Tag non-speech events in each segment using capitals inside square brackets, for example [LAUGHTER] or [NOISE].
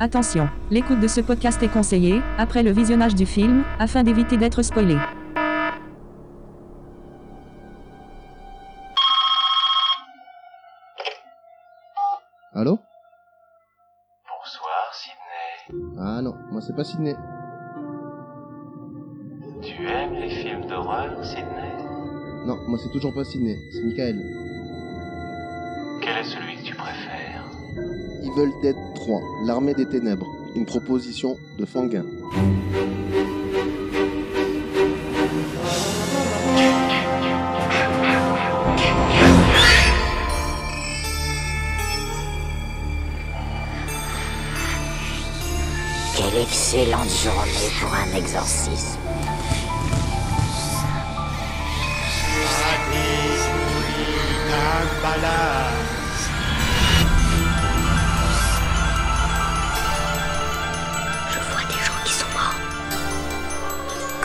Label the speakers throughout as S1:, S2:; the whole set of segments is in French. S1: Attention, l'écoute de ce podcast est conseillée, après le visionnage du film, afin d'éviter d'être spoilé.
S2: Allô
S3: Bonsoir Sydney.
S2: Ah non, moi c'est pas Sydney.
S3: Tu aimes les films d'horreur, Sydney
S2: Non, moi c'est toujours pas Sydney, c'est Michael.
S3: Quel est celui que tu préfères
S2: Evil Dead 3, l'armée des ténèbres. Une proposition de Fanguin.
S4: Quelle excellente journée pour un exorcisme. Je vois des gens qui sont morts.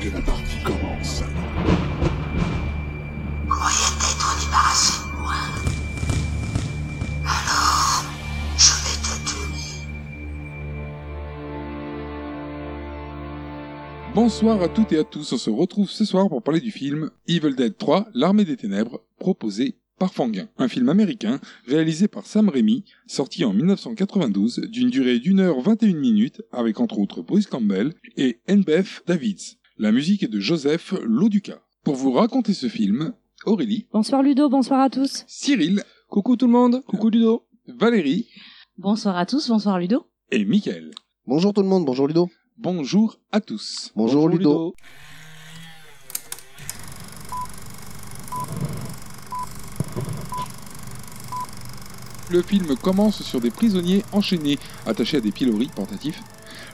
S5: Et la partie commence.
S4: Croyez t'être débarrassé de moi. Alors, je vais te tuer.
S5: Bonsoir à toutes et à tous, on se retrouve ce soir pour parler du film Evil Dead 3, l'armée des ténèbres, proposé par Fanguin. Un film américain réalisé par Sam Raimi, sorti en 1992, d'une durée d'une heure 21 minutes, avec entre autres Bruce Campbell et NBF Davids. La musique est de Joseph Loduca. Pour vous raconter ce film, Aurélie,
S6: Bonsoir Ludo, bonsoir à tous.
S5: Cyril,
S7: Coucou tout le monde, coucou Ludo.
S5: Valérie
S6: Bonsoir à tous, bonsoir Ludo.
S5: et Michael.
S2: Bonjour tout le monde, bonjour Ludo.
S5: Bonjour à tous.
S2: Bonjour, Ludo.
S5: Le film commence sur des prisonniers enchaînés, attachés à des piloris portatifs.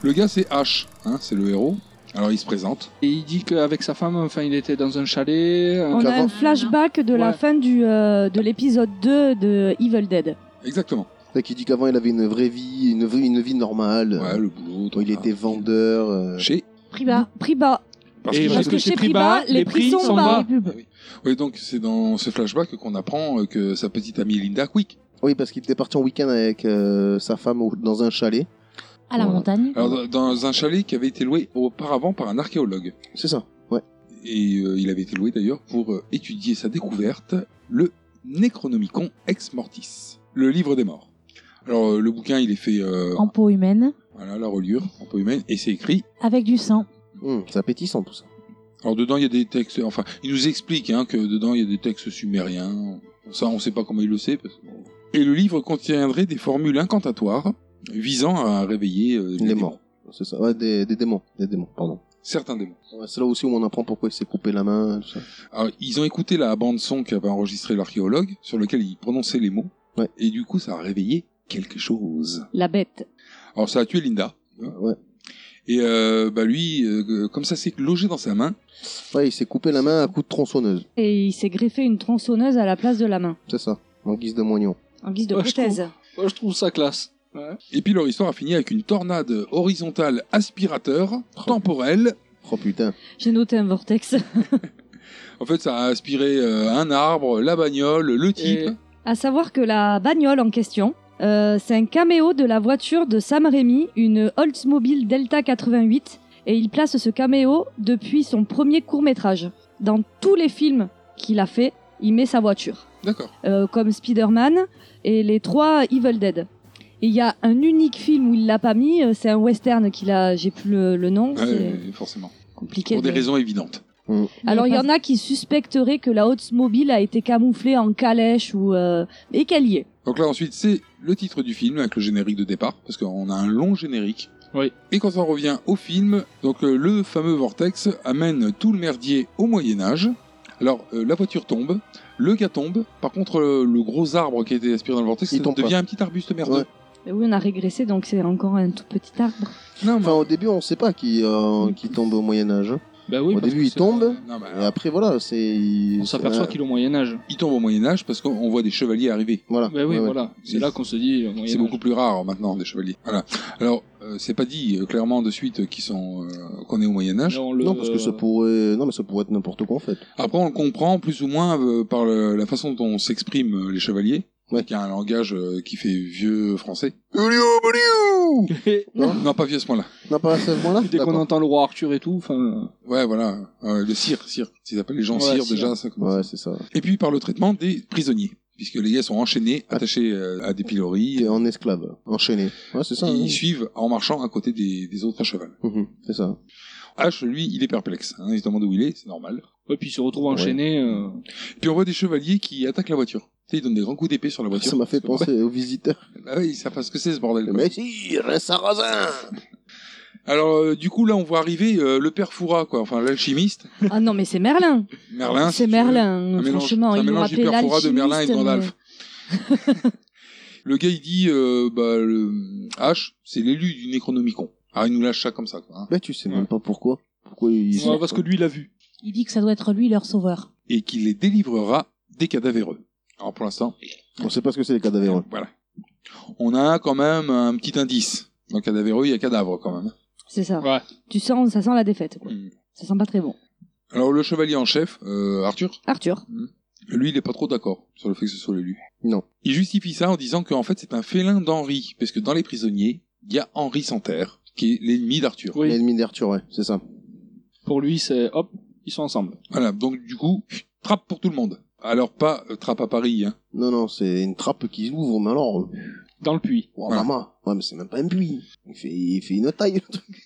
S5: Le gars c'est H, hein, c'est le héros. Alors il se présente.
S7: Et il dit qu'avec sa femme, enfin, il était dans un chalet. euh,
S6: On a
S2: avant-
S6: un flashback de la
S7: Ouais.
S6: fin du, euh, de l'épisode 2 de Evil Dead.
S5: Exactement.
S2: Là, Bah, qui dit qu'avant il avait une vraie vie, une, vraie- une vie normale.
S5: Ouais, le boulot.
S2: Quand Euh, il était vendeur. euh,
S5: Chez.
S6: Priba. Priba.
S5: Parce
S7: Et
S5: que-
S6: Parce que chez Priba, les prix sont
S7: bas.
S6: bas.
S5: Oui, donc c'est dans ce flashback qu'on apprend euh, que sa petite amie Linda Quick.
S2: Oui, parce qu'il était parti en week-end avec euh, sa femme au- dans un chalet.
S6: À la
S2: Voilà.
S6: montagne.
S5: Alors dans- dans un chalet qui avait été loué auparavant par un archéologue.
S2: C'est ça. Ouais.
S5: et euh, il avait été loué d'ailleurs pour euh, étudier sa découverte, le Necronomicon Ex Mortis, le livre des morts. Alors euh, le bouquin il est fait euh,
S6: En peau humaine,
S5: voilà la reliure en peau humaine et c'est écrit.
S6: avec du sang.
S2: Hum, c'est appétissant tout ça.
S5: Alors dedans il y a des textes, enfin il nous explique hein, que dedans il y a des textes sumériens. Ça on sait pas comment il le sait. parce que- Et le livre contiendrait des formules incantatoires visant à réveiller euh,
S2: Les
S5: démons.
S2: morts. C'est ça. Ouais, des, des démons. Des démons, pardon.
S5: certains démons.
S2: Ouais, c'est là aussi où on apprend pourquoi il s'est coupé la main. Tout ça.
S5: Alors, ils ont écouté la bande son qu'avait enregistré l'archéologue, sur lequel il prononçait les mots,
S2: Ouais.
S5: et du coup, ça a réveillé quelque chose.
S6: La bête.
S5: Alors, ça a tué Linda.
S2: Ouais.
S5: Et euh, bah lui, euh, comme ça c'est logé dans sa main,
S2: Ouais, il s'est coupé la main à coup de tronçonneuse.
S6: Et il s'est greffé une tronçonneuse à la place de la main.
S2: C'est ça. En guise de moignon.
S6: En guise de
S7: Ouais, je
S6: prothèse.
S7: Moi, je trouve ça classe. Ouais.
S5: et puis leur histoire a fini avec une tornade horizontale aspirateur, temporelle.
S2: Oh putain.
S6: J'ai noté un vortex.
S5: En fait, ça a aspiré euh, un arbre, la bagnole, le type.
S7: Et-
S6: À savoir que la bagnole en question, euh, c'est un caméo de la voiture de Sam Raimi, une Oldsmobile Delta 88, et il place ce caméo depuis son premier court métrage. Dans tous les films qu'il a fait, il met sa voiture,
S5: D'accord.
S6: euh, comme Spider-Man et les trois Evil Dead. Et il y a un unique film où il l'a pas mis, euh, c'est un western qu'il a, j'ai plus le, le nom,
S5: Ouais,
S6: c'est
S5: ouais, forcément.
S6: compliqué.
S5: Pour des
S6: de-
S5: raisons évidentes.
S6: alors il y en a qui suspecteraient que la Oldsmobile a été camouflée en calèche ou euh, et qu'elle y est.
S5: Donc là ensuite c'est le titre du film avec le générique de départ parce qu'on a un long générique.
S7: Oui.
S5: Et quand on revient au film, donc euh, le fameux vortex amène tout le merdier au Moyen Âge. Alors euh, la voiture tombe, le gars tombe. Par contre euh, le gros arbre qui était aspiré dans le vortex
S2: Il tombe
S5: devient
S2: pas.
S5: un petit arbuste merdeux.
S2: Ouais.
S6: Mais oui, on a régressé, donc c'est encore un tout petit arbre.
S5: Non, mais-
S2: Enfin, au début, on sait pas qui, euh, qui tombe au Moyen-Âge.
S7: Bah oui,
S2: Au
S7: parce
S2: début,
S7: que
S2: il
S7: c'est-
S2: tombe.
S5: non, mais,
S2: Et
S5: alors,
S2: après, voilà, c'est.
S7: On s'aperçoit qu'il est au Moyen-Âge.
S5: il tombe au Moyen Âge parce qu'on on voit des chevaliers arriver.
S2: Voilà.
S7: Bah oui,
S2: Ouais, ouais.
S7: voilà. C'est là qu'on se dit. au Moyen
S5: C'est
S7: Âge.
S5: beaucoup plus rare maintenant des chevaliers. Voilà. Alors Euh, c'est pas dit euh, clairement de suite qu'ils sont euh, qu'on est au Moyen Âge.
S7: Non, le-
S2: Non, parce que ça
S7: [LAUGHS]
S2: pourrait, non, mais ça pourrait être n'importe quoi en fait.
S5: Après, on le comprend plus ou moins euh, par le- la façon dont s'expriment euh, les chevaliers,
S2: Ouais.
S5: qui a un langage euh, qui fait vieux français.
S2: Non,
S5: Non, pas vieux à ce point-là.
S2: non pas à ce point-là.
S7: Dès qu'on entend le roi Arthur et tout, enfin.
S5: Ouais, voilà. Euh, le cire, cire. Ils appellent les gens
S7: Ouais,
S5: cire,
S7: cire.
S5: déjà. Ça commence.
S2: Ouais, c'est ça.
S5: Et puis par le traitement des prisonniers, puisque les gars sont enchaînés,
S2: Ah.
S5: attachés euh, à des
S2: T'es
S5: pilories.
S2: en esclave, enchaîné. Ouais, c'est ça. hein.
S5: Ils suivent en marchant à côté des, des autres à cheval.
S2: [LAUGHS] Mhm, c'est ça.
S5: H, lui, il est perplexe. hein, il se demande où il est, c'est normal.
S7: Et puis il se retrouve
S2: Ouais.
S7: enchaîné. euh,
S5: Puis on voit des chevaliers qui attaquent la voiture. Tu sais, ils donnent des grands coups d'épée sur la voiture.
S2: Ah, Ça m'a fait
S5: Parce que-
S2: penser aux
S7: [LAUGHS]
S2: visiteurs.
S5: Ah oui, ils savent pas ce que c'est ce bordel. quoi.
S2: Mais si, reste sarrasin
S5: Alors, euh, du coup, là, on voit arriver euh, le père Foura, quoi. Enfin, l'alchimiste.
S6: Ah non, mais c'est Merlin.
S5: Merlin. si
S6: C'est
S5: tu veux.
S6: Merlin.
S5: Un mélange-
S6: Franchement,
S5: c'est un
S6: ils l'ont
S5: mélange du
S6: appelé
S5: père Foura, de Merlin et de
S6: l'alchimiste,
S5: Gandalf.
S6: [LAUGHS]
S5: Le gars, il dit, euh, bah, le H, c'est l'élu du Necronomicon. Ah, il nous lâche ça comme ça, quoi. hein.
S2: Mais tu sais
S5: Ouais.
S2: même pas pourquoi. Pourquoi ils...
S7: ouais, parce que lui, il l'a vu.
S8: Il dit que ça doit être lui leur sauveur.
S5: Et qu'il les délivrera des cadavéreux. Alors, pour l'instant,
S2: On sait pas ce que c'est les cadavéreux.
S5: voilà. On a quand même un petit indice. Dans cadavéreux, il y a cadavre, quand même.
S6: C'est ça.
S7: Ouais.
S6: Tu sens, ça sent la défaite. quoi.
S5: Mm.
S6: Ça sent pas très bon.
S5: Alors, le chevalier en chef, euh, Arthur,
S6: Arthur.
S5: Lui, il est pas trop d'accord sur le fait que ce soit l'élu.
S2: Non.
S5: Il justifie ça en disant qu'en fait, c'est un félin d'Henri, parce que dans les prisonniers, il y a Henri sans terre, qui est l'ennemi d'Arthur.
S7: Oui.
S2: L'ennemi d'Arthur, ouais, c'est ça.
S7: Pour lui, c'est hop, ils sont ensemble.
S5: Voilà, donc du coup, trappe pour tout le monde. Alors pas euh, trappe à Paris, hein.
S2: Non, non, c'est une trappe qui s'ouvre, mais alors... euh,
S7: Dans le puits.
S2: Oh,
S5: Voilà.
S2: maman Ouais, mais c'est même pas un puits. Il fait, il fait une taille. le truc.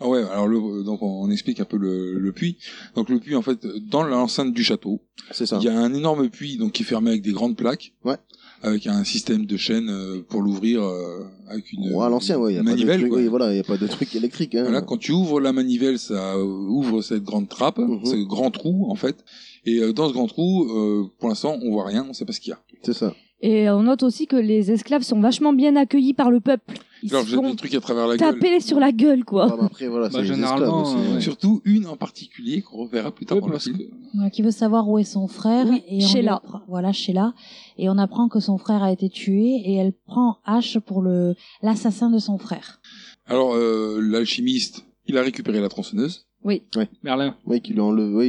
S5: Ah ouais, alors le- donc on, on explique un peu le, le puits. Donc le puits, en fait, dans l'enceinte du château,
S2: C'est ça.
S5: il y a un énorme puits donc qui est fermé avec des grandes plaques,
S2: Ouais.
S5: avec un système de chaîne euh, pour l'ouvrir euh, avec une
S2: Ouais, à l'ancien, ouais, il y a
S5: une
S2: pas de
S5: manivelle.
S2: truc,
S5: quoi.
S2: ouais, voilà, il y a pas de truc électrique. Hein.
S5: Voilà, quand tu ouvres la manivelle, ça euh, ouvre cette grande trappe,
S2: Mhm.
S5: ce grand trou en fait. Et euh, dans ce grand trou, euh, pour l'instant, on voit rien, on sait pas ce qu'il y a.
S2: C'est ça.
S6: Et on note aussi que les esclaves sont vachement bien accueillis par le peuple. Ils
S5: Alors
S6: se
S5: j'ai
S6: font
S5: des trucs à travers la gueule.
S6: taper sur la gueule, quoi.
S2: Ouais, mais après, voilà,
S7: Bah,
S2: c'est les
S7: généralement,
S2: esclaves, c'est-
S7: euh, ouais.
S5: Surtout une en particulier qu'on reverra plus tard
S7: Ouais,
S5: dans le
S7: parce
S5: film.
S8: Voilà, Euh, qui veut savoir où est son frère.
S6: Oui,
S8: et on
S6: Sheila.
S8: lui appre- Voilà, Sheila. Et on apprend que son frère a été tué et elle prend H pour le l'assassin de son frère.
S5: Alors euh, l'alchimiste, il a récupéré la tronçonneuse.
S7: Merlin.
S2: Ouais, qui lui enlève, ouais,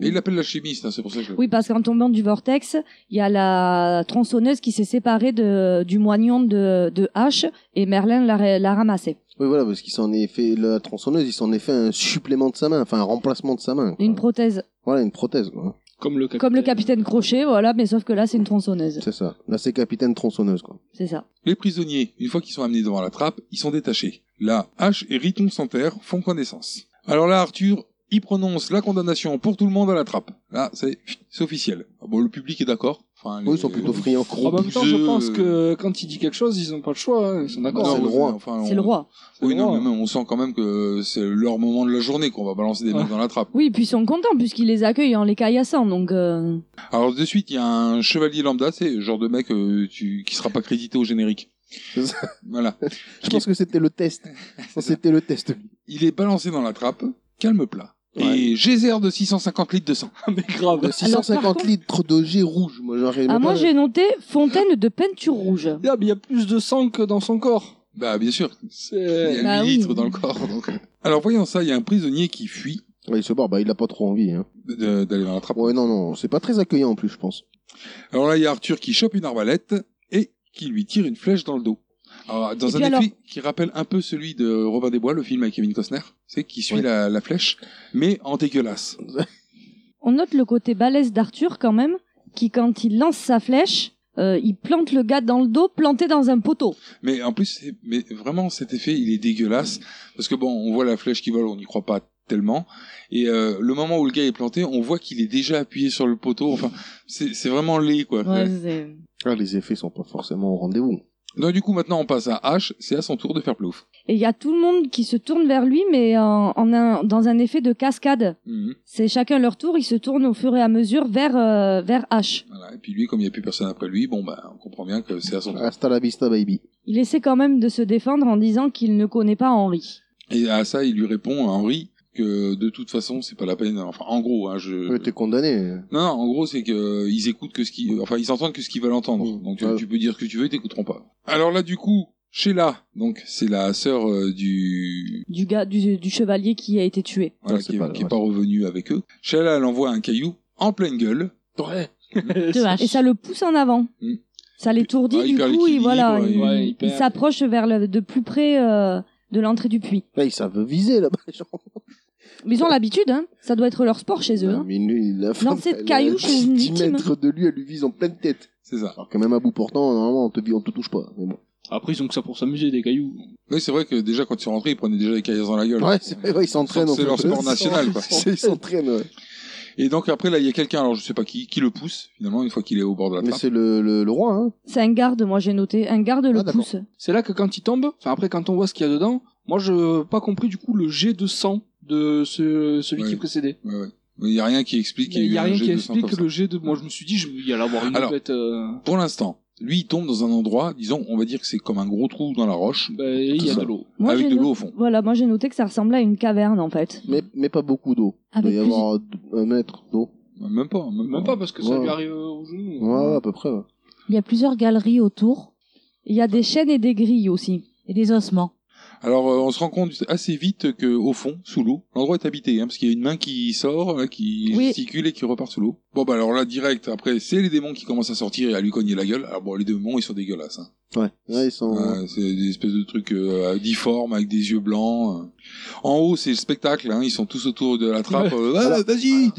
S5: Et il l'appelle l'alchimiste, hein, c'est pour ça que.
S6: Oui, parce qu'en tombant du vortex, il y a la tronçonneuse qui s'est séparée de, du moignon de, de H et Merlin l'a, ra- l'a ramassée.
S2: Oui, voilà, parce qu'il s'en est fait, la tronçonneuse, il s'en est fait un supplément de sa main, enfin un remplacement de sa main. quoi.
S6: Une prothèse,
S2: Voilà, une prothèse, quoi.
S7: Comme le capitaine.
S6: comme le capitaine Crochet, voilà, mais sauf que là, c'est une tronçonneuse.
S2: C'est ça. Là, c'est capitaine tronçonneuse, quoi.
S6: C'est ça.
S5: Les prisonniers, une fois qu'ils sont amenés devant la trappe, ils sont détachés. Là, H et Riton sans terre font connaissance. Alors là, Arthur, il prononce la condamnation pour tout le monde à la trappe. Là, c'est c'est officiel. Ah Bon, le public est d'accord. Enfin,
S2: Oui, ils sont
S5: euh,
S2: plutôt friands.
S5: ah
S7: En même
S5: Gros
S7: temps, Ah, bah, je pense
S5: bouseux.
S7: que quand il dit quelque chose, ils n'ont pas le choix. hein, Ils sont
S2: Non,
S7: d'accord.
S2: c'est le roi.
S5: Enfin,
S6: C'est
S5: on-
S6: le roi.
S5: Oui,
S7: le
S5: non,
S7: roi.
S5: mais même, on sent quand même que c'est leur moment de la journée qu'on va balancer des mecs
S7: Ouais.
S5: dans la trappe.
S6: Oui, puis ils sont contents puisqu'il les accueille en les caillassant, donc... euh,
S5: Alors de suite, il y a un chevalier lambda, c'est le genre de mec euh, tu... qui sera pas crédité au générique.
S2: C'est ça.
S5: Voilà.
S2: Je pense que c'était le
S5: [LAUGHS]
S2: test. C'était le test.
S5: Il est balancé dans la trappe, calme plat.
S2: Ouais.
S5: Et geyser de 650 litres de sang.
S7: [LAUGHS] mais grave.
S2: De 650
S6: contre-
S2: litres de jet rouge. Moi, j'aurais
S6: Ah,
S2: aimé
S6: moi,
S2: pas-
S6: j'ai noté fontaine de peinture rouge.
S7: Ah, mais il y a plus de sang que dans son corps.
S5: Bah bien sûr, il y
S7: C'est.
S5: a
S6: Bah
S5: 8
S6: oui.
S5: litres dans le corps. donc. Alors voyant ça, il y a un prisonnier qui fuit
S2: Ouais, il se barre. Bah, il a pas trop envie, hein.
S5: de- d'aller dans la trappe.
S2: Ouais, non, non. C'est pas très accueillant, en plus, je pense.
S5: Alors là, il y a Arthur qui chope une arbalète et qui lui tire une flèche dans le dos. Alors, dans
S6: Et
S5: un
S6: puis
S5: effet
S6: alors
S5: qui rappelle un peu celui de Robin des Bois, le film avec Kevin Costner, c'est qui suit
S2: Ouais.
S5: la, la flèche, mais en dégueulasse.
S6: On note le côté balèze d'Arthur quand même, qui quand il lance sa flèche, euh, il plante le gars dans le dos, planté dans un poteau.
S5: Mais en plus, c'est- mais vraiment cet effet, il est dégueulasse parce que bon, on voit la flèche qui vole, on n'y croit pas tellement. Et euh, le moment où le gars est planté, on voit qu'il est déjà appuyé sur le poteau. Enfin, c'est c'est vraiment laid quoi.
S2: Ah, les effets sont pas forcément au rendez-vous.
S5: Donc du coup, maintenant, on passe à H. C'est à son tour de faire plouf.
S6: Et il y a tout le monde qui se tourne vers lui, mais en, en un- dans un effet de cascade.
S5: Mhm.
S6: C'est chacun leur tour, ils se tournent au fur et à mesure vers, euh, vers H.
S5: Voilà. Et puis lui, comme il n'y a plus personne après lui, bon bah, on comprend bien que c'est à son tour.
S2: Hasta la vista, baby.
S6: Il essaie quand même de se défendre en disant qu'il ne connaît pas Henri.
S5: Et à ça, il lui répond, à Henri, que de toute façon, c'est pas la peine. Enfin, en gros, hein, je.
S2: Euh, T'es condamné.
S5: Non, non, en gros, c'est que euh, ils écoutent que ce qui, enfin, ils entendent que ce qu'ils veulent entendre.
S2: Mm.
S5: Donc euh, tu,
S2: Ouais.
S5: tu peux dire ce que tu veux, ils t'écouteront pas. Alors là, du coup, Sheila, donc c'est la sœur euh, du
S6: du gars, du, du chevalier qui a été tué.
S5: voilà,
S9: Ouais, c'est
S5: qui, est-
S9: pas-
S5: qui est
S9: ouais.
S5: pas revenue avec eux. Sheila, elle envoie un caillou en pleine gueule.
S7: Ouais.
S8: Deux haches.
S6: Et ça le pousse en avant.
S5: Mm.
S6: Ça l'étourdit,
S5: Ouais, il
S6: du
S5: perd
S6: coup, il,
S5: l'équilibre,
S6: voilà,
S5: ouais,
S6: il,
S7: ouais, il
S6: il
S7: perd.
S6: s'approche vers le, de plus près euh, de l'entrée du puits.
S2: Là, ils savent viser là-bas, les gens.
S6: Mais ils ont l'habitude, hein. ça doit être leur sport chez eux.
S2: Non,
S6: hein.
S2: mais lui, la femme,
S6: Lancer de
S2: elle est
S6: cailloux
S2: à
S6: chez une
S2: 10
S6: victime.
S2: mètres de lui, elle lui vise en pleine tête.
S5: C'est ça.
S2: Alors que même à bout portant, normalement, on te, on te touche pas. Mais bon.
S7: Après, ils ont que ça pour s'amuser, des cailloux.
S5: Oui, c'est vrai que déjà quand ils sont rentrés, ils prenaient déjà des caillasses dans la gueule.
S2: Ouais, c'est vrai, ouais, ils s'entraînent. en
S5: C'est leur
S2: fait.
S5: sport national,
S2: [LAUGHS]
S5: quoi.
S2: C'est- Ils s'entraînent, ouais.
S5: Et donc après là, il y a quelqu'un, alors je sais pas qui, qui le pousse finalement une fois qu'il est au bord de la
S2: Mais
S5: trappe.
S2: c'est le, le, le roi, hein.
S6: C'est un garde, moi j'ai noté, un garde le
S2: Ah, d'accord.
S6: pousse.
S7: C'est là que quand il tombe, enfin après quand on voit ce qu'il y a dedans, moi je pas compris du coup le jet de sang de ce, celui
S5: Ouais.
S7: qui précédait.
S5: Ouais, ouais. Mais il y a rien qui explique. qu'il
S7: Il y
S5: eu
S7: a
S5: un
S7: rien
S5: jet
S7: qui
S5: de sang
S7: explique
S5: comme
S7: le jet de. Moi je me suis dit, je... il y a avoir une
S5: Alors,
S7: bête. euh,
S5: ça. Pour l'instant, lui, il tombe dans un endroit, disons, on va dire que c'est comme un gros trou dans la roche,
S7: bah, il y a
S5: ça.
S7: de l'eau.
S6: Moi,
S5: avec
S6: j'ai
S5: de
S6: no-
S5: l'eau Ah au fond.
S6: Voilà, moi j'ai noté que ça ressemblait à une caverne en fait.
S2: Mais, mais pas beaucoup d'eau. Il doit
S8: Avec
S2: y
S8: plus-
S2: avoir un mètre d'eau.
S5: Même pas, même,
S7: Même
S5: pas.
S7: pas parce que ça
S2: Ouais.
S7: lui arrive euh, au genou.
S2: Ouais, ouais, à peu près. ouais.
S8: Il y a plusieurs galeries autour
S6: Il y a des chaînes et des grilles aussi.
S8: et des ossements.
S5: Alors, euh, on se rend compte assez vite que, au fond, sous l'eau, l'endroit est habité, hein, parce qu'il y a une main qui sort, là, qui
S6: Oui.
S5: gesticule et qui repart sous l'eau. Bon, bah alors là, direct, après, c'est les démons qui commencent à sortir et à lui cogner la gueule. Alors bon, les démons, ils sont dégueulasses. Hein.
S2: Ouais. Ouais, ils sont.
S5: Euh, c'est des espèces de trucs euh, difformes, avec des yeux blancs. euh. En haut, c'est le spectacle, hein, ils sont tous autour de la trappe. euh, Ah,
S2: Voilà.
S5: Vas-y,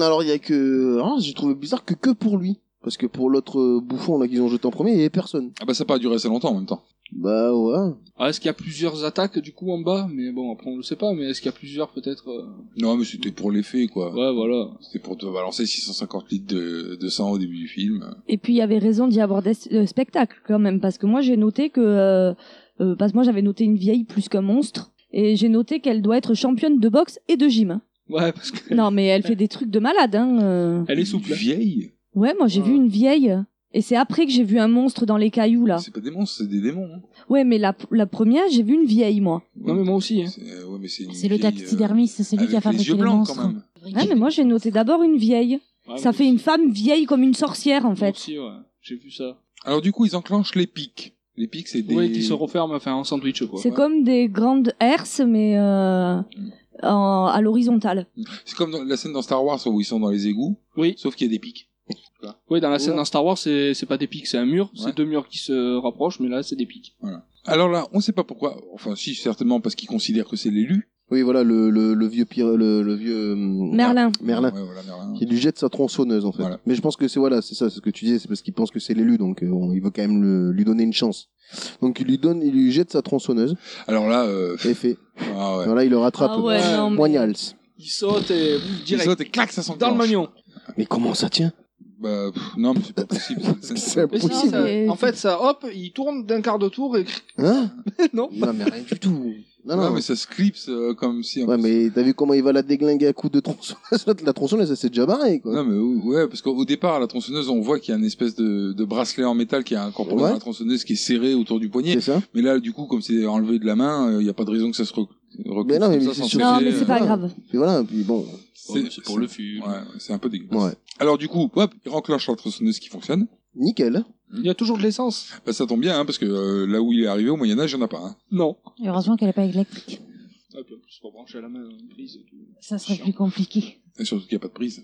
S2: [CLEARS THROAT] Alors, il y a que. Alors, j'ai trouvé bizarre que que pour lui. Parce que pour l'autre euh, bouffon là qu'ils ont jeté en premier, il y avait personne.
S5: Ah bah ça a pas duré assez longtemps en même temps.
S2: Bah ouais.
S7: Ah, est-ce qu'il y a plusieurs attaques du coup en bas Mais bon, après on le sait pas, mais est-ce qu'il y a plusieurs peut-être euh,
S5: Non, mais c'était pour l'effet, quoi.
S7: Ouais, voilà.
S5: C'était pour te balancer 650 litres de, de sang au début du film.
S6: Et puis il y avait raison d'y avoir des euh, spectacles quand même, parce que moi j'ai noté que. euh, euh, parce que moi j'avais noté une vieille plus qu'un monstre, et j'ai noté qu'elle doit être championne de boxe et de gym.
S7: Ouais, parce que. [LAUGHS]
S6: Non, mais elle fait des trucs de malade. Hein. euh.
S7: Elle est souple. hein.
S5: Vieille
S6: Ouais, moi j'ai
S7: Ouais.
S6: vu une vieille. Et c'est après que j'ai vu un monstre dans les cailloux là.
S5: C'est pas des monstres, c'est des démons. hein.
S6: Ouais, mais la, la première, j'ai vu une vieille moi.
S7: Non, mais moi aussi. Hein.
S5: C'est euh, ouais, mais c'est une
S8: C'est le
S5: vieille, euh,
S8: taxidermiste, c'est celui
S5: avec
S8: qui a
S5: les
S8: fabriqué
S5: yeux
S8: les,
S5: blancs,
S8: monstres.
S5: quand même.
S6: Ouais, mais moi j'ai noté d'abord une vieille.
S7: hein. Ouais,
S6: Ça
S7: moi
S6: fait
S7: aussi.
S6: une femme vieille comme une sorcière en
S7: Moi
S6: fait.
S7: aussi, ouais. J'ai vu ça.
S5: Alors du coup, ils enclenchent les pics. Les pics, c'est des...
S7: Ouais, qui se referment, enfin en sandwich quoi.
S6: C'est comme des grandes herses, mais euh, en- à l'horizontale.
S5: C'est comme dans la scène dans Star Wars où ils sont dans les égouts,
S7: Oui.
S5: sauf qu'il y a des pics.
S7: Oui, dans la scène dans Star Wars, c'est c'est pas des pics, c'est un mur.
S5: Ouais.
S7: C'est deux murs qui se rapprochent, mais là, c'est des pics.
S5: Alors là, on sait pas pourquoi, enfin si, certainement parce qu'ils considèrent que c'est l'élu.
S2: Oui, voilà, le, le, le vieux pire, le, le vieux. euh,
S6: Merlin.
S2: Merlin.
S5: Ouais, voilà, Merlin.
S2: Il lui jette sa tronçonneuse en fait.
S5: Voilà.
S2: Mais je pense que c'est voilà, c'est ça, c'est ce que tu disais, c'est parce qu'il pense que c'est l'élu, donc euh, on- il veut quand même le- lui donner une chance. Donc il lui donne, il lui jette sa tronçonneuse
S5: Alors là, euh...
S2: et fait.
S5: ah ouais.
S2: Voilà, il le rattrape.
S6: Ah ouais, non, mais-
S2: Moignals.
S7: Il saute et boum,
S5: Ils
S7: direct.
S5: sautent et clac, ça sent
S7: dans le magnon.
S2: Mais comment ça tient
S5: Bah, pff, non, mais c'est pas possible.
S2: [LAUGHS]
S5: C'est-
S2: C'est
S5: c'est-
S7: Mais si,
S2: impossible.
S7: ça-
S6: mais-
S7: en fait, ça, hop, il tourne d'un quart de tour et [LAUGHS]
S2: Hein
S7: non.
S2: Non mais rien du tout. Non
S5: Non,
S2: Ah non.
S5: mais ça se clipse euh, comme si...
S2: Ouais mais t'as vu comment il va la déglinguer à coups de tronçonneuse L'autre, [LAUGHS] La tronçonneuse, elle s'est déjà barrée quoi.
S5: Non mais ou- ouais parce qu'au au départ à la tronçonneuse on voit qu'il y a une espèce de, de bracelet en métal qui est incorporé
S2: Ouais.
S5: dans la tronçonneuse qui est serré autour du poignet
S2: C'est ça
S5: mais là du coup comme c'est enlevé de la main il n'y a pas de raison que ça se rec- recoupe
S2: Mais non, mais
S5: comme ça
S2: c'est
S5: sans
S2: sûr.
S5: se
S6: Non,
S5: casser,
S6: mais
S5: euh,
S6: c'est pas
S2: euh,
S6: grave.
S2: Puis voilà, puis bon.
S5: c'est
S7: c'est pour le film.
S5: ouais, ouais, c'est un peu dégueu
S2: Ouais.
S5: alors du coup hop il renclenche la tronçonneuse qui fonctionne
S2: Nickel.
S7: Il y a toujours de l'essence.
S5: bah, ça tombe bien hein, parce que euh, là où il est arrivé au Moyen Âge il n'y en a pas hein.
S7: Non.
S8: Et Heureusement qu'elle n'est pas électrique.
S7: Ah, puis en plus, faut brancher à la main une prise et [LAUGHS] tout.
S8: Ça serait
S7: Chiant.
S8: plus compliqué.
S5: et surtout qu'il n'y a pas de prise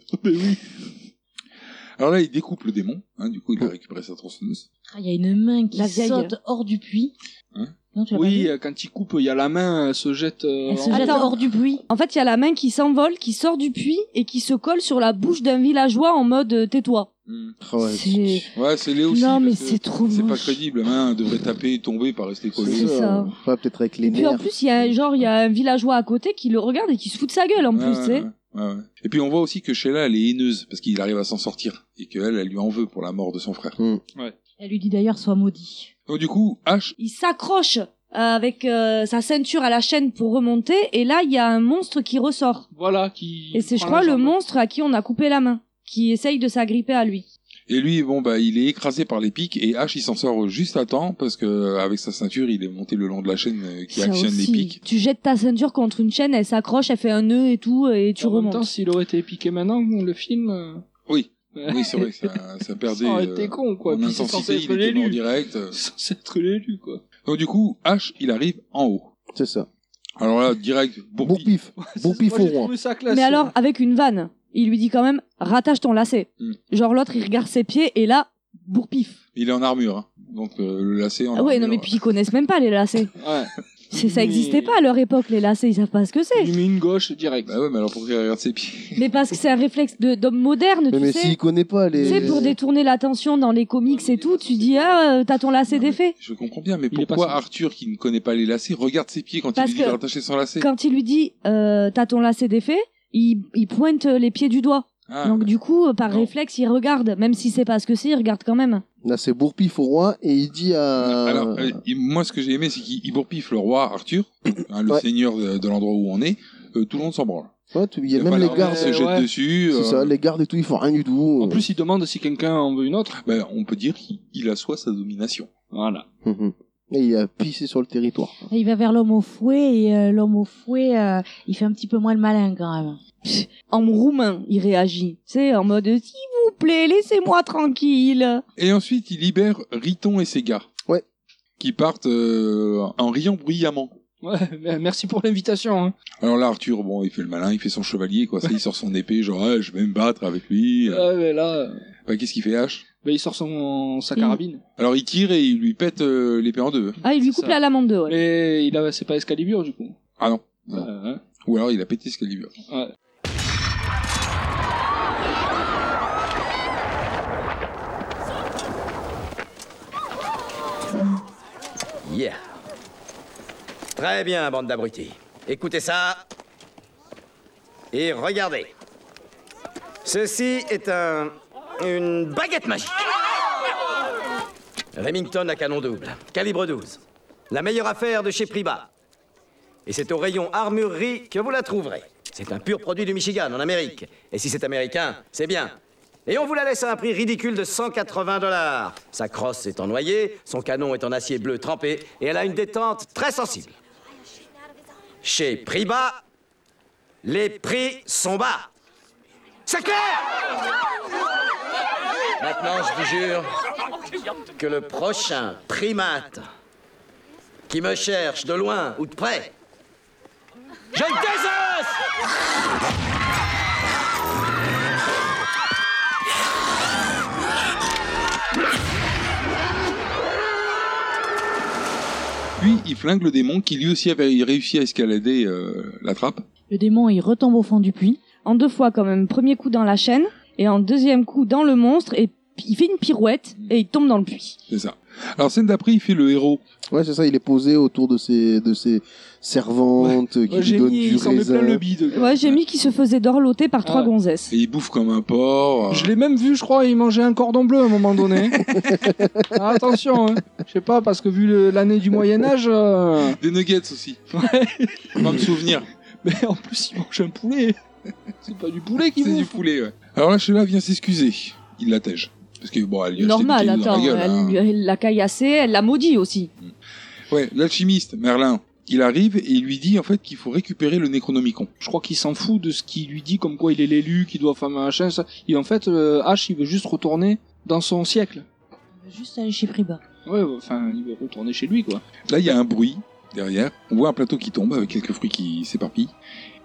S5: alors là il découpe le démon hein, du coup il a
S7: Oh.
S5: récupéré sa tronçonneuse
S8: Ah, Il y a une main qui
S6: La vieille.
S8: saute hors du puits.
S5: Hein
S8: non, tu l'as pas
S7: [LAUGHS] Oui,
S8: vu
S7: euh, quand il coupe, il y a la main, elle se jette. euh,
S8: Elle se
S7: en-
S8: jette
S6: Attends.
S8: hors du puits.
S6: En fait, il y a la main qui s'envole, qui sort du puits et qui se colle sur la bouche d'un villageois en mode euh, tais-toi.
S5: Hmm.
S2: Ah ouais.
S8: C'est-
S5: ouais c'est Léo aussi
S8: non, mais
S5: parce que
S8: c'est trop
S5: c'est pas
S8: moche.
S5: crédible la main devrait taper et tomber pas rester collée
S6: C'est ça.
S2: hein. Ouais, peut-être avec les
S6: Et puis
S2: nerfs.
S6: en plus, il y a genre il y a un villageois à côté qui le regarde et qui se fout de sa gueule en
S5: Ouais,
S6: plus,
S5: ouais,
S6: tu sais.
S5: ouais, ouais, ouais. Et puis on voit aussi que Sheila, elle est haineuse parce qu'il arrive à s'en sortir et qu'elle, elle lui en veut pour la mort de son frère.
S8: Elle lui dit d'ailleurs, sois maudit.
S5: Donc du coup, H,
S6: Il s'accroche euh, avec euh, sa ceinture à la chaîne pour remonter et là, il y a un monstre qui ressort.
S7: Voilà, qui.
S6: Et c'est, je
S7: prend la
S6: crois, le
S7: jambe.
S6: monstre à qui on a coupé la main, qui essaye de s'agripper à lui.
S5: et lui, bon bah, il est écrasé par les pics et H, il s'en sort juste à temps parce que euh, avec sa ceinture, il est monté le long de la chaîne euh, qui
S6: Ça
S5: actionne
S6: aussi.
S5: les pics.
S6: Tu jettes ta ceinture contre une chaîne, elle s'accroche, elle fait un nœud et tout, et tu
S7: en même
S6: remontes.
S7: temps, s'il aurait été piqué maintenant, le film. euh,
S5: Oui. Oui, c'est vrai, que ça,
S7: [LAUGHS]
S5: ça perdait.
S7: Ça aurait
S5: euh,
S7: été con, quoi.
S5: en
S7: Puis c'est censé
S5: intensité, il
S7: être
S5: était mort
S7: l'élu.
S5: direct.
S7: [LAUGHS] C'est censé être l'élu, quoi.
S5: Donc du coup, H, il arrive en haut.
S2: C'est ça.
S5: Alors là, direct,
S2: Bon
S5: bourpille.
S2: pif. Bon
S7: Moi,
S2: pif au
S7: j'ai
S2: roi.
S7: trouvé ça classe.
S6: Mais alors, avec une vanne, il lui dit quand même rattache ton lacet.
S5: Hmm.
S6: Genre l'autre, il regarde ses pieds et là, bourpif.
S5: Il est en armure, hein. donc euh, le lacet en
S6: Ah ouais,
S5: armure.
S6: non, mais puis ils connaissent même pas les lacets.
S7: hein. Ouais.
S6: C'est- Ça
S7: Mais-
S6: existait pas à leur époque, les lacets, ils savent pas ce que
S7: Il
S6: c'est.
S7: lui met une gauche direct.
S5: Bah ouais, mais alors pour qu'il regarde ses pieds
S6: Mais parce que c'est un réflexe de- d'homme moderne,
S2: Mais,
S6: [LAUGHS] tu
S2: mais
S6: sais.
S2: s'il connaît pas
S6: Tu
S2: les.
S6: sais, pour détourner l'attention dans les comics et tout, tu dis, ah, euh, t'as ton lacet
S5: Non, mais
S6: défait.
S5: Je comprends bien, mais
S7: Il est pas
S5: pourquoi
S7: simple.
S5: Arthur, qui ne connaît pas les lacets, regarde ses pieds quand
S6: Parce
S5: il lui dit
S6: que-
S5: de rattacher son lacet
S6: Quand il lui dit, euh, t'as ton lacet défait, il, il pointe les pieds du doigt.
S5: Ah,
S6: Donc, du coup, euh, par
S5: Non.
S6: réflexe, il regarde. Même s'il sait pas ce que c'est, il regarde quand même.
S2: Là, c'est bourpif au roi et il dit à.
S5: Alors, euh, il- moi, ce que j'ai aimé, c'est qu'il il bourpiffe le roi Arthur, [COUGHS] hein, le
S2: Ouais.
S5: seigneur de, de l'endroit où on est. euh, tout le monde s'en branle.
S2: Ouais, tu- il y a même
S5: Voilà,
S2: les gardes.
S5: on se jette
S7: ouais.
S5: dessus.
S2: C'est
S5: euh,
S2: ça, les gardes et tout, ils font rien du tout.
S7: En plus, il demande si quelqu'un en veut une autre.
S5: ben, on peut dire qu'il il assoit sa domination.
S7: Voilà.
S2: Mhm. [LAUGHS] Et il a pissé sur le territoire.
S8: Et il va vers l'homme au fouet et euh, l'homme au fouet, euh, il fait un petit peu moins le malin quand même.
S6: En roumain, il réagit. C'est en mode, s'il vous plaît, laissez-moi tranquille.
S5: Et ensuite, il libère Riton et ses gars.
S2: Ouais.
S5: Qui partent euh, en riant bruyamment.
S7: Ouais, mais merci pour l'invitation. Hein.
S5: Alors là, Arthur, bon, il fait le malin, il fait son chevalier, quoi. Ça, il sort son épée, genre, Ouais, je vais me battre avec lui.
S7: Ouais, mais là, euh,
S5: Bah, qu'est-ce qu'il fait, H
S7: bah, il sort son, sa
S6: Il-
S7: carabine.
S5: Alors, il tire et il lui pète euh, l'épée en deux.
S6: Ah, il lui
S7: C'est
S6: coupe
S7: ça.
S6: la lame en deux, ouais.
S7: Mais il a, c'est pas Excalibur, du coup. Euh, hein.
S5: Ah non.
S7: Ouais, ouais.
S5: Ou alors, il a pété ce qu'il lui a.
S7: Ouais.
S9: Yeah. Très bien, bande d'abrutis. Écoutez ça. Et regardez. Ceci est un. une baguette magique. Remington à canon double, calibre 12. La meilleure affaire de chez Priba. Et c'est au rayon armurerie que vous la trouverez. C'est un pur produit du Michigan, en Amérique. Et si c'est américain, c'est bien. Et on vous la laisse à un prix ridicule de 180 dollars. Sa crosse est en noyer, son canon est en acier bleu trempé, et elle a une détente très sensible. Chez Priba, les prix sont bas. C'est clair Maintenant, je vous jure que le prochain primate qui me cherche de loin ou de près, je le désosserai
S5: Puis, il flingue le démon qui lui aussi avait réussi à escalader euh, la trappe.
S8: Le démon, il retombe au fond du puits.
S6: En deux fois, quand même. Premier coup dans la chaîne, et en deuxième coup dans le monstre, et pi- il fait une pirouette, et il tombe dans le puits.
S5: C'est ça. Alors, scène d'après, il fait le héros.
S2: Ouais, c'est ça, il est posé autour de ses, de ses servantes qui
S7: Ouais,
S2: lui
S7: j'ai
S2: donnent
S7: mis,
S2: du
S7: il s'en met plein
S2: raisin.
S7: le bide.
S6: Ouais, j'ai mis qu'il se faisait dorloter par trois
S7: Ah.
S6: gonzesses.
S5: Et il bouffe comme un porc. euh.
S7: Je l'ai même vu, je crois, il mangeait un cordon bleu à un moment donné. Ah, attention, hein. je sais pas, parce que vu le- l'année du Moyen-Âge, euh,
S5: Des nuggets aussi. Pas me souvenir.
S7: mais en plus il mange un poulet. C'est pas du poulet qu'il
S5: C'est du
S7: bouffe.
S5: poulet, ouais. Alors là, Sheila vient s'excuser. Il l'attège. Parce que, bon, elle lui a acheté
S6: Normal,
S5: des cailloux dans
S6: attends,
S5: la gueule, hein.
S6: elle lui- elle l'a caillassé, elle l'a maudit aussi.
S5: Ouais, l'alchimiste, Merlin, il arrive et il lui dit en fait qu'il faut récupérer le Necronomicon.
S7: Je crois qu'il s'en fout de ce qu'il lui dit, comme quoi il est l'élu, qu'il doit faire machin, ça. Et en fait, euh, H, il veut juste retourner dans son siècle.
S8: Il veut Juste aller chez Priba.
S7: Ouais, enfin, il veut retourner chez lui, quoi.
S5: Là, il y a un bruit derrière. On voit un plateau qui tombe avec quelques fruits qui s'éparpillent.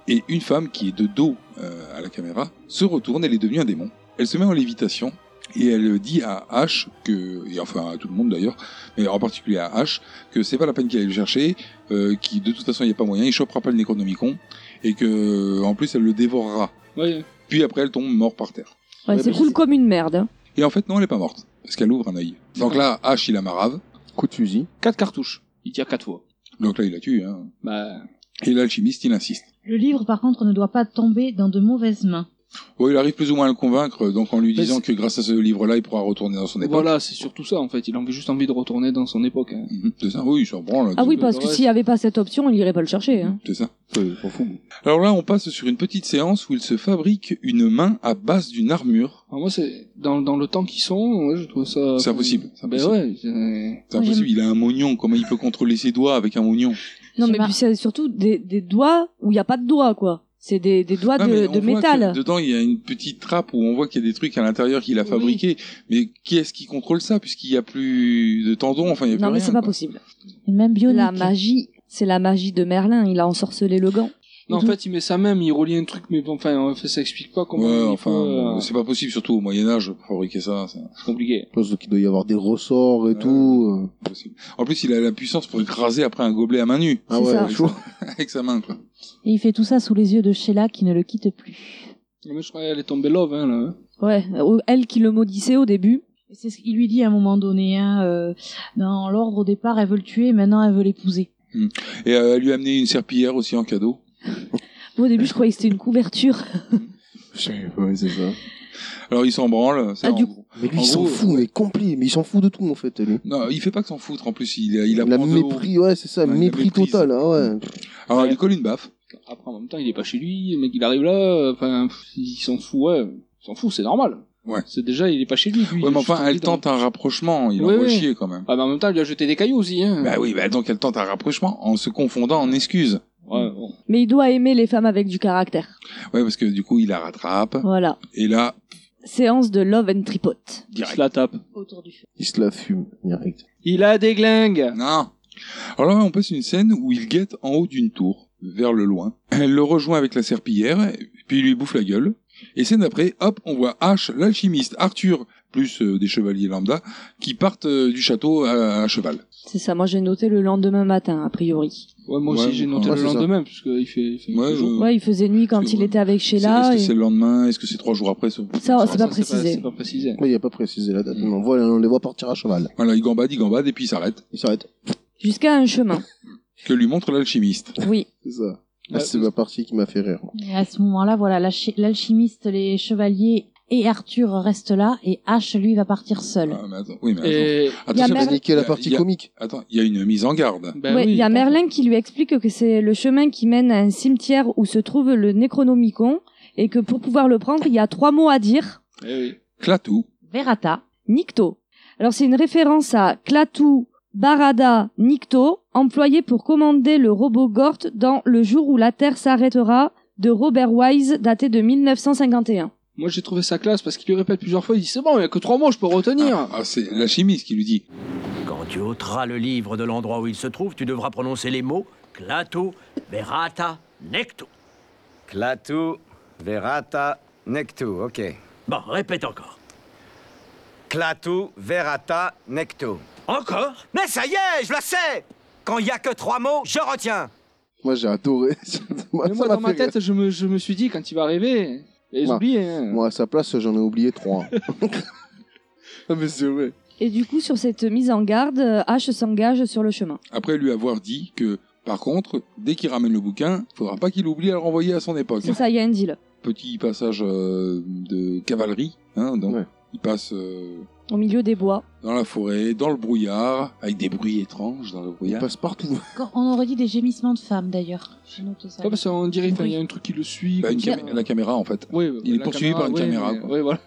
S5: Et une femme qui est de dos euh, à la caméra se retourne, elle est devenue un démon. Elle se met en lévitation et elle dit à H, que, et enfin à tout le monde d'ailleurs, mais en particulier à H, que c'est pas la peine qu'il aille le chercher, euh, qu'il de toute façon il n'y a pas moyen, il chopera pas le Necronomicon et que en plus elle le dévorera.
S7: Ouais.
S5: Puis après elle tombe mort par terre.
S6: Ouais,
S2: Ouais,
S6: c'est
S2: mais
S6: cool
S2: c'est-
S6: comme une merde. hein.
S5: Et en fait, non, elle est pas morte, parce qu'elle ouvre un œil. Donc là, H, il la marave.
S2: Coup de fusil.
S7: Quatre cartouches. Il tire quatre fois.
S5: Donc là, il la tue. Hein.
S7: Bah,
S5: Et l'alchimiste, il insiste.
S8: Le livre, par contre, ne doit pas tomber dans de mauvaises mains.
S5: Bon, il arrive plus ou moins à le convaincre, donc en lui
S7: Mais
S5: disant que
S7: c'est-
S5: grâce à ce livre-là, il pourra retourner dans son époque.
S7: voilà, c'est surtout ça, en fait. Il a juste envie de retourner dans son époque. hein.
S5: Mhm. C'est ça, oui, il s'en branle. hein,
S6: Ah
S5: tout.
S6: oui,
S7: peu
S6: parce
S7: de
S6: que
S7: reste.
S6: s'il n'y avait pas cette option, il irait pas le chercher. hein.
S5: C'est ça.
S2: Euh, s'en fout.
S5: Alors là, on passe sur une petite séance où il se fabrique une main à base d'une armure.
S7: Alors moi, c'est dans, dans le temps qu'ils sont, ouais, je trouve ça.
S5: C'est impossible, c'est
S7: Ben ouais. c'est-
S5: C'est
S8: Moi,
S5: impossible, il a un mognon. Comment il peut contrôler ses doigts avec un mognon
S6: Non,
S8: Je
S6: mais
S8: mar-
S6: puis c'est surtout des, des doigts où il n'y a pas de doigts, quoi. C'est des, des doigts
S5: Non, Ah, mais
S6: de,
S5: on
S6: de
S5: voit
S6: métal.
S5: que Dedans, il y a une petite trappe où on voit qu'il y a des trucs à l'intérieur qu'il a
S6: Oui.
S5: fabriqués. Mais qui est-ce qui contrôle ça Puisqu'il n'y a plus de tendons, enfin, il n'y a
S6: Non,
S5: plus
S6: mais
S5: rien,
S6: c'est pas
S5: quoi.
S6: possible.
S8: Même bionique.
S6: La magie, c'est la magie de Merlin. Il a ensorcelé le gant.
S7: Non, en
S6: Mhm.
S7: fait, il met ça même, il relie un truc, mais bon, enfin, en fait, ça explique pas comment
S5: Ouais,
S7: il
S5: enfin,
S7: peut, euh,
S5: c'est pas possible, surtout au Moyen-Âge, pour fabriquer ça. C'est
S7: c'est compliqué.
S2: Je pense qu'il doit y avoir des ressorts et
S5: Ouais.
S2: tout.
S5: impossible. En plus, il a la puissance pour écraser après un gobelet à main nue.
S2: Ah
S6: C'est
S2: ouais,
S6: ça.
S5: [LAUGHS]
S2: chaud.
S5: Avec sa main, quoi.
S8: Et il fait tout ça sous les yeux de Sheila qui ne le quitte plus.
S7: Mais je crois qu'elle est tombée love, hein, là. hein.
S6: Ouais, euh, elle qui le maudissait au début.
S8: Et c'est ce qu'il lui dit à un moment donné. Hein, euh, dans l'ordre, au départ, elle veut le tuer, maintenant, elle veut l'épouser.
S5: Et euh, elle lui a amené une serpillière aussi en cadeau.
S6: Au début, je croyais que c'était une couverture.
S2: Ouais, c'est ça.
S5: Alors, il s'en branle. ça,
S6: Ah,
S5: en
S6: du-
S5: gros.
S2: Mais lui,
S5: En
S2: il s'en
S5: gros,
S2: fout, mais complet. Mais il s'en fout de tout, en fait, lui.
S5: Non, il fait pas que s'en foutre, en plus. Il, il
S2: La
S5: apprend de haut.
S2: mépris, ouais, c'est ça,
S5: Ouais, la
S2: mépris
S5: méprise.
S2: total, hein, ouais.
S5: Alors, il lui colle une baffe.
S7: Après, en même temps, il est pas chez lui, le mec, il arrive là, euh, enfin, pff, il s'en fout, ouais. Il s'en fout, c'est normal.
S5: Ouais.
S7: C'est déjà, il est pas chez lui, lui.
S5: Ouais, mais
S7: il est juste
S5: enfin, elle
S7: dedans.
S5: tente un rapprochement. Il
S7: Oui,
S5: envoie
S7: oui.
S5: chier, quand même.
S7: Ah, mais en même temps, il lui a jeté des cailloux aussi, hein.
S5: Bah oui, bah donc elle tente un rapprochement en se confondant en excuses.
S7: Ouais, bon.
S6: Mais il doit aimer les femmes avec du caractère.
S5: Ouais, parce que du coup, il la rattrape.
S6: Voilà.
S5: Et là,
S6: Séance de love and tripote.
S7: Il se
S5: direct.
S7: la tape.
S8: Autour du feu.
S2: Il se la fume, direct.
S7: Il a des glingues.
S5: Non. Alors là, on passe une scène où il guette en haut d'une tour, vers le loin. Elle le rejoint avec la serpillière, puis il lui bouffe la gueule. Et scène d'après, hop, on voit H, l'alchimiste, Arthur, plus euh, des chevaliers lambda, qui partent euh, du château à, à cheval.
S6: C'est ça, moi j'ai noté le lendemain matin, a priori.
S7: Ouais, moi aussi,
S5: Ouais,
S7: j'ai
S5: ouais,
S7: noté
S2: ouais,
S7: le
S2: c'est ça.
S7: lendemain, parce qu'il fait, il fait il
S5: Ouais,
S7: fait jour.
S5: euh,
S6: Ouais, il faisait nuit quand il était avec
S5: c'est-
S6: Sheila.
S5: Est-ce que
S6: et-
S5: c'est le lendemain Est-ce que c'est trois jours après ça-
S6: Ça, c'est
S7: Ça,
S6: pas précisé.
S7: C'est pas précisé.
S2: Ouais, il a pas précisé la
S5: Mm.
S2: date. mais On, voit, on les voit partir à cheval.
S5: Voilà, il gambade, il gambade, et puis il s'arrête.
S2: Il s'arrête.
S6: Jusqu'à
S5: [LAUGHS]
S6: un chemin.
S5: Que lui montre l'alchimiste.
S6: Oui.
S2: C'est ça.
S7: Ouais,
S2: Ah, c'est ma partie qui m'a fait rire.
S8: Et à ce moment-là, voilà, la chi- l'alchimiste, les chevaliers et Arthur restent là, et H, lui, va partir seul.
S5: Ah, mais attends, oui, mais attends.
S7: Et,
S5: Attends,
S6: y a
S2: Attention,
S6: Mer-
S2: c'est niqué
S5: Y
S2: la
S5: a-
S2: partie
S5: y a-
S2: comique.
S5: Attends, il y a une mise en garde.
S7: bah
S6: ouais, il
S7: oui.
S6: y a Merlin qui lui explique que c'est le chemin qui mène à un cimetière où se trouve le Necronomicon et que pour pouvoir le prendre, il y a trois mots à dire.
S7: Eh oui.
S5: Clatou.
S8: Verata,
S6: Nicto. Alors c'est une référence à Klaatu Barada Nicto, employé pour commander le robot Gort dans Le jour où la Terre s'arrêtera de Robert Wise, daté de 1951.
S7: Moi, j'ai trouvé ça classe, parce qu'il lui répète plusieurs fois, il dit, c'est bon, il y a que trois mots, je peux retenir.
S5: Ah, ah, c'est l'alchimiste qui lui dit.
S9: Quand tu ôteras le livre de l'endroit où Oh, il se trouve, tu devras prononcer les mots clato, verata, necto. Clato, verata, necto, ok. Bon, répète encore. Clato, verata, necto. Encore Mais ça y est, je la sais Quand il n'y a que trois mots, je retiens
S2: Moi, j'ai adoré. [LAUGHS] Ça m'a
S5: Ah.
S7: Mais moi, dans ma
S2: fait rire.
S7: tête, je me, je me suis dit, quand il va arriver, les
S2: Ouais.
S7: oublier. Hein.
S2: Moi, à sa place, j'en ai oublié trois. ah, mais c'est vrai.
S6: Et du coup, sur cette mise en garde, euh, H s'engage sur le chemin.
S5: après lui avoir dit que, par contre, dès qu'il ramène le bouquin, faudra pas qu'il oublie à le renvoyer à son époque.
S6: C'est ça, il y a un deal.
S5: Petit passage euh, de cavalerie, hein, donc,
S2: Ouais.
S5: il passe euh,
S6: Au milieu des bois.
S5: dans la forêt, dans le brouillard, avec des bruits étranges dans le
S2: Il
S5: brouillard.
S2: passe
S7: [LAUGHS]
S2: partout.
S8: Quand- on aurait dit des gémissements de femmes, d'ailleurs. J'ai noté ça.
S7: Ouais, parce qu'on dirait enfin, il y a un truc qui le suit.
S5: Bah,
S7: comme
S5: une
S7: ça.
S5: cam- la caméra en fait.
S7: Ouais,
S5: Il est
S7: la
S5: poursuivi par une
S7: ouais,
S5: caméra,
S7: mais-
S5: quoi.
S7: ouais, voilà.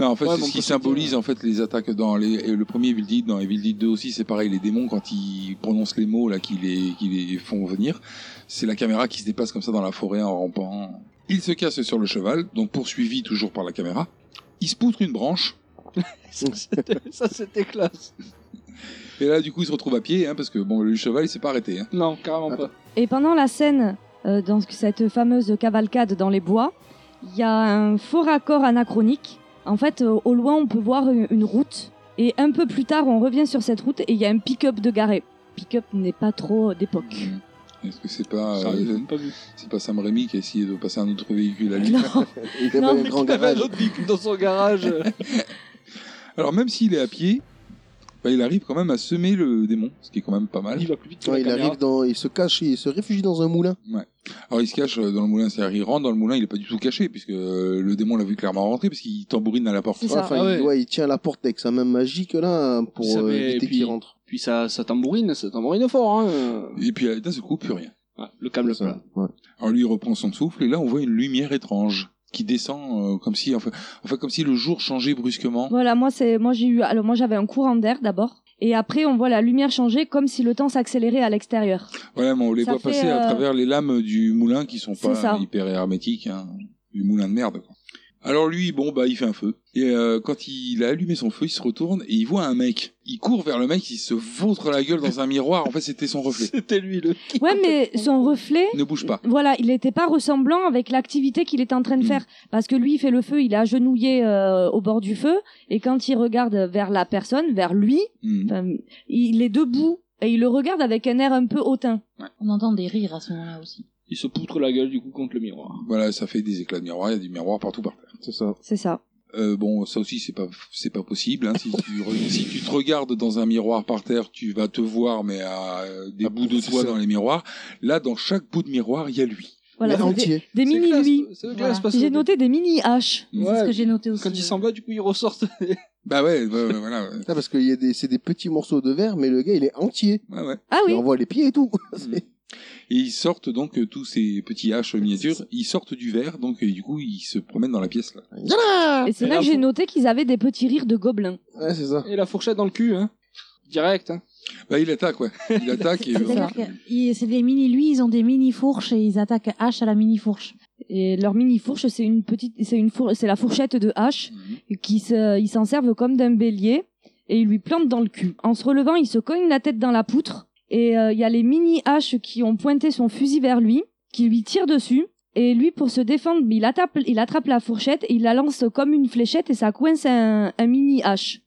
S5: Non, en fait,
S7: Ouais, mais
S5: c'est
S7: on
S5: ce
S7: peut
S5: qui
S7: se
S5: symbolise en fait les attaques dans les, et le premier Evil Dead, dans Evil Dead 2 aussi, c'est pareil. Les démons quand ils prononcent les mots là, qui les, qui les font venir, c'est la caméra qui se déplace comme ça dans la forêt en rampant. Il se casse sur le cheval, donc poursuivi toujours par la caméra. Il se poutre une branche
S7: Ça, c'était- [LAUGHS] Ça, c'était classe.
S5: et là, du coup, il se retrouve à pied, hein, parce que bon, le cheval, il s'est pas arrêté. Hein.
S7: Non, carrément pas.
S6: Et pendant la scène, euh, dans ce- cette fameuse cavalcade dans les bois, il y a un faux raccord anachronique. En fait, euh, au loin, on peut voir une, une route. Et un peu plus tard, on revient sur cette route et il y a un pick-up de garé. Pick-up n'est pas trop d'époque.
S5: [LAUGHS] Mmh. Est-ce que c'est pas,
S7: Ça, j'ai
S5: euh,
S7: même pas vu.
S5: c'est pas Sam Raimi qui a essayé de passer un autre véhicule à lui
S6: Non,
S2: Il avait
S6: Non,
S2: un
S6: mais
S2: grand
S7: Il avait un
S2: garage.
S7: autre véhicule dans son [LAUGHS] garage.
S5: Alors même s'il est à pied, bah, il arrive quand même à semer le démon, ce qui est quand même pas mal.
S7: Il va plus vite que
S2: Ouais,
S7: la
S2: il
S7: caméra.
S2: arrive dans, il se cache, il se réfugie dans un moulin.
S5: Alors il se cache euh, dans le moulin, c'est-à-dire il rentre dans le moulin, il est pas du tout caché, puisque euh, le démon l'a vu clairement rentrer, parce qu'il tambourine à la porte.
S6: C'est ça.
S2: Enfin,
S7: Ah ouais.
S2: il, ouais, il tient la porte avec sa main magique là
S7: Ça
S2: pour euh,
S7: met- et
S2: éviter
S7: puis-
S2: qu'il rentre.
S7: Puis ça, ça tambourine, ça tambourine fort. Hein.
S5: Et puis euh, d'un seul coup, plus rien.
S7: Ouais, le câble
S2: C'est ça,
S7: plat.
S2: ouais.
S5: Alors lui il reprend son souffle, et là on voit une lumière étrange qui descend euh, comme si enfin, enfin comme si le jour changeait brusquement.
S6: voilà, moi c'est, moi j'ai eu, alors moi j'avais un courant d'air d'abord. Et après, on voit la lumière changer comme si le temps s'accélérait à l'extérieur.
S5: Voilà, mais on les
S6: Ça
S5: voit
S6: fait,
S5: passer à
S6: euh,
S5: travers les lames du moulin qui sont
S6: C'est
S5: pas
S6: ça.
S5: hyper hermétiques, hein, du moulin de merde. quoi. Alors lui, bon bah il fait un feu et euh, quand il a allumé son feu, il se retourne et il voit un mec. Il court vers le mec, il se vautre la gueule dans un miroir. En fait, c'était son reflet.
S7: [LAUGHS] C'était lui le.
S6: Ouais, mais son reflet,
S5: Ne bouge pas.
S6: voilà, il n'était pas ressemblant avec l'activité qu'il était en train de
S5: Mm.
S6: faire. Parce que lui, il fait le feu, il est agenouillé euh, au bord du feu. Et quand il regarde vers la personne, vers lui,
S5: Hmm.
S6: enfin, il est debout. Et il le regarde avec un air un peu hautain.
S8: On entend des rires à ce moment-là aussi.
S10: Il se poutre la gueule du coup contre le miroir.
S5: Voilà, ça fait des éclats de miroir. Il y a du miroir partout par terre.
S2: C'est ça.
S6: C'est ça.
S5: Euh, bon, ça aussi c'est pas c'est pas possible. Hein. Si, tu re- si tu te regardes dans un miroir par terre, tu vas te voir, mais à euh, des
S2: Ah,
S5: bouts de
S2: c'est
S5: toi
S2: ça.
S5: dans les miroirs. Là, dans chaque bout de miroir, il y a lui.
S6: Voilà,
S2: Mais
S6: c'est des,
S2: entier.
S6: des
S7: C'est
S6: mini
S7: classe,
S6: lui.
S7: c'est classe,
S8: Voilà.
S7: parce que-
S6: J'ai noté des mini H.
S8: C'est ce
S7: Ouais,
S8: que j'ai noté aussi.
S7: Quand il s'en va, du coup, il ressort. [LAUGHS]
S5: Bah ouais, bah ouais, voilà. ouais.
S2: Ah, parce que il y a des- c'est des petits morceaux de verre, mais le gars, il est entier.
S5: Ouais,
S2: [LAUGHS]
S5: ouais.
S6: Ah oui.
S2: Et on voit les pieds et tout. Ah, C'est- Ah,
S5: Et ils sortent donc euh, tous ces petits haches miniatures, ils sortent du verre, donc euh, du coup ils se promènent dans la pièce là.
S6: Et c'est
S7: Et
S6: là
S7: là,
S6: que j'ai
S7: faut-
S6: noté qu'ils avaient des petits rires de gobelins.
S2: Ouais, c'est ça.
S7: Et la fourchette dans le cul, hein. Direct, hein.
S5: Bah il attaque ouais, il attaque
S2: [LAUGHS]
S5: et euh,
S8: C'est-à-dire que ils- c'est des mini lui, ils ont des mini fourches et ils attaquent H à la mini fourche.
S6: Et leur mini fourche, c'est une petite, c'est une four- c'est la fourchette de hache
S5: Mhm.
S6: qui se, ils s'en servent comme d'un bélier et ils lui plantent dans le cul. En se relevant, il se cogne la tête dans la poutre et euh, il y a les mini haches qui ont pointé son fusil vers lui, qui lui tirent dessus. Et lui, pour se défendre, il attrape, il attrape la fourchette et il la lance comme une fléchette et ça coince un, un mini hache.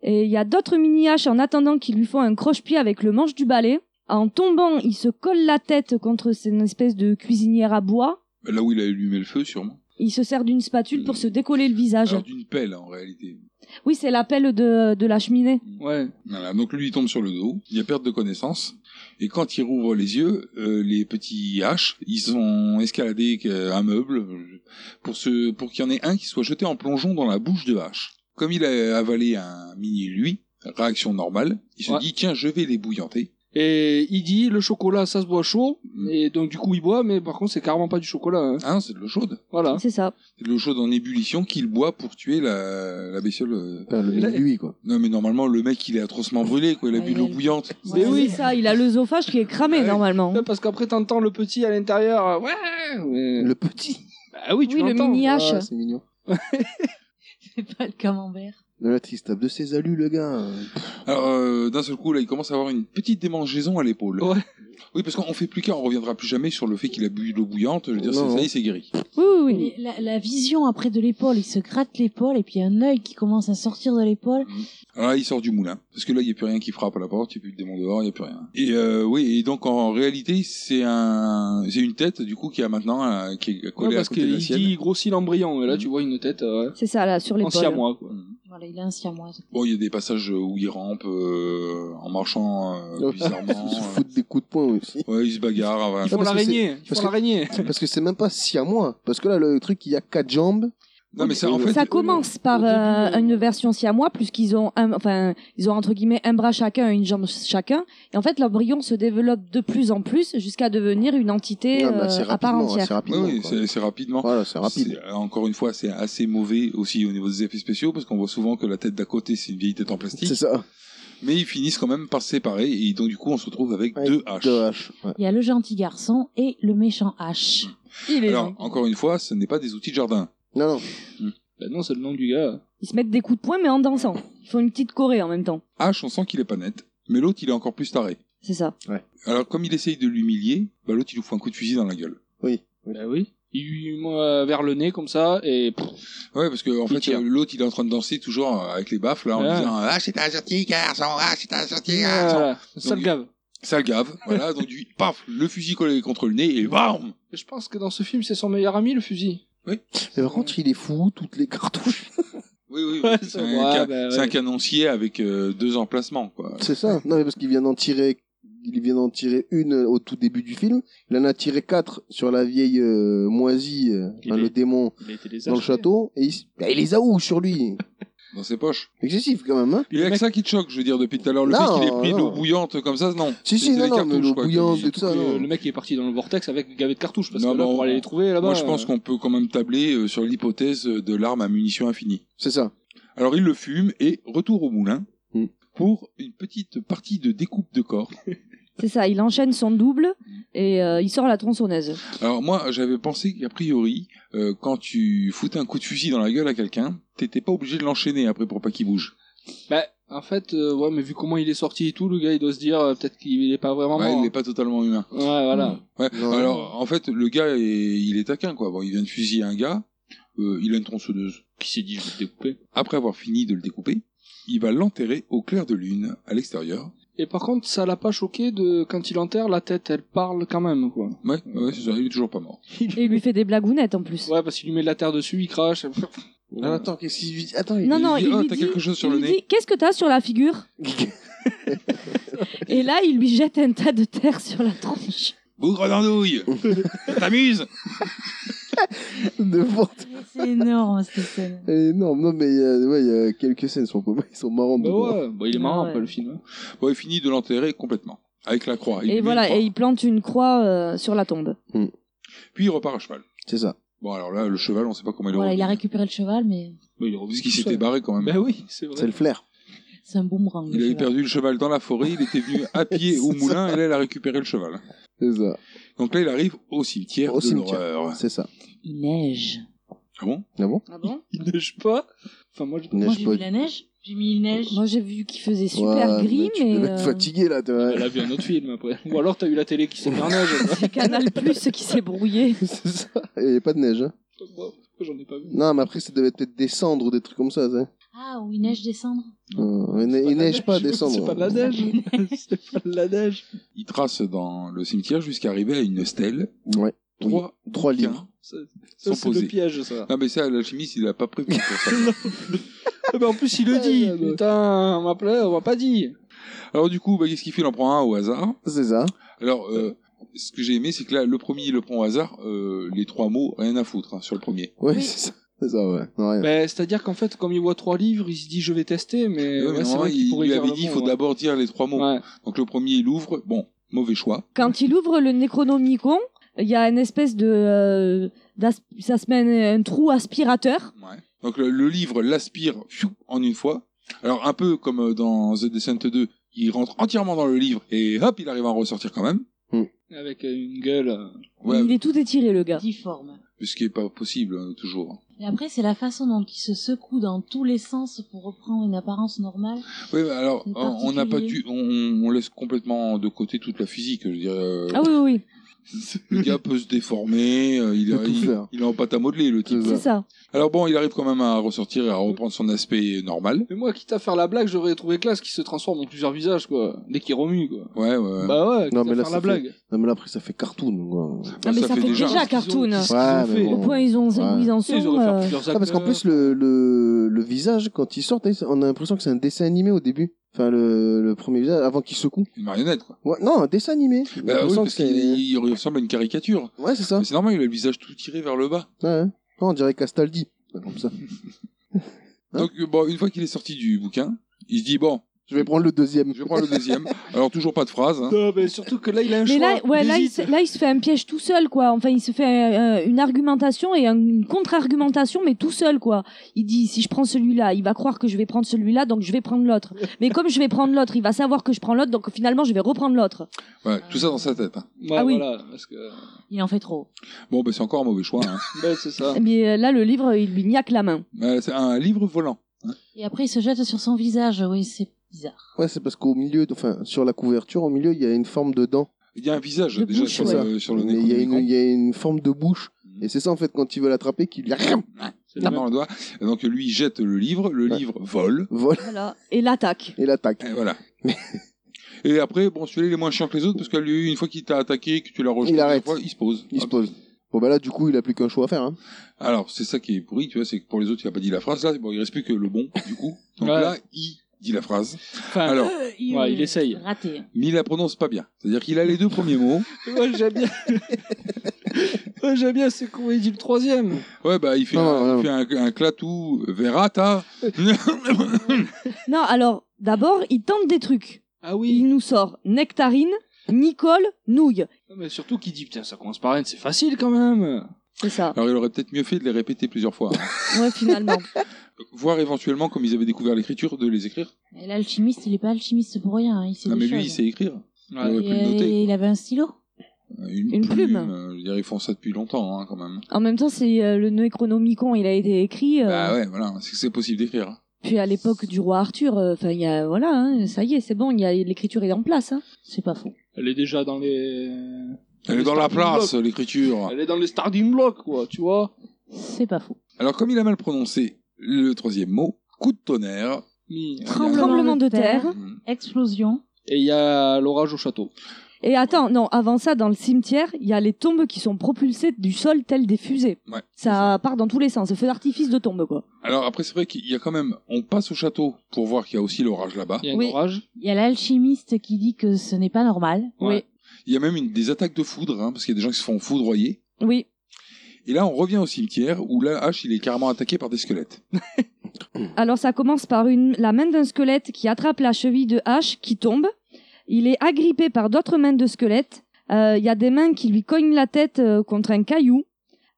S6: Et il y a d'autres mini haches en attendant qui lui font un croche-pied avec le manche du balai. En tombant, il se colle la tête contre une espèce de cuisinière à bois.
S5: bah, là où il a allumé le feu sûrement.
S6: Il se sert d'une spatule pour se décoller le
S2: Ah,
S6: visage.
S5: Alors d'une pelle en réalité.
S6: Oui, c'est la pelle de, de la cheminée.
S7: Ouais.
S5: Voilà, donc lui il tombe sur le dos, il y a perte de connaissance, et quand il rouvre les yeux, euh, les petits haches, ils ont escaladé euh, un meuble euh, pour, se- pour qu'il y en ait un qui soit jeté en plongeon dans la bouche de hache. Comme il a avalé un mini lui, réaction normale, il se
S7: Ouais.
S5: dit tiens je vais les bouillanter.
S7: Et il dit le chocolat, ça se boit chaud. Et donc, du coup, il boit, mais par contre, c'est carrément pas du chocolat. hein.
S5: Hein, c'est de l'eau chaude.
S7: Voilà.
S6: C'est ça.
S5: C'est de l'eau chaude en ébullition qu'il boit pour tuer la, la bestiole. euh.
S2: Enfin, le-
S7: Là-
S2: lui, quoi.
S5: Non, mais normalement, le mec, il est atrocement brûlé, quoi. Il a
S8: Ouais,
S5: bu
S8: il
S5: de
S8: a
S5: l'eau
S8: le-
S5: bouillante.
S7: Mais
S6: Ouais,
S7: oui.
S6: c'est ça, il a l'œsophage qui est cramé
S7: Ouais.
S6: normalement.
S7: Ouais, parce qu'après, t'entends le petit à l'intérieur. euh, Ouais. mais-
S2: Le petit.
S7: Bah oui, tu
S6: Oui, le
S7: l'entends.
S6: mini hache.
S2: Ah, c'est mignon.
S8: [LAUGHS] C'est pas le camembert.
S2: De la triste tape de ses alus, le gars. Euh,
S5: Alors, euh, d'un seul coup, là, il commence à avoir une petite démangeaison à l'épaule.
S7: Ouais.
S5: Oui, parce qu'on fait plus qu'un, on reviendra plus jamais sur le fait qu'il a bu de l'eau bouillante. Je veux dire,
S2: Non,
S5: c'est- ça y est,
S2: non.
S5: c'est guéri.
S6: Oui, oui, oui.
S8: Mais La, la vision après de l'épaule, il se gratte l'épaule et puis il y a un œil qui commence à sortir de l'épaule.
S5: Alors là, il sort du moulin. Parce que là, il n'y a plus rien qui frappe à la porte, il n'y a plus de démon dehors, il n'y a plus rien. Et euh, oui, et donc, en réalité, c'est un, c'est une tête, du coup, qui a maintenant, euh, qui est
S7: Ouais,
S5: collée à
S7: parce
S5: côté de la
S7: qu'il
S5: sienne.
S7: dit il grossit l'embryon. Et
S2: Mm.
S7: là, tu vois une tête euh,
S6: C'est ça, là, sur
S7: en
S6: l'épaule.
S7: siamois, quoi.
S8: Voilà, il est un siamoise.
S5: Bon, il y a des passages où il rampe euh, en marchant euh,
S2: Ouais.
S5: bizarrement.
S2: [LAUGHS]
S5: euh,
S2: Ils se foutent des coups de poing
S5: [LAUGHS]
S2: aussi.
S5: Ouais, il se bagarre. voilà.
S7: Ils font
S2: parce que
S7: l'araignée. Ils
S2: parce
S7: font
S2: que-
S7: l'araignée.
S2: Parce que c'est même pas si à moi. Parce que là, le truc, il y a quatre jambes.
S5: Non, mais ça, en fait,
S6: Ça commence par
S7: au début,
S6: euh,
S7: euh,
S6: une version siamois, puisqu'ils ont, un- enfin, ils ont entre guillemets un bras chacun et une jambe chacun. Et en fait, l'embryon se développe de plus en plus jusqu'à devenir une entité
S2: Ah, bah,
S6: euh,
S2: c'est
S6: à part
S2: rapidement. hein,
S6: entière.
S2: C'est
S5: ouais,
S2: rapidement.
S5: ouais,
S2: quoi.
S5: c'est c'est rapidement.
S2: Voilà, c'est rapide.
S5: C'est- euh, Encore une fois, c'est assez mauvais aussi au niveau des effets spéciaux parce qu'on voit souvent que la tête d'à côté c'est une vieille tête en
S2: C'est
S5: plastique,
S2: ça.
S5: mais ils finissent quand même par se séparer et donc du coup on se retrouve avec
S2: Ouais,
S5: deux haches.
S2: Deux haches. ouais.
S8: Il y a le gentil garçon et le méchant H.
S6: Il est
S5: Alors encore une fois, ce n'est pas des outils de jardin.
S2: Non, non.
S7: Bah non, c'est le nom du gars.
S6: Ils se mettent des coups de poing, mais en dansant. Ils font une petite corée en même temps.
S5: H, on sent qu'il est pas net, mais l'autre il est encore plus taré.
S6: C'est ça.
S5: Alors comme il essaye de l'humilier, bah, l'autre il lui fout un coup de fusil dans la gueule.
S2: Oui.
S7: Bah oui. Il lui met euh, vers le nez comme ça et pff,
S5: Ouais, parce que en
S7: Il
S5: fait
S7: tire.
S5: euh, l'autre il est en train de danser toujours euh, avec les baffes là en
S7: Ouais.
S5: disant ah c'est un gentil garçon, ah c'est un gentil garçon.
S7: voilà, ça
S5: Donc,
S7: le gave.
S5: Ça le gave, voilà, donc du paf, le fusil collé contre le nez et bam
S7: Je pense que dans ce film, c'est son meilleur ami, le fusil.
S2: Mais par contre, il est fou, toutes les [LAUGHS] cartouches.
S5: Oui, oui, oui,
S7: Ouais,
S5: c'est
S7: ça-
S5: un,
S7: ouais,
S5: ca-
S7: bah,
S5: c'est un
S7: ouais.
S5: canoncier avec euh, deux emplacements, quoi.
S2: C'est ça. Non, mais parce qu'il vient d'en tirer, il vient d'en tirer une au tout début du film. Il en a tiré quatre sur la vieille euh, moisie, euh,
S10: Il
S2: enfin,
S10: est-
S2: le démon
S10: Il a été les
S2: dans le
S10: acheter.
S2: château. Et il, bah, il les a où sur lui
S5: Dans ses poches.
S2: Excessif quand même. Hein
S5: Il y a que ça qui te choque, je veux dire, depuis tout à l'heure. Le
S2: Non,
S5: fait qu'il ait pris de l'eau
S2: non.
S5: bouillante comme ça, non.
S2: Si,
S5: C'est-
S2: si,
S5: c'est
S2: non,
S5: les
S2: non,
S5: cartouches,
S2: mais l'eau
S5: quoi,
S2: bouillante
S5: qui-
S2: et tout ça,
S7: Que
S2: non.
S7: le mec il est parti dans le vortex avec gavé de cartouches parce
S5: Ah Non,
S7: que là
S5: mais on-
S7: pour aller les trouver
S2: Ah
S7: là-bas.
S5: Moi,
S2: bah,
S5: je pense
S7: euh,
S5: qu'on peut quand même tabler euh, sur l'hypothèse de l'arme à munitions infinies.
S2: C'est ça.
S5: Alors, il le fume et retour au moulin.
S2: Mm.
S5: pour une petite partie de découpe de corps.
S6: C'est ça, il enchaîne son double et euh, il sort la tronçonneuse.
S5: Alors moi, j'avais pensé qu'a priori, euh, quand tu foutais un coup de fusil dans la gueule à quelqu'un, t'étais pas obligé de l'enchaîner après pour pas qu'il bouge.
S7: Bah, en fait, euh, ouais, mais vu comment il est sorti et tout, le gars, il doit se dire, euh, peut-être qu'il est pas vraiment
S5: Ouais,
S7: mort,
S5: il
S7: hein.
S5: n'est pas Hmm. totalement humain.
S7: Ouais, voilà.
S5: Ouais, Alors en fait, le gars, est- il est taquin quoi. Bon, il vient de fusiller un gars, euh, il a une tronçonneuse qui s'est dit je vais le découper. Après avoir fini de le découper, il va l'enterrer au clair de lune à l'extérieur.
S7: Et par contre, ça l'a pas choqué de quand il enterre, la tête, elle parle quand même, quoi.
S5: Ouais, ouais, c'est ça, il est toujours pas mort.
S6: Et il lui fait des blagounettes en plus.
S7: Ouais, parce qu'il lui met de la terre dessus, il crache.
S2: Ah, attends, qu'est-ce qu'il lui dit Attends,
S6: Non, non, il
S7: Ah,
S6: lui
S7: t'as
S6: dit,
S7: quelque chose sur
S6: il
S7: le
S6: lui
S7: nez
S6: dit, Qu'est-ce que t'as sur la figure Et là, il lui jette un tas de terre sur la tronche.
S5: Bougre d'andouille Ça T'amuse
S2: [LAUGHS] N'importe.
S8: [LAUGHS] C'est énorme cette scène.
S2: Eh, Non, non, mais euh, ouais, il y a quelques scènes, sont, ils sont marrantes.
S5: Bah
S2: dedans.
S5: ouais, bah il est marrant, Ah ouais. pas le film. Bon, il finit de l'enterrer complètement, avec la croix. Il lui
S6: Et
S5: met une
S6: voilà,
S5: croix.
S6: et il plante une croix euh, sur la tombe.
S5: Puis il repart à cheval.
S2: C'est ça.
S5: Bon, alors là, le cheval, on sait pas comment il est
S8: Voilà,
S5: revenu.
S8: il a récupéré le cheval, mais
S5: Bah, il est revenu parce qu'il s'était barré quand même.
S7: Bah
S5: Ben oui, c'est vrai.
S2: C'est le flair.
S8: c'est un boomerang. le
S5: Il avait
S8: cheval.
S5: perdu le cheval dans la forêt, il était venu à pied au
S2: C'est
S5: moulin,
S2: ça.
S5: et là, il a récupéré le cheval.
S2: C'est ça.
S5: Donc là, il arrive au cimetière
S2: Au
S5: de
S2: cimetière.
S5: l'horreur.
S2: C'est ça.
S8: Il neige.
S5: Ah bon
S2: Ah bon
S6: Ah bon
S7: Il neige pas. Enfin, moi, je
S8: Moi, j'ai vu la neige. J'ai mis il neige.
S6: Moi, j'ai vu qu'il faisait
S2: Ouais,
S6: super gris,
S2: mais tu
S6: mais.
S2: devais être
S6: euh,
S2: fatigué là, tu vois.
S7: Elle a vu un autre film après. Ou alors, t'as eu la télé qui s'est mis en neige.
S6: C'est [LAUGHS] Canal Plus qui s'est brouillé.
S2: [LAUGHS] C'est ça. Il n'y avait pas de neige. Hein.
S7: [LAUGHS] Pourquoi J'en ai pas vu.
S2: Non, mais après, ça devait peut-être descendre ou des trucs comme ça. ça.
S8: Ah, où il neige descendre.
S2: Euh, il ne- il neige
S5: [LAUGHS]
S2: pas, descendre.
S7: Ah, C'est pas de la
S5: hein.
S7: neige. [LAUGHS] c'est pas de la neige.
S5: Il trace dans le cimetière jusqu'à arriver à une stèle où
S2: Ouais.
S5: trois,
S2: Trois
S5: bouquins
S2: livres.
S7: Ça, ça,
S5: sont
S7: c'est le
S5: posés.
S7: piège, [LAUGHS] ça.
S5: Non, Ah, mais ça, l'alchimiste, il l'a pas prévu pour
S7: [LAUGHS]
S5: ça.
S7: Ah, mais en plus, il le dit. Putain, on m'a pas- on m'a pas dit.
S5: Alors du coup, bah, qu'est-ce qu'il fait Il en prend un au hasard.
S2: C'est ça.
S5: Alors, euh, ce que j'ai aimé, c'est que là, le premier, il le prend au hasard. euh, les trois mots, rien à foutre hein, sur le premier.
S2: Ouais, [LAUGHS] c'est ça. C'est ça, ouais. Non, rien.
S7: Ben, C'est-à-dire qu'en fait, comme il voit trois livres, il se dit je vais tester,
S5: Ouais,
S7: mais,
S5: mais
S7: Euh, ouais, c'est
S5: normalement,
S7: vrai qu'il
S5: il
S7: pourrait
S5: lui
S7: dire
S5: avait
S7: le
S5: dit, il
S7: mot,
S5: faut
S7: ouais.
S5: d'abord dire les trois mots.
S7: Ouais.
S5: Donc le premier, il ouvre. Bon, mauvais choix.
S6: Quand il ouvre le Necronomicon, il y a une espèce de. euh, d'as- ça se met un, un trou aspirateur.
S5: Donc le, le livre l'aspire fiou, en une fois. Alors un peu comme euh, dans The Descent 2, il rentre entièrement dans le livre et hop, il arrive à en ressortir quand même.
S7: Avec euh, une gueule. euh,
S5: Ouais,
S6: Il est tout étiré, le gars.
S8: Difforme.
S5: ce qui est pas possible euh, toujours.
S8: Et après, c'est la façon dont il se secoue dans tous les sens pour reprendre une apparence normale.
S5: Oui, mais alors
S8: C'est
S5: on on n'a pas
S8: particulier.
S5: dû, on, on laisse complètement de côté toute la physique. Je veux dire, euh,
S6: Ah oui, oui, oui.
S5: le gars peut se déformer, euh, il,
S2: Il peut tout
S5: il-
S2: faire.
S5: il est en pâte à modeler le type.
S6: C'est ça.
S5: Alors bon, il arrive quand même à ressortir et à reprendre son aspect normal.
S7: Mais moi, quitte à faire la blague, j'aurais trouvé classe qu'il se transforme en plusieurs visages, quoi. Dès qu'il remue, quoi.
S5: Ouais, ouais.
S7: Bah ouais, quitte
S2: Non, mais
S7: à
S2: là,
S7: faire
S2: ça
S7: la
S2: fait-
S7: blague.
S2: Non, mais là, après, ça fait cartoon. Quoi.
S5: Bah,
S6: Ah, mais ça, fait, déjà,
S7: Qu'est-ce qu'ils ont-
S6: cartoon.
S7: qu'est-ce qu'ils
S2: Ouais,
S7: ont
S2: mais
S7: fait
S2: bon.
S6: Au point, ils, ont,
S2: Ouais.
S6: où ils en sont.
S7: Ils auraient fait
S6: euh,
S7: plusieurs
S2: Ah, parce qu'en
S7: acteurs.
S2: plus, le, le, le visage, quand il sort, t'as vu, on a l'impression que c'est un dessin animé au début. Enfin, le, le premier visage, avant qu'il secoue.
S5: Une marionnette quoi.
S2: Ouais, non, un dessin animé. J'ai
S5: Bah, oui,
S2: l'impression
S5: parce
S2: que c'est-
S5: qu'il il ressemble à une caricature.
S2: Ouais, c'est ça.
S5: Mais C'est normal, il a le visage tout tiré vers le bas.
S2: Ouais. ouais. On dirait Castaldi. Comme ça. Hein
S5: Donc euh, bon, une fois qu'il est sorti du bouquin, il se dit bon,
S2: Je vais prendre le deuxième.
S5: je vais prendre le deuxième. Alors toujours pas de phrase. hein.
S7: Non, mais surtout que là, il a un
S6: Mais
S7: choix.
S6: là, ouais, là, il
S7: hésite.
S6: se, là, il se fait un piège tout seul, quoi. Enfin, il se fait euh, une argumentation et une contre-argumentation, mais tout seul, quoi. Il dit, si je prends celui-là, il va croire que je vais prendre celui-là, donc je vais prendre l'autre. Mais comme je vais prendre l'autre, il va savoir que je prends l'autre, donc finalement, je vais reprendre l'autre.
S5: Ouais, tout ça dans sa tête. hein.
S7: Ouais,
S6: Ah oui.
S7: voilà, parce que...
S8: Il en fait trop.
S5: Bon, ben c'est encore un mauvais choix.
S7: [LAUGHS]
S5: hein.
S7: Ben, c'est ça.
S6: Mais euh, là, le livre, il lui niaque la main.
S5: Euh, c'est un livre volant.
S8: Et après, il se jette sur son visage. Oui, c'est bizarre.
S2: [LAUGHS] Ouais, c'est parce qu'au milieu, de- enfin, sur la couverture, au milieu, il y a une forme de dent.
S5: Il y a un visage
S6: De
S5: déjà
S6: bouche,
S5: sur,
S6: ouais.
S5: le, sur le
S2: Mais il y, a une,
S5: Necronomicon.
S2: il y a une forme de bouche.
S5: Mhm.
S2: Et c'est ça, en fait, quand ils veulent l'attraper, qu'il y a rien.
S7: C'est le
S5: Dans le doigt. Et donc lui il jette le livre, le
S2: Ouais.
S5: livre vole.
S2: Voilà.
S6: Voilà. Et l'attaque.
S2: Et l'attaque.
S5: Et
S2: [LAUGHS]
S5: voilà. Et après, bon, celui-là il est moins chiant que les autres parce qu'à lui, une fois qu'il t'a attaqué, que tu l'as rejeté,
S2: Il
S5: une
S2: arrête.
S5: fois, il se pose.
S2: Il se
S5: Hop.
S2: pose. Bon, bah là, du coup, il a plus qu'un choix à faire. Hein.
S5: Alors c'est ça qui est pourri, tu vois, c'est que pour les autres il a pas dit la phrase. Là, bon, il reste plus que le bon du coup.
S2: [LAUGHS]
S5: Donc
S7: Ouais.
S5: là, il dit la phrase,
S7: Enfin,
S5: Alors.
S6: [LAUGHS]
S8: Euh,
S7: Ouais, il essaye.
S8: Raté.
S5: mais il la prononce pas bien. C'est-à-dire qu'il a les deux premiers mots.
S7: moi, j'aime
S10: [LAUGHS]
S7: bien... moi, j'aime bien ce qu'on dit le troisième.
S5: Ouais, bah, il fait,
S2: Non,
S5: un,
S2: non,
S5: il fait un, un clatou
S6: [LAUGHS]
S5: verata. [LAUGHS]
S6: Non, alors, d'abord, il tente des trucs.
S7: Ah
S6: Il
S10: Mm.
S7: oui.
S6: nous sort nectarine, Nicole, nouille.
S10: Ah,
S7: Non, Mais surtout qu'il dit, putain, ça commence par N, c'est facile, quand même.
S6: C'est ça.
S5: [LAUGHS] Alors, il aurait peut-être mieux fait de les répéter plusieurs fois. hein.
S6: Ouais, finalement.
S5: voir éventuellement, comme ils avaient découvert l'écriture, de les écrire.
S8: Et l'alchimiste, il est pas alchimiste pour rien. hein, Il sait
S5: non,
S8: des
S5: mais lui, il
S8: choses.
S5: sait écrire. Il aurait pu
S8: Et,
S5: le noter.
S8: euh, il avait un stylo.
S5: Une,
S6: une plume.
S5: euh, je veux dire, ils font ça depuis longtemps, hein, quand même.
S6: En même temps, c'est euh, le Necronomicon, il a été écrit. euh,
S5: Bah ouais, voilà, c'est que c'est possible d'écrire. hein.
S6: Puis à l'époque du roi Arthur, euh, enfin, il y a, voilà, hein, ça y est, c'est bon, il y a l'écriture est en place. Hein.
S8: C'est pas faux.
S10: Elle est déjà dans les.
S5: Elle est dans la place, l'écriture.
S10: Elle est dans les starting blocks, quoi, tu vois.
S8: C'est pas faux.
S5: Alors, comme il a mal prononcé le troisième mot, coup de tonnerre. il y a-
S6: Tremblement de terre.
S5: Mm.
S8: Explosion.
S10: Et il y a l'orage au château.
S6: Et attends, non, avant ça, dans le cimetière, il y a les tombes qui sont propulsées du sol telles des fusées.
S5: Ouais.
S6: Ça part dans tous les sens, feu d'artifice de tombe, quoi.
S5: Alors, après, c'est vrai qu'il y a quand même. On passe au château pour voir qu'il y a aussi l'orage là-bas.
S10: Il y a un
S8: Oui.
S10: orage.
S8: Il y a l'alchimiste qui dit que ce n'est pas normal.
S10: Ouais.
S5: Il y a même une, des attaques de foudre, hein, parce qu'il y a des gens qui se font foudroyer.
S6: Oui.
S5: Et là, on revient au cimetière où là, H, il est carrément attaqué par des squelettes.
S6: Alors ça commence par une, la main d'un squelette qui attrape la cheville de H qui tombe. Il est agrippé par d'autres mains de squelette. Euh, Il y a des mains qui lui cognent la tête euh, contre un caillou.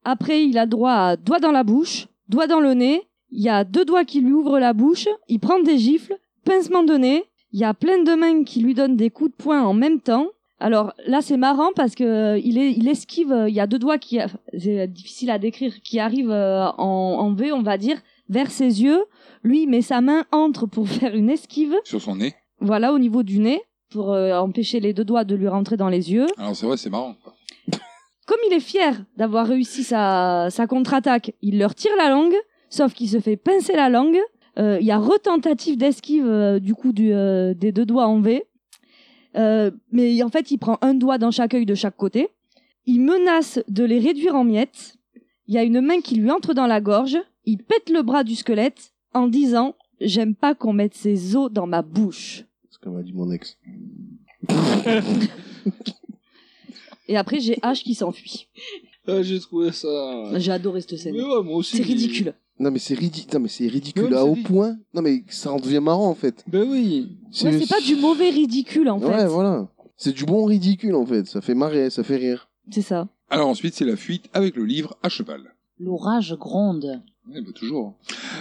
S6: Après, il a droit à doigt dans la bouche, doigt dans le nez. Il y a deux doigts qui lui ouvrent la bouche. Il prend des gifles, pincement de nez. Il y a plein de mains qui lui donnent des coups de poing en même temps. Alors là, c'est marrant parce que euh, il, est, il esquive. euh, Il y a deux doigts qui, c'est difficile à décrire, qui arrivent euh, en, en V, on va dire, vers ses yeux. Lui, il met sa main entre pour [LAUGHS] faire une esquive,
S5: Sur son nez.
S6: voilà, au niveau du nez, pour euh, empêcher les deux doigts de lui rentrer dans les yeux.
S5: Alors, c'est vrai, c'est marrant. quoi.
S6: Comme il est fier d'avoir réussi sa, sa contre-attaque, il leur tire la langue, sauf qu'il se fait pincer la langue. Euh, Il y a retentative d'esquive euh, du coup du, euh, des deux doigts en V. Euh, mais en fait, il prend un doigt dans chaque œil de chaque côté. Il menace de les réduire en miettes. Il y a une main qui lui entre dans la gorge. Il pète le bras du squelette en disant « J'aime pas qu'on mette ses os dans ma bouche
S2: C'est comme a dit mon ex. ».
S6: Et après, j'ai H qui s'enfuit.
S10: Ah, J'ai trouvé ça.
S6: J'ai adoré cette
S10: Mais
S6: scène.
S10: ouais, moi aussi.
S6: C'est ridicule.
S2: Non, mais c'est ridicule, mais c'est ridicule
S10: Ouais, mais
S2: à
S10: c'est
S2: haut
S10: ri-
S2: point. Non, mais ça en devient marrant, en fait.
S10: Ben oui.
S6: Ouais, c'est pas du mauvais ridicule, en fait.
S2: Ouais, voilà. C'est du bon ridicule, en fait. Ça fait marrer, ça fait rire.
S6: C'est ça.
S5: Alors, ensuite, c'est la fuite avec le livre à cheval.
S8: L'orage gronde.
S5: Eh ben, toujours.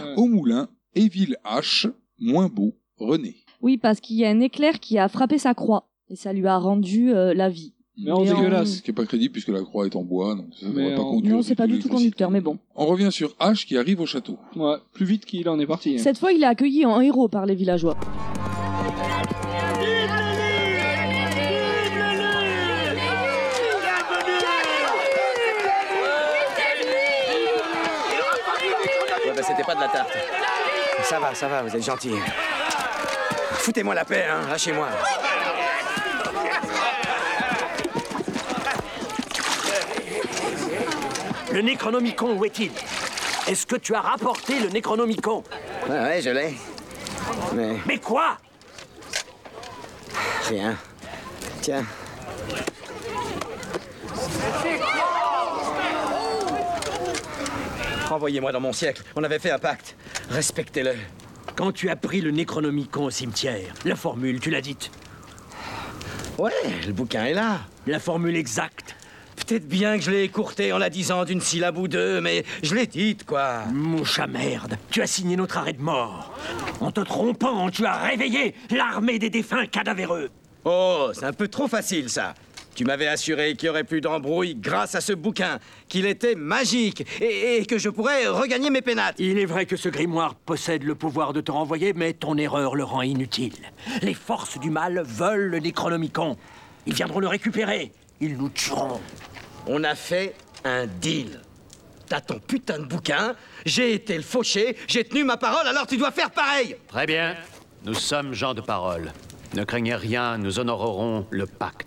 S10: Ouais.
S5: Au moulin, Éville H, moins beau, René.
S6: Oui, parce qu'il y a un éclair qui a frappé sa croix et ça lui a rendu euh, la vie.
S10: Mais en
S6: Mais en-
S10: dégueulasse.
S5: Ce qui n'est pas crédible puisque la croix est en bois, donc ça ne
S10: Mais
S5: devrait pas
S10: en-
S5: conduire.
S6: non, c'est pas du tout conducteur, mais bon.
S5: On revient sur H qui arrive au château.
S10: Ouais, plus vite qu'il en est parti. hein.
S6: Cette fois, il est accueilli en héros par les villageois.
S9: Ouais, bah, c'était pas de la tarte. Ça va, ça va, vous êtes gentil. Foutez-moi la paix, hein, lâchez-moi.
S11: Le Necronomicon, où est-il Est-ce que tu as rapporté le Necronomicon
S9: Ouais, ouais, je l'ai. Mais
S11: Mais quoi
S9: rien. Tiens. Renvoyez-moi dans mon siècle. On avait fait un pacte. Respectez-le.
S11: Quand tu as pris le Necronomicon au cimetière, la formule, tu l'as dite.
S9: Ouais, le bouquin est là.
S11: La formule exacte.
S9: Peut-être bien que je l'ai écourté en la disant d'une syllabe ou deux, mais je l'ai dite, quoi.
S11: Mon chat merde, tu as signé notre arrêt de mort. En te trompant, tu as réveillé l'armée des défunts cadavéreux.
S9: Oh, c'est un peu trop facile, ça. Tu m'avais assuré qu'il n'y aurait plus d'embrouille grâce à ce bouquin, qu'il était magique et, et que je pourrais regagner mes pénates.
S11: Il est vrai que ce grimoire possède le pouvoir de te renvoyer, mais ton erreur le rend inutile. Les forces du mal veulent le Necronomicon. Ils viendront le récupérer. Ils nous tueront.
S9: On a fait un deal. T'as ton putain de bouquin, j'ai été le fauché, j'ai tenu ma parole, alors tu dois faire pareil.
S11: Très bien. Nous sommes gens de parole. Ne craignez rien, nous honorerons le pacte.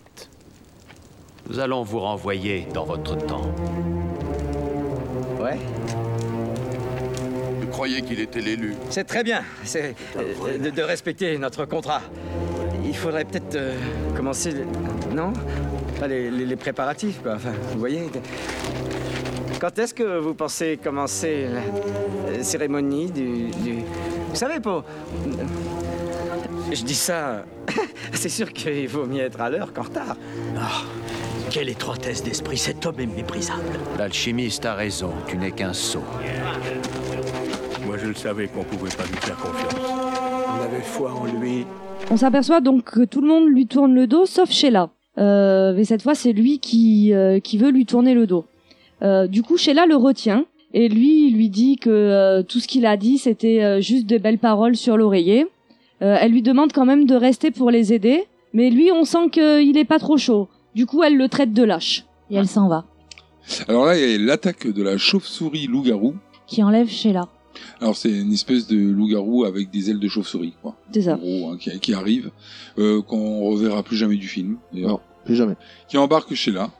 S11: Nous allons vous renvoyer dans votre temps.
S9: Ouais,
S12: Je croyais qu'il était l'élu.
S9: c'est très bien, c'est euh, de, de respecter notre contrat. Il faudrait peut-être euh, commencer, le- non Pas les, les- les préparatifs, quoi. Enfin, vous voyez. Quand est-ce que vous pensez commencer la euh, cérémonie du, du- Vous savez, pour... Je dis ça, Ah, c'est sûr qu'il vaut mieux être à l'heure qu'en retard.
S11: Ah, quelle étroitesse d'esprit, cet homme est méprisable.
S12: L'alchimiste a raison, tu n'es qu'un sot.
S13: Moi, je le savais qu'on pouvait pas lui faire confiance. On avait foi en lui.
S6: On s'aperçoit donc que tout le monde lui tourne le dos, sauf Sheila. Euh, mais cette fois, c'est lui qui, euh, qui veut lui tourner le dos. Euh, du coup, Sheila le retient et lui il lui dit que euh, tout ce qu'il a dit, c'était euh, juste de belles paroles sur l'oreiller. Euh, elle lui demande quand même de rester pour les aider, mais lui, on sent qu'il est pas trop chaud. Du coup, elle le traite de lâche et elle s'en va.
S5: Alors là, il y a l'attaque de la chauve-souris loup-garou.
S8: Qui enlève Sheila.
S5: Alors c'est une espèce de loup-garou avec des ailes de chauve-souris, quoi.
S6: C'est ça.
S5: En gros, hein, qui, qui arrive, euh, qu'on reverra plus jamais du film. Non,
S2: plus jamais.
S5: Qui embarque Sheila.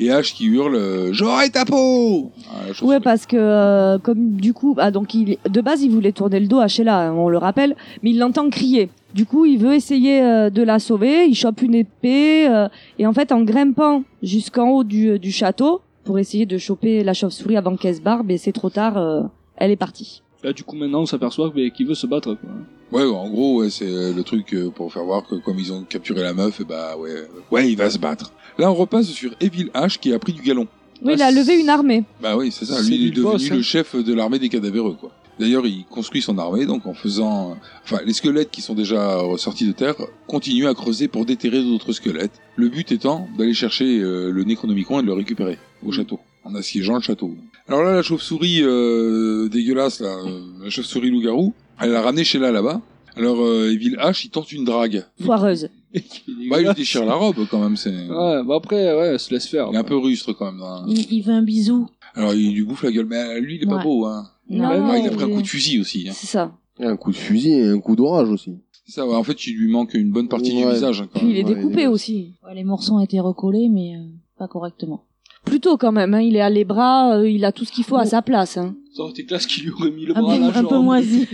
S5: Et H qui hurle euh, J'aurai ta peau à la chauve-souris.
S6: Ouais, parce que euh, comme du coup, ah, donc il, de base, il voulait tourner le dos à Sheila, hein, on le rappelle, mais il l'entend crier. Du coup, il veut essayer euh, de la sauver. Il chope une épée euh, et en fait, en grimpant jusqu'en haut du, euh, du château pour essayer de choper la chauve-souris avant qu'elle se barbe, et c'est trop tard. euh, elle est partie.
S10: Là, du coup, maintenant, on s'aperçoit que- qu'il veut se battre. Quoi.
S5: Ouais, en gros, ouais, c'est euh, le truc euh, pour faire voir que comme ils ont capturé la meuf, et bah ouais, euh, ouais, il va se battre. Là, on repasse sur Evil H qui a pris du galon.
S6: Oui,
S7: Ah,
S10: Ah,
S6: il a levé une armée.
S5: Bah oui, c'est ça.
S10: C'est
S5: Lui, il est
S10: lui le
S5: devenu
S10: boss, hein.
S5: le chef de l'armée des cadavéreux, quoi. D'ailleurs, il construit son armée, donc en faisant, enfin, les squelettes qui sont déjà ressortis de terre continuent à creuser pour déterrer d'autres squelettes. Le but étant d'aller chercher euh, le Necronomicon et de le récupérer
S10: Mm.
S5: au château, en assiégeant le château. Alors là, la chauve-souris euh, dégueulasse, là, euh, la chauve-souris loup-garou, elle l'a ramenée chez là là-bas. Alors, euh, Evil H, il tente une drague.
S6: Foireuse.
S10: [LAUGHS]
S5: Bah, il lui déchire la robe quand même. C'est
S10: Ouais, bah après, ouais, elle se laisse faire.
S5: il est un peu rustre quand même. hein.
S8: Il, il veut un bisou.
S5: Alors il lui bouffe la gueule, mais euh, lui il est pas
S8: Ouais.
S5: beau hein.
S8: Non,
S5: Ah,
S8: non,
S5: il a pris un
S8: il est-
S5: coup de fusil aussi. hein.
S6: C'est ça.
S2: Et un coup de fusil et un coup d'orage aussi.
S5: C'est ça, ouais, en fait il lui manque une bonne partie du
S2: Ouais.
S5: visage. hein, quand
S6: Puis il est
S5: même.
S6: découpé aussi.
S8: Ouais, les morceaux ont été recollés, mais euh, pas correctement.
S6: Plutôt quand même. hein, il est à les bras. euh, il a tout ce qu'il faut à sa place. Hein.
S10: Ça aurait été classe qu'il lui aurait mis le
S8: Un
S10: bras à
S8: peu,
S10: la
S8: un peu
S10: jambe.
S8: [LAUGHS] moisi.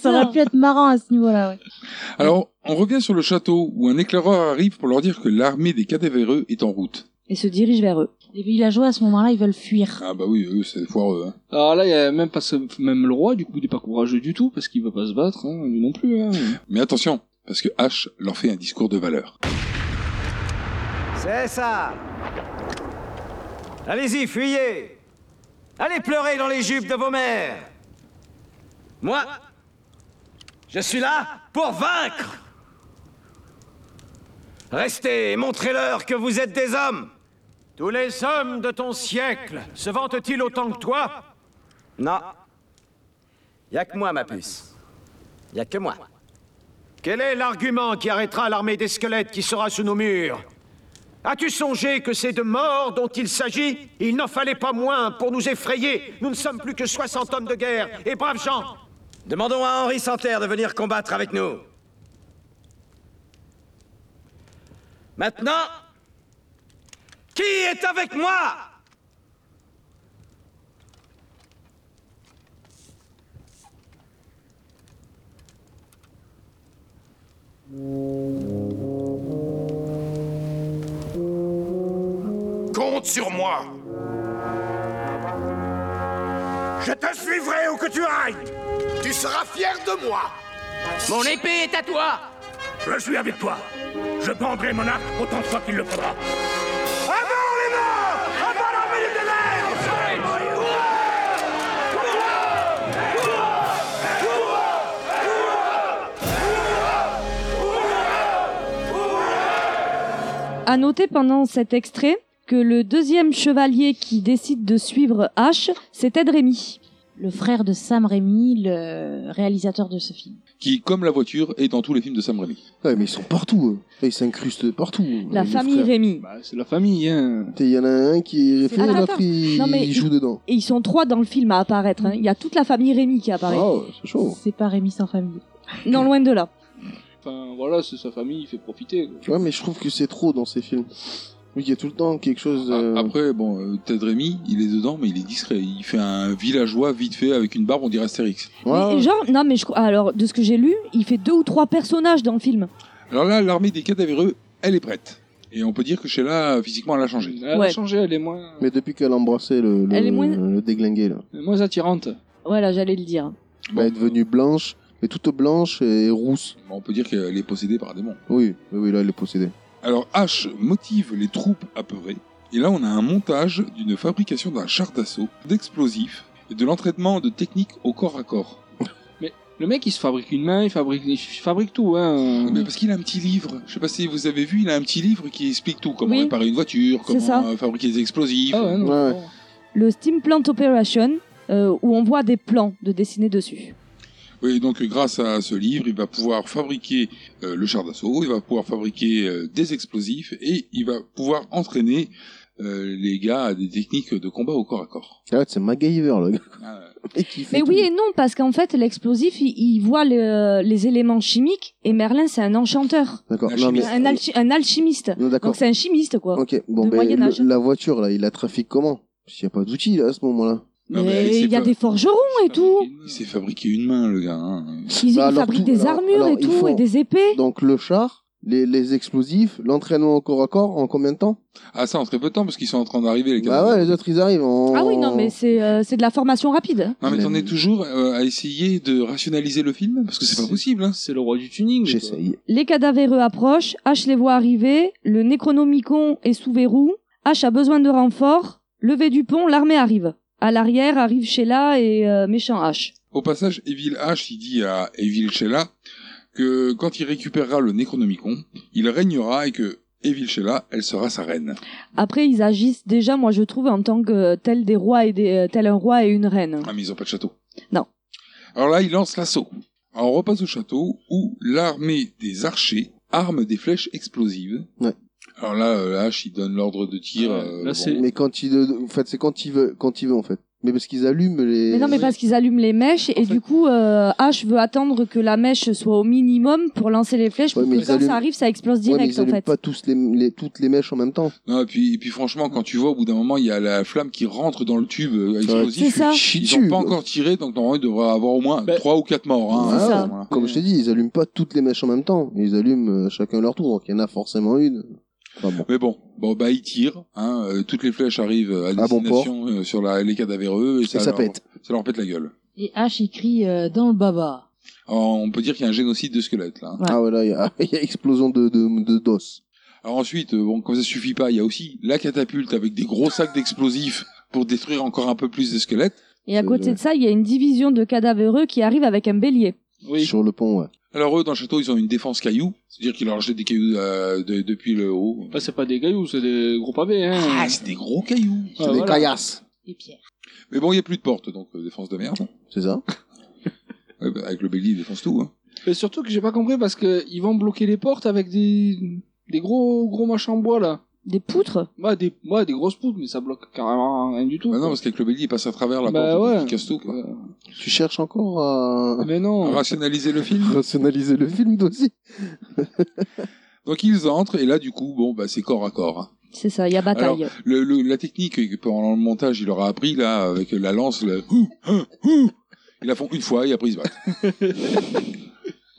S8: ça aurait pu être marrant à ce niveau-là, ouais.
S5: Alors on revient sur le château où un éclaireur arrive pour leur dire que l'armée des cadavéreux est en route.
S6: Et se dirige vers eux.
S8: Les villageois à ce moment-là, ils veulent fuir.
S5: Ah bah oui, eux c'est foireux. Hein.
S10: Alors là, il y a même, pas ce- même le roi, du coup, il est pas courageux du tout, parce qu'il va pas se battre, hein, lui non plus. Hein.
S5: Mais attention, parce que H leur fait un discours de valeur.
S9: C'est ça Allez-y, fuyez Allez pleurer dans les jupes de vos mères Moi, je suis là pour vaincre Restez et montrez-leur que vous êtes des hommes Tous les hommes de ton siècle se vantent-ils autant que toi Non. Y a que moi, ma puce. Y a que moi. Quel est l'argument qui arrêtera l'armée des squelettes qui sera sous nos murs As-tu songé que c'est de morts dont il s'agit Il n'en fallait pas moins pour nous effrayer. Nous ne sommes plus que 60 hommes de guerre et braves gens. Demandons à Henri Santerre de venir combattre avec nous. Maintenant, qui est avec moi
S12: Compte sur moi Je te suivrai où que tu ailles Tu seras fier de moi
S11: Mon épée est à toi
S12: Je suis avec toi Je prendrai mon arc autant de fois qu'il le faudra Avant les morts Avant l'armée des ténèbres
S6: À noter pendant cet extrait que le deuxième chevalier qui décide de suivre H, c'est Ted Rémy.
S8: Le frère de Sam Raimi, le réalisateur de ce film.
S5: Qui, comme la voiture, est dans tous les films de Sam Raimi.
S2: Ouais, mais ils sont partout. eux. Ils s'incrustent partout.
S6: La
S2: les
S6: famille
S2: frères.
S6: Rémy.
S10: Bah, c'est la famille, hein.
S2: Il y en a un qui est fait,
S6: Attends,
S2: l'autre
S6: attends.
S2: il,
S6: Non, mais
S2: il joue
S6: il-
S2: dedans.
S6: Et ils sont trois dans le film à apparaître. hein. Il y a toute la famille Rémy qui apparaît.
S2: Ah, c'est chaud.
S8: C'est pas Rémi sans famille.
S6: Non, loin de là.
S10: Enfin, voilà, c'est sa famille, il fait profiter. quoi.
S2: Tu vois, mais je trouve que c'est trop dans ces films. Oui, il y a tout le temps quelque chose. euh,
S5: Ah, Après, bon, euh, Ted Remy, il est dedans, mais il est discret. Il fait un villageois vite fait avec une barbe, on dirait Astérix.
S6: Mais genre, non, mais je crois- Alors, de ce que j'ai lu, il fait deux ou trois personnages dans le film.
S5: Alors là, l'armée des cadavéreux, elle est prête. Et on peut dire que Sheila, physiquement, elle a changé.
S10: Elle a
S6: Ouais.
S10: changé, elle est moins,
S2: Mais depuis qu'elle a embrassé le, le,
S6: Elle est moins-
S2: le déglingué, là.
S10: elle est moins attirante.
S6: Voilà, j'allais le dire.
S2: Bah, elle est devenue blanche, mais toute blanche et rousse.
S5: On peut dire qu'elle est possédée par un démon.
S2: Oui, oui, oui, là, elle est possédée.
S5: Alors H motive les troupes apeurées. Et là, on a un montage d'une fabrication d'un char d'assaut, d'explosifs et de l'entraînement de techniques au corps à corps.
S10: Mais le mec, il se fabrique une main, il fabrique, il fabrique tout. Hein.
S5: Mais parce qu'il a un petit livre. Je sais pas si vous avez vu, il a un petit livre qui explique tout comment
S6: Oui.
S5: réparer une voiture,
S6: C'est ça.
S5: comment euh, fabriquer des explosifs.
S10: Ah ouais, non, Ouais, ouais.
S6: Le Steam Plant Operation, euh, où on voit des plans de dessiner dessus.
S5: Oui, donc euh, grâce à ce livre, il va pouvoir fabriquer euh, le char d'assaut, il va pouvoir fabriquer euh, des explosifs et il va pouvoir entraîner euh, les gars à des techniques de combat au corps à corps.
S2: Ah, c'est MacGyver, le gars. Et qui fait
S6: Mais oui et non, parce qu'en fait, l'explosif, il, il voit le- les éléments chimiques, et Merlin, c'est un enchanteur.
S2: D'accord.
S6: Un,
S2: Non, mais-
S6: alchi- un alchimiste.
S2: Non, d'accord.
S6: Donc c'est un chimiste, quoi.
S2: Ok, bon,
S6: de
S2: ben,
S6: Moyen
S2: le-
S6: Âge.
S2: la voiture, là, il la trafique comment S'il n'y a pas d'outils, là, à ce moment-là.
S6: Mais il y a des forgerons et tout.
S5: Il s'est fabriqué une main, le gars. hein.
S6: Ils, ils
S2: Bah, alors, tout-
S6: fabriquent des
S2: alors-
S6: armures
S2: alors,
S6: et
S2: ils
S6: tout,
S2: font-
S6: et des épées.
S2: Donc, le char, les, les explosifs, l'entraînement au corps à corps, en combien de temps
S5: Ah ça, en très peu de temps, parce qu'ils sont en train d'arriver, les gars.
S2: Bah ouais, les autres, ils arrivent en...
S6: Ah oui, non, mais c'est euh, c'est de la formation rapide. hein.
S2: Ah,
S5: Non mais t'en es toujours euh, à essayer de rationaliser le film parce que c'est pas possible. hein.
S10: C'est le roi du tuning.
S2: J'essaye.
S6: Les cadavéreux approchent, H les voit arriver, le Necronomicon est sous verrou, H a besoin de renfort, levé du pont, l'armée arrive. À l'arrière arrive Sheila et euh, méchant H.
S5: Au passage, Evil H, il dit à Evil Shella que quand il récupérera le Necronomicon, il régnera et que Evil Shella, elle sera sa reine.
S6: Après, ils agissent déjà, moi je trouve, en tant que euh, tel des rois et des, euh, tel un roi et une reine.
S5: Ah mais ils ont pas de château.
S6: Non.
S5: Alors là, il lance l'assaut. Alors on repasse au château où l'armée des archers arme des flèches explosives.
S2: Ouais.
S5: Alors là, euh, H, il donne l'ordre de tir. euh, bon.
S2: Mais quand il... euh, En fait, c'est quand il veut, quand il veut, en fait. Mais parce qu'ils allument les...
S6: Mais non, mais parce qu'ils allument les mèches et du coup, euh, H veut attendre que la mèche soit au minimum pour lancer les flèches
S2: Ouais,
S6: pour
S2: mais
S6: que
S2: ils
S6: quand
S2: allument-
S6: ça arrive, ça explose
S2: Ouais, mais
S6: direct
S2: ils
S6: en
S2: allument
S6: fait.
S2: pas tous les, les- toutes les mèches en même temps.
S5: Non, et puis, et puis franchement, quand tu vois, au bout d'un moment, il y a la flamme qui rentre dans le tube euh,
S2: C'est
S5: explosif.
S2: ça.
S5: Ils n'ont pas encore tiré, donc normalement, il devrait avoir au moins trois ou quatre morts. Hein,
S2: Ah,
S5: Voilà.
S2: Comme je t'ai dit, ils allument pas toutes les mèches en même temps. Ils allument euh, chacun leur tour, donc il y en a forcément une.
S5: Mais bon, bon bah ils tirent. Hein, euh, toutes les flèches arrivent à
S2: À Ah, bon
S5: destination euh, sur la, les cadavéreux et, ça,
S2: ça
S5: leur,
S2: pète.
S5: Ça leur pète la gueule.
S8: Et H, il crie euh, dans le baba.
S5: Alors, on peut dire qu'il y a un génocide de squelettes là. hein.
S2: Ah ouais, là, il y a, [LAUGHS] il y a explosion de, de, de d'os.
S5: Alors ensuite, euh, bon, comme ça suffit pas, il y a aussi la catapulte avec des gros sacs d'explosifs pour détruire encore un peu plus de squelettes.
S6: Et à
S2: Mm,
S6: côté de ça, il y a une division de cadavéreux qui arrive avec un bélier.
S2: Sur le pont, ouais.
S5: Alors eux, dans le château, ils ont une défense cailloux, c'est-à-dire qu'ils leur jettent des cailloux euh, de- depuis le haut.
S10: Bah, c'est pas des cailloux, c'est des gros pavés. Hein.
S5: Ah, c'est des gros cailloux.
S10: Ah,
S5: C'est des
S10: voilà.
S2: caillasses.
S8: Des pierres.
S5: Mais bon, il y a plus de porte, donc euh, défense de merde. bah,
S2: C'est ça.
S5: avec le bélier, il défonce tout. Hein.
S10: Et surtout que j'ai pas compris parce que ils vont bloquer les portes avec des, des gros gros machins en bois là.
S6: Des poutres
S10: Ouais, des, ouais, des grosses poutres, mais ça bloque carrément rien du tout.
S5: Bah non, parce qu'avec le bélier, il passe à travers la
S10: Bah
S5: porte, donc
S10: ouais. Euh,
S5: il casse tout. Quoi. Ah,
S2: Tu cherches encore à... [LAUGHS]
S10: Mais non.
S5: Rationaliser le film.
S10: [LAUGHS]
S2: Rationaliser le film, toi aussi.
S5: Donc ils entrent, et là, du coup, bon, bah, c'est corps à corps. hein.
S6: C'est ça, il y a bataille.
S5: Alors, le- le- la technique que pendant le montage, il leur a appris, là, avec la lance, le... hou, hou, hou. Ils la font une fois, et après ils se battent.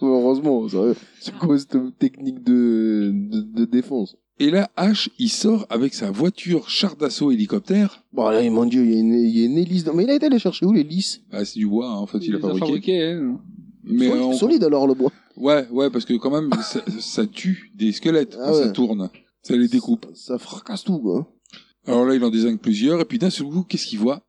S2: Heureusement, ça, c'est quoi cette technique de, de, de défense
S5: Et là, H, il sort avec sa voiture char d'assaut hélicoptère.
S2: Bon, là, mon dieu, il y, a une- il y a une hélice. dans- Mais il a été allé chercher où l'hélice
S5: Ah, c'est du bois, hein, en fait, il, a
S10: les a
S5: fabriqué.
S10: fabriqués, hein.
S5: Mais
S2: Solide-
S5: on-
S2: Solide alors le bois.
S5: Ouais, ouais, parce que quand
S2: [LAUGHS]
S5: même, ça, ça tue des squelettes
S2: Ah
S5: quand ça
S2: ouais.
S5: tourne. Ça les découpe.
S2: Ça fracasse tout, quoi.
S5: Alors là, il en désigne plusieurs, et puis d'un seul coup, qu'est-ce qu'il voit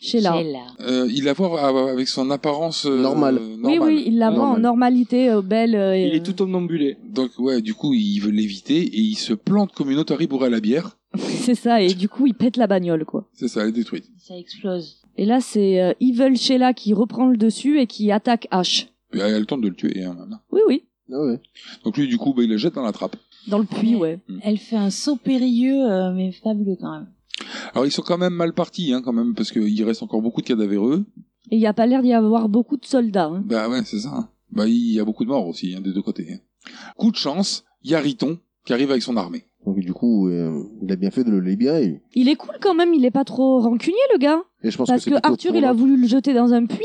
S6: Sheila.
S5: Euh, Il la voit a- avec son apparence euh,
S2: Normale.
S6: Oui, oui, il la voit en normalité, euh, belle. euh, et, euh,
S10: tout omnambulé.
S5: Donc ouais, du coup, il veut l'éviter et il se plante comme une otarie bourrée à la bière.
S6: C'est ça, et du coup, il pète la bagnole, quoi.
S5: C'est ça, elle est détruite.
S8: Ça explose.
S6: Et là, c'est euh, Evil Sheila qui reprend le dessus et qui attaque H.
S5: Et elle a le temps de le tuer. hein, là, là.
S6: Oui, oui,
S2: Ah
S5: Donc lui, du coup, bah, il la jette dans la trappe.
S6: dans le puits, ouais.
S8: Elle fait un saut périlleux, euh, mais fabuleux quand même.
S5: Alors ils sont quand même mal partis, hein, quand même, parce qu'il reste encore beaucoup de cadavéreux.
S6: Et il n'y a pas l'air d'y avoir beaucoup de soldats. hein.
S5: Bah ouais, c'est ça. hein. Bah il y a beaucoup de morts aussi, hein, des deux côtés. hein. Coup de chance, il y a Riton qui arrive avec son armée.
S2: Donc du coup, euh, il a bien fait de le libérer. lui.
S6: Il est cool quand même, il est pas trop rancunier, le gars.
S2: Et je pense
S6: Parce
S2: que c'est
S6: que,
S2: plutôt
S6: Arthur,
S2: pour Mm.
S6: il a
S2: le-
S6: voulu le jeter dans un puits.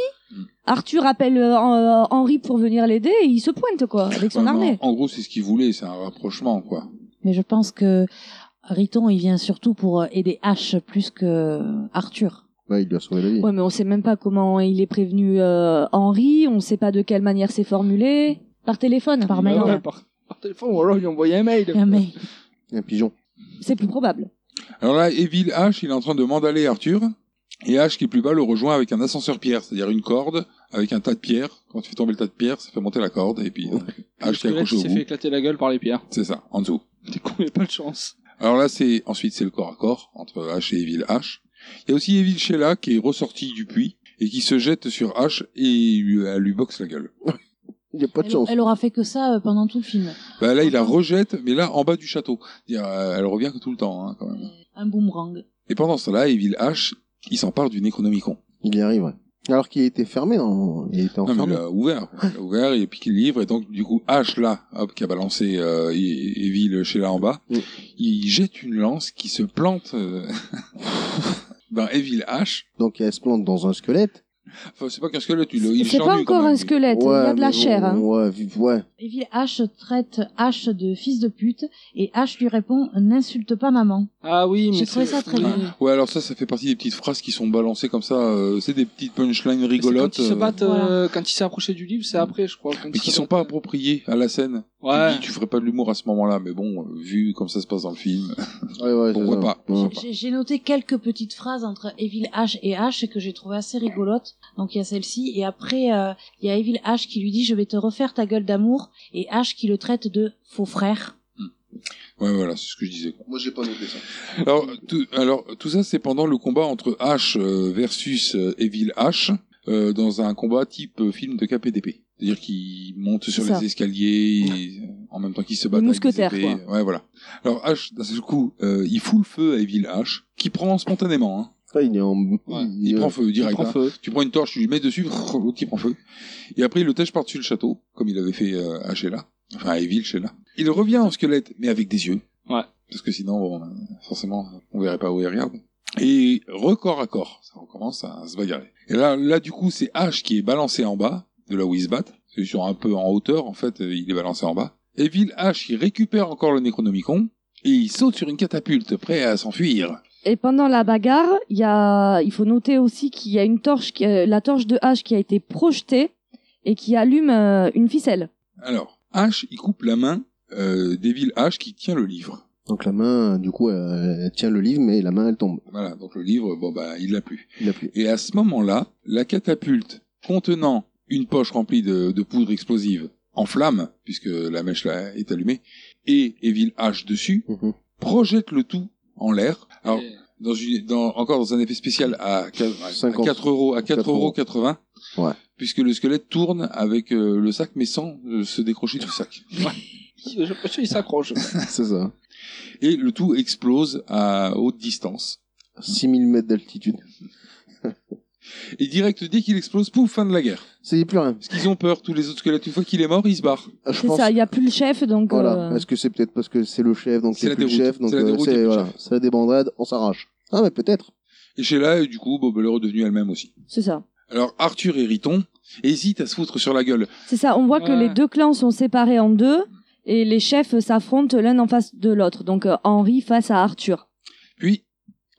S6: Arthur appelle euh, euh, Henri pour venir l'aider et il se pointe, quoi, avec son
S5: Enfin,
S6: armée.
S5: En, en gros, c'est ce qu'il voulait, c'est un rapprochement, quoi.
S8: Mais je pense que Riton, il vient surtout pour euh, aider H plus que Arthur.
S2: Ouais, il lui a sauvé la vie.
S6: Ouais, mais on sait même pas comment il est prévenu euh, Henri, on sait pas de quelle manière c'est formulé. Par téléphone
S8: Par
S10: Ouais, ouais, par, par téléphone, ou alors ils lui envoyaient un mail.
S8: Un mail.
S2: Un pigeon.
S6: C'est plus probable.
S5: Alors là, Evil H, il est en train de mandaler Arthur. Et H qui est plus bas le rejoint avec un ascenseur pierre, c'est-à-dire une corde avec un tas de pierres. Quand tu fais tomber le tas de pierres, ça fait monter la corde et puis euh, H qui est
S10: Squelette
S5: accroché
S10: qui
S5: au
S10: s'est fait
S5: bout.
S10: éclater la gueule par les pierres.
S5: [LAUGHS] C'est ça, en dessous.
S10: Du coup, il n'y a pas de chance.
S5: Alors là, c'est ensuite c'est le corps à corps entre H et Evil H. Il y a aussi Evil Sheila qui est ressorti du puits et qui se jette sur H et lui- elle lui boxe la gueule.
S2: Il n'y a pas
S8: Elle, elle aura fait que ça euh, pendant tout le film.
S5: Bah là, il la rejette, mais là en bas du château. C'est-à-dire, euh, Elle revient tout le temps hein, quand même.
S8: Un boomerang.
S5: Et pendant ce temps-là, Evil H, il s'empare du Necronomicon.
S2: Il y arrive, ouais. Alors qu'il était fermé, non Il était
S5: Non, mais il
S2: enfermé.
S5: l'a ouvert. Il l'a ouvert et puis qu'il livre. Et donc, du coup, H, là, hop, qui a balancé euh, Evil chez là en bas,
S6: Mm.
S5: il jette une lance qui se plante euh, [LAUGHS] dans Evil H.
S2: Donc elle se plante dans un squelette.
S5: Enfin, c'est pas qu'un squelette, il, il
S6: C'est
S5: est
S6: pas
S5: charnu, quand
S6: encore
S5: même.
S6: un squelette, il y a de la
S2: mais
S6: chair.
S2: bon,
S6: hein.
S2: Ouais, vi- ouais.
S8: Evil H traite H de fils de pute et H lui répond N'insulte pas maman.
S10: Ah oui, mais
S8: J'ai trouvé
S10: c'est-
S8: ça très
S10: Ah.
S8: bien.
S5: Ouais, alors ça, ça fait partie des petites phrases qui sont balancées comme ça. euh, c'est des petites punchlines
S10: C'est
S5: rigolotes.
S10: Quand ils se
S5: euh,
S10: battent, euh, quand il s'est approché du livre, c'est après, je crois. quand
S5: mais
S10: ils
S5: qui
S10: se
S5: sont pas appropriées à la scène.
S10: Ouais.
S5: Tu dis, tu ferais pas de l'humour à ce moment-là, mais bon, euh, vu comme ça se passe dans le film, pourquoi
S2: ça.
S5: pas
S2: Ouais.
S8: J'ai j'ai noté quelques petites phrases entre Evil H et H que j'ai trouvé assez rigolotes. Donc il y a celle-ci et après euh, il y a Evil H qui lui dit je vais te refaire ta gueule d'amour et H qui le traite de faux frère.
S5: Ouais, voilà, c'est ce que je disais.
S2: Moi, j'ai pas noté ça.
S5: Alors tout, alors, tout ça, c'est pendant le combat entre H euh, versus euh, Evil H, euh, dans un combat type euh, film de KPDP. C'est-à-dire qu'il monte sur
S6: C'est ça.
S5: les escaliers, et, euh, en même temps qu'il se bat
S6: Les
S5: avec des
S6: mousquetaires,
S5: épées. Ouais, voilà. Alors H, d'un seul coup, euh, il fout le feu à Evil H, qui prend spontanément. hein.
S2: Ça, il est en...
S5: Il, prend feu direct.
S2: prend
S5: hein.
S2: feu.
S5: Tu prends une torche, tu lui mets dessus, [LAUGHS] prrr, l'autre qui prend feu. Et après, il le tèche par-dessus le château, comme il avait fait euh, à Sheila. Enfin, à Evil, Sheila. Il revient en squelette, mais avec des yeux.
S10: Ouais.
S5: Parce que sinon, bon, euh, forcément, on verrait pas où il regarde. Et record à corps, ça recommence à se bagarrer. Et là, là du coup, c'est H qui est balancé en bas, de là où il se bat. C'est sur un peu en hauteur, en fait, euh, il est balancé en bas. Evil H, il récupère encore le Necronomicon, et il saute sur une catapulte, prêt à s'enfuir.
S6: Et pendant la bagarre, il y a, il faut noter aussi qu'il y a une torche, qui- euh, la torche de H qui a été projetée et qui allume euh, une ficelle.
S5: Alors, H, il coupe la main euh, d'Evil H qui tient le livre.
S2: Donc la main, du coup, elle, elle tient le livre, mais la main, elle tombe.
S5: Voilà, donc le livre, bon bah, il l'a plus.
S2: Il l'a plus.
S5: Et à ce moment-là, la catapulte contenant une poche remplie de, de poudre explosive en flamme, puisque la mèche là est allumée, et Evil H dessus, projette le tout en l'air. Alors,
S10: Eh,
S5: dans une, dans, encore dans un effet spécial à, qua- à
S2: 50.
S5: 4 euros, à 4 euros 80,
S2: Ouais.
S5: puisque le squelette tourne avec euh, le sac, mais sans euh, se décrocher du sac.
S10: Je je- je- il
S5: [LAUGHS]
S10: s'accroche.
S2: [LAUGHS] C'est ça.
S5: Et le tout explose à haute distance.
S2: 6000 mètres d'altitude.
S5: Et direct, dès qu'il explose, pouf, fin de la guerre.
S2: C'est plus rien.
S5: Parce qu'ils ont peur, tous les autres squelettes, une fois qu'il est mort, ils se barrent.
S2: Ah, je
S6: C'est
S2: pense-
S6: ça, il y a plus le chef, donc.
S2: Voilà.
S6: euh,
S2: Est-ce que c'est peut-être parce que c'est le chef, donc
S5: C'est la
S2: c'est plus le
S5: déroute.
S2: chef, donc
S5: C'est la
S2: euh,
S5: déroute, c'est
S2: c'est
S5: plus le
S2: voilà,
S5: chef.
S2: c'est la débandade, on s'arrache. Ah, mais peut-être.
S5: Et Sheila, et du coup, Bob est redevenue elle-même aussi.
S6: C'est ça.
S5: Alors, Arthur et Riton hésitent à se foutre sur la gueule.
S6: C'est ça, on voit que les deux clans sont séparés en deux et les chefs s'affrontent l'un en face de l'autre. Donc euh, Henri face à Arthur.
S5: Puis.